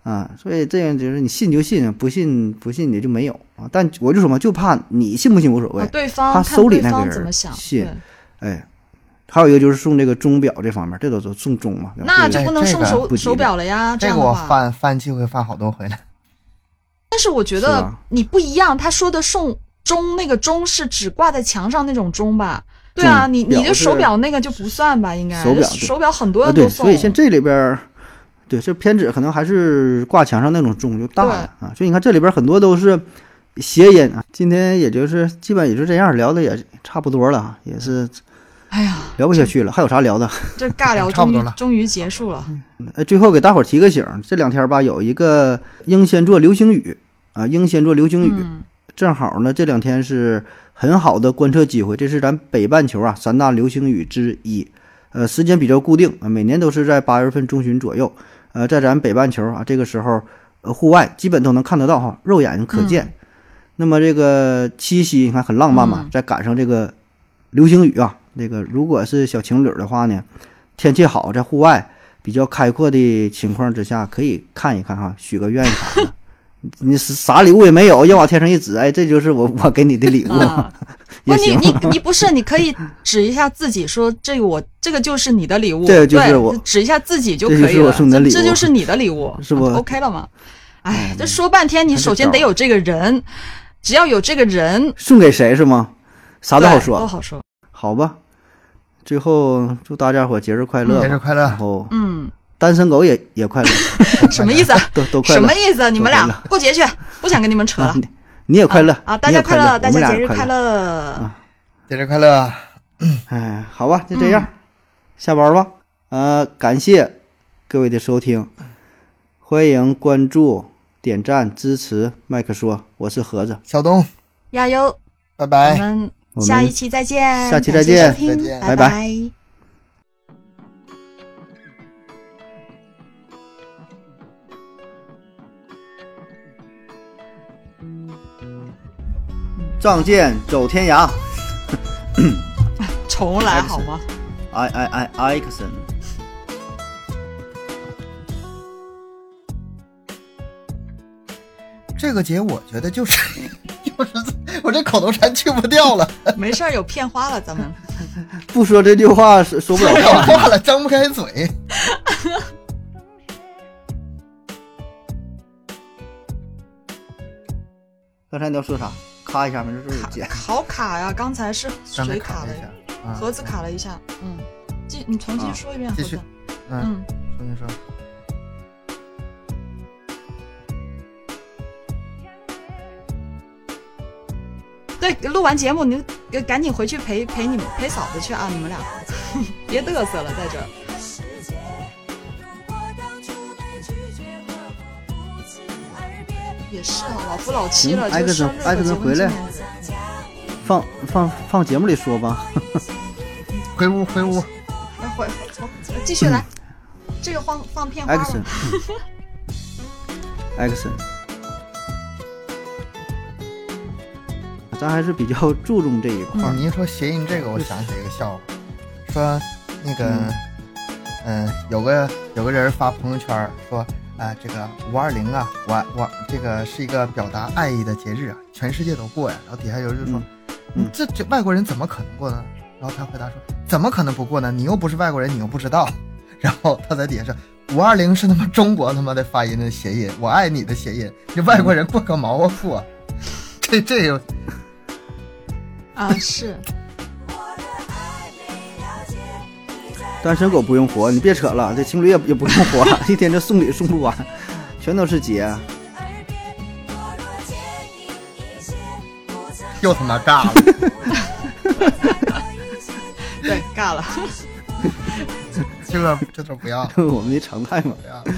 [SPEAKER 1] 啊，所以这样就是你信就信，不信不信你就没有啊。但我就说嘛，就怕你信不信无所谓
[SPEAKER 3] 啊，对方
[SPEAKER 1] 他
[SPEAKER 3] 看
[SPEAKER 1] 收礼
[SPEAKER 3] 对
[SPEAKER 1] 那个
[SPEAKER 3] 方
[SPEAKER 1] 人
[SPEAKER 3] 怎么想，
[SPEAKER 1] 信
[SPEAKER 3] 对
[SPEAKER 1] 哎。还有一个就是送这个钟表这方面，这都是送钟嘛，对吧
[SPEAKER 3] 那
[SPEAKER 1] 这
[SPEAKER 3] 就
[SPEAKER 1] 个
[SPEAKER 3] 不能
[SPEAKER 2] 哎这
[SPEAKER 3] 送
[SPEAKER 1] 不
[SPEAKER 2] 个
[SPEAKER 3] 手
[SPEAKER 1] 吉
[SPEAKER 3] 手
[SPEAKER 1] 利
[SPEAKER 3] 表了呀。
[SPEAKER 2] 这
[SPEAKER 3] 样
[SPEAKER 2] 个
[SPEAKER 3] 的
[SPEAKER 2] 我
[SPEAKER 3] 话，
[SPEAKER 2] 翻翻机会翻好多回来，
[SPEAKER 3] 但是我觉
[SPEAKER 1] 是
[SPEAKER 3] 得
[SPEAKER 1] 吧
[SPEAKER 3] 你不一样，他说的送钟那个钟是只挂在墙上那种钟吧？对啊，
[SPEAKER 1] 钟
[SPEAKER 3] 你你
[SPEAKER 1] 表
[SPEAKER 3] 这手
[SPEAKER 1] 是
[SPEAKER 3] 表那个就不算吧？应该
[SPEAKER 1] 手表对
[SPEAKER 3] 手表很多
[SPEAKER 1] 啊
[SPEAKER 3] 人
[SPEAKER 1] 对，
[SPEAKER 3] 都送
[SPEAKER 1] 所以像这里边儿，对这偏执可能还是挂墙上那种钟就大了啊。所以你看这里边儿很多都是谐音啊。今天也就是基本也就这样，聊的也差不多了，啊也是
[SPEAKER 3] 哎呀，
[SPEAKER 1] 聊不下去了，还有啥聊的？
[SPEAKER 3] 这尬聊
[SPEAKER 2] 差不
[SPEAKER 3] 终
[SPEAKER 2] 多
[SPEAKER 3] 于
[SPEAKER 2] 了
[SPEAKER 3] 终于结束 了。
[SPEAKER 1] 哎，最后给大伙儿提个醒儿，这两天吧有一个英仙座流星雨啊，英仙座流星雨，
[SPEAKER 3] 嗯，
[SPEAKER 1] 正好呢这两天是很好的观测机会，这是咱北半球啊三大流星雨之一，呃，时间比较固定，啊每年都是在八月份中旬左右，呃，在咱北半球啊这个时候，呃，户外基本都能看得到哈，肉眼可见。那么这个七夕你看很浪漫嘛，
[SPEAKER 3] 嗯
[SPEAKER 1] 再赶上这个流星雨啊，那个如果是小情侣的话呢，天气好，在户外比较开阔的情况之下，可以看一看哈，许个愿啥的。 你是啥礼物也没有，要往天上一指，哎，这就是我我给你的礼物，
[SPEAKER 3] 啊，不，
[SPEAKER 1] 也
[SPEAKER 3] 你
[SPEAKER 1] 行。
[SPEAKER 3] 你你不是，你可以指一下自己说，这个我这个就是你的礼物，
[SPEAKER 1] 这
[SPEAKER 3] 对，
[SPEAKER 1] 就是我
[SPEAKER 3] 指一下自己就
[SPEAKER 1] 这就是
[SPEAKER 3] 可以了，
[SPEAKER 1] 我送你的礼物
[SPEAKER 3] 这这就是你的礼物，
[SPEAKER 1] 是嗯不
[SPEAKER 3] 嗯？OK 了吗？哎，这说半天，你
[SPEAKER 1] 还是
[SPEAKER 3] 首先
[SPEAKER 1] 找
[SPEAKER 3] 得有这个人，只要有这个人，
[SPEAKER 1] 送给谁是吗？啥都好
[SPEAKER 3] 对哦都
[SPEAKER 1] 说，
[SPEAKER 3] 好说。
[SPEAKER 1] 好吧。最后祝大家伙节日快乐吧，
[SPEAKER 2] 节日快乐
[SPEAKER 1] 然，后
[SPEAKER 3] 嗯，
[SPEAKER 1] 单身狗也也快乐，
[SPEAKER 3] 什么意思啊？
[SPEAKER 1] 都都快
[SPEAKER 3] 什
[SPEAKER 1] 乐
[SPEAKER 3] 么，意思啊？你们
[SPEAKER 1] 都快
[SPEAKER 3] 俩过节去，不想跟你们扯了
[SPEAKER 1] 啊。你也快乐
[SPEAKER 3] 啊！大
[SPEAKER 1] 你
[SPEAKER 3] 家
[SPEAKER 1] 也快
[SPEAKER 3] 乐，大
[SPEAKER 1] 我们
[SPEAKER 3] 家
[SPEAKER 1] 俩
[SPEAKER 3] 节日
[SPEAKER 1] 也快嗯
[SPEAKER 3] 快。乐，
[SPEAKER 2] 节日快乐，
[SPEAKER 1] 哎，好吧，就这样，下班吧。呃，感谢各位的收听，欢迎关注、点赞、支持麦克说，我是盒子，
[SPEAKER 2] 小东，
[SPEAKER 3] 加油！
[SPEAKER 2] 拜
[SPEAKER 3] 我
[SPEAKER 2] 拜。
[SPEAKER 3] 们
[SPEAKER 1] 我们
[SPEAKER 3] 下一期再见，
[SPEAKER 1] 下期
[SPEAKER 3] 感
[SPEAKER 1] 再
[SPEAKER 3] 谢收
[SPEAKER 1] 见
[SPEAKER 3] 听
[SPEAKER 2] 哎再见
[SPEAKER 1] 拜拜
[SPEAKER 3] 拜
[SPEAKER 1] 仗剑走天涯
[SPEAKER 3] 重来好吗？
[SPEAKER 1] ，I I I I X N。
[SPEAKER 2] 这个节我觉得就是 就是我这口头禅去不掉了，
[SPEAKER 3] 没事儿，有片花了，咱们。
[SPEAKER 1] 不说这句话是说不
[SPEAKER 2] 说
[SPEAKER 1] 了
[SPEAKER 2] 不
[SPEAKER 1] 话
[SPEAKER 2] 了。话了，张不开嘴。
[SPEAKER 1] 刚才你要说啥？咔一下，没事，就是剪。
[SPEAKER 3] 好卡呀！刚才是
[SPEAKER 2] 刚才
[SPEAKER 3] 水卡
[SPEAKER 2] 了
[SPEAKER 3] 了
[SPEAKER 2] 一，下，啊
[SPEAKER 3] 盒子卡了一下。嗯，继你重新说一遍
[SPEAKER 2] 啊
[SPEAKER 3] 盒
[SPEAKER 2] 继续
[SPEAKER 3] 子。
[SPEAKER 2] 嗯，
[SPEAKER 3] 嗯，
[SPEAKER 2] 重新说。
[SPEAKER 3] 对，录完节目你就赶紧回去陪陪你陪嫂子去啊！你们俩 别嘚瑟了，在这儿。
[SPEAKER 4] 世界，我到处被拒绝和我不辞而别。
[SPEAKER 3] 也是啊，老夫老妻
[SPEAKER 1] 行
[SPEAKER 3] 了，
[SPEAKER 1] 艾
[SPEAKER 3] 就
[SPEAKER 1] 克森
[SPEAKER 3] 生日
[SPEAKER 1] 艾
[SPEAKER 3] 和
[SPEAKER 1] 克
[SPEAKER 3] 结
[SPEAKER 1] 森
[SPEAKER 3] 婚
[SPEAKER 1] 回
[SPEAKER 3] 纪
[SPEAKER 1] 来
[SPEAKER 3] 念日
[SPEAKER 1] 放放放节目里说吧。
[SPEAKER 2] 回屋回屋，
[SPEAKER 3] 哎回回继续来，这个放 放片花
[SPEAKER 1] Action
[SPEAKER 3] 了。
[SPEAKER 1] Action。咱还是比较注重这一块
[SPEAKER 2] 哦，
[SPEAKER 1] 儿。
[SPEAKER 2] 你一说谐音这个，我想起一个笑话，说那个，嗯、有个有个人发朋友圈儿说，啊、这个五二零啊，我我这个是一个表达爱意的节日啊，全世界都过呀。然后底下有人就说，
[SPEAKER 1] 嗯
[SPEAKER 2] 你这这外国人怎么可能过呢？然后他回答说，怎么可能不过呢？你又不是外国人，你又不知道。 然后他在底下说。五二零是他妈中国他妈的发音的谐音，我爱你的谐音，你外国人过个毛啊 过，这这有
[SPEAKER 3] 啊，是，
[SPEAKER 1] 单身狗不用活，你别扯了，这情侣也也不用活， 一天这送礼送不完，全都是节。
[SPEAKER 2] 又他妈尬了。
[SPEAKER 3] 对，尬了。
[SPEAKER 2] 这个这段不要，
[SPEAKER 1] 我们的常态嘛。
[SPEAKER 2] 不要。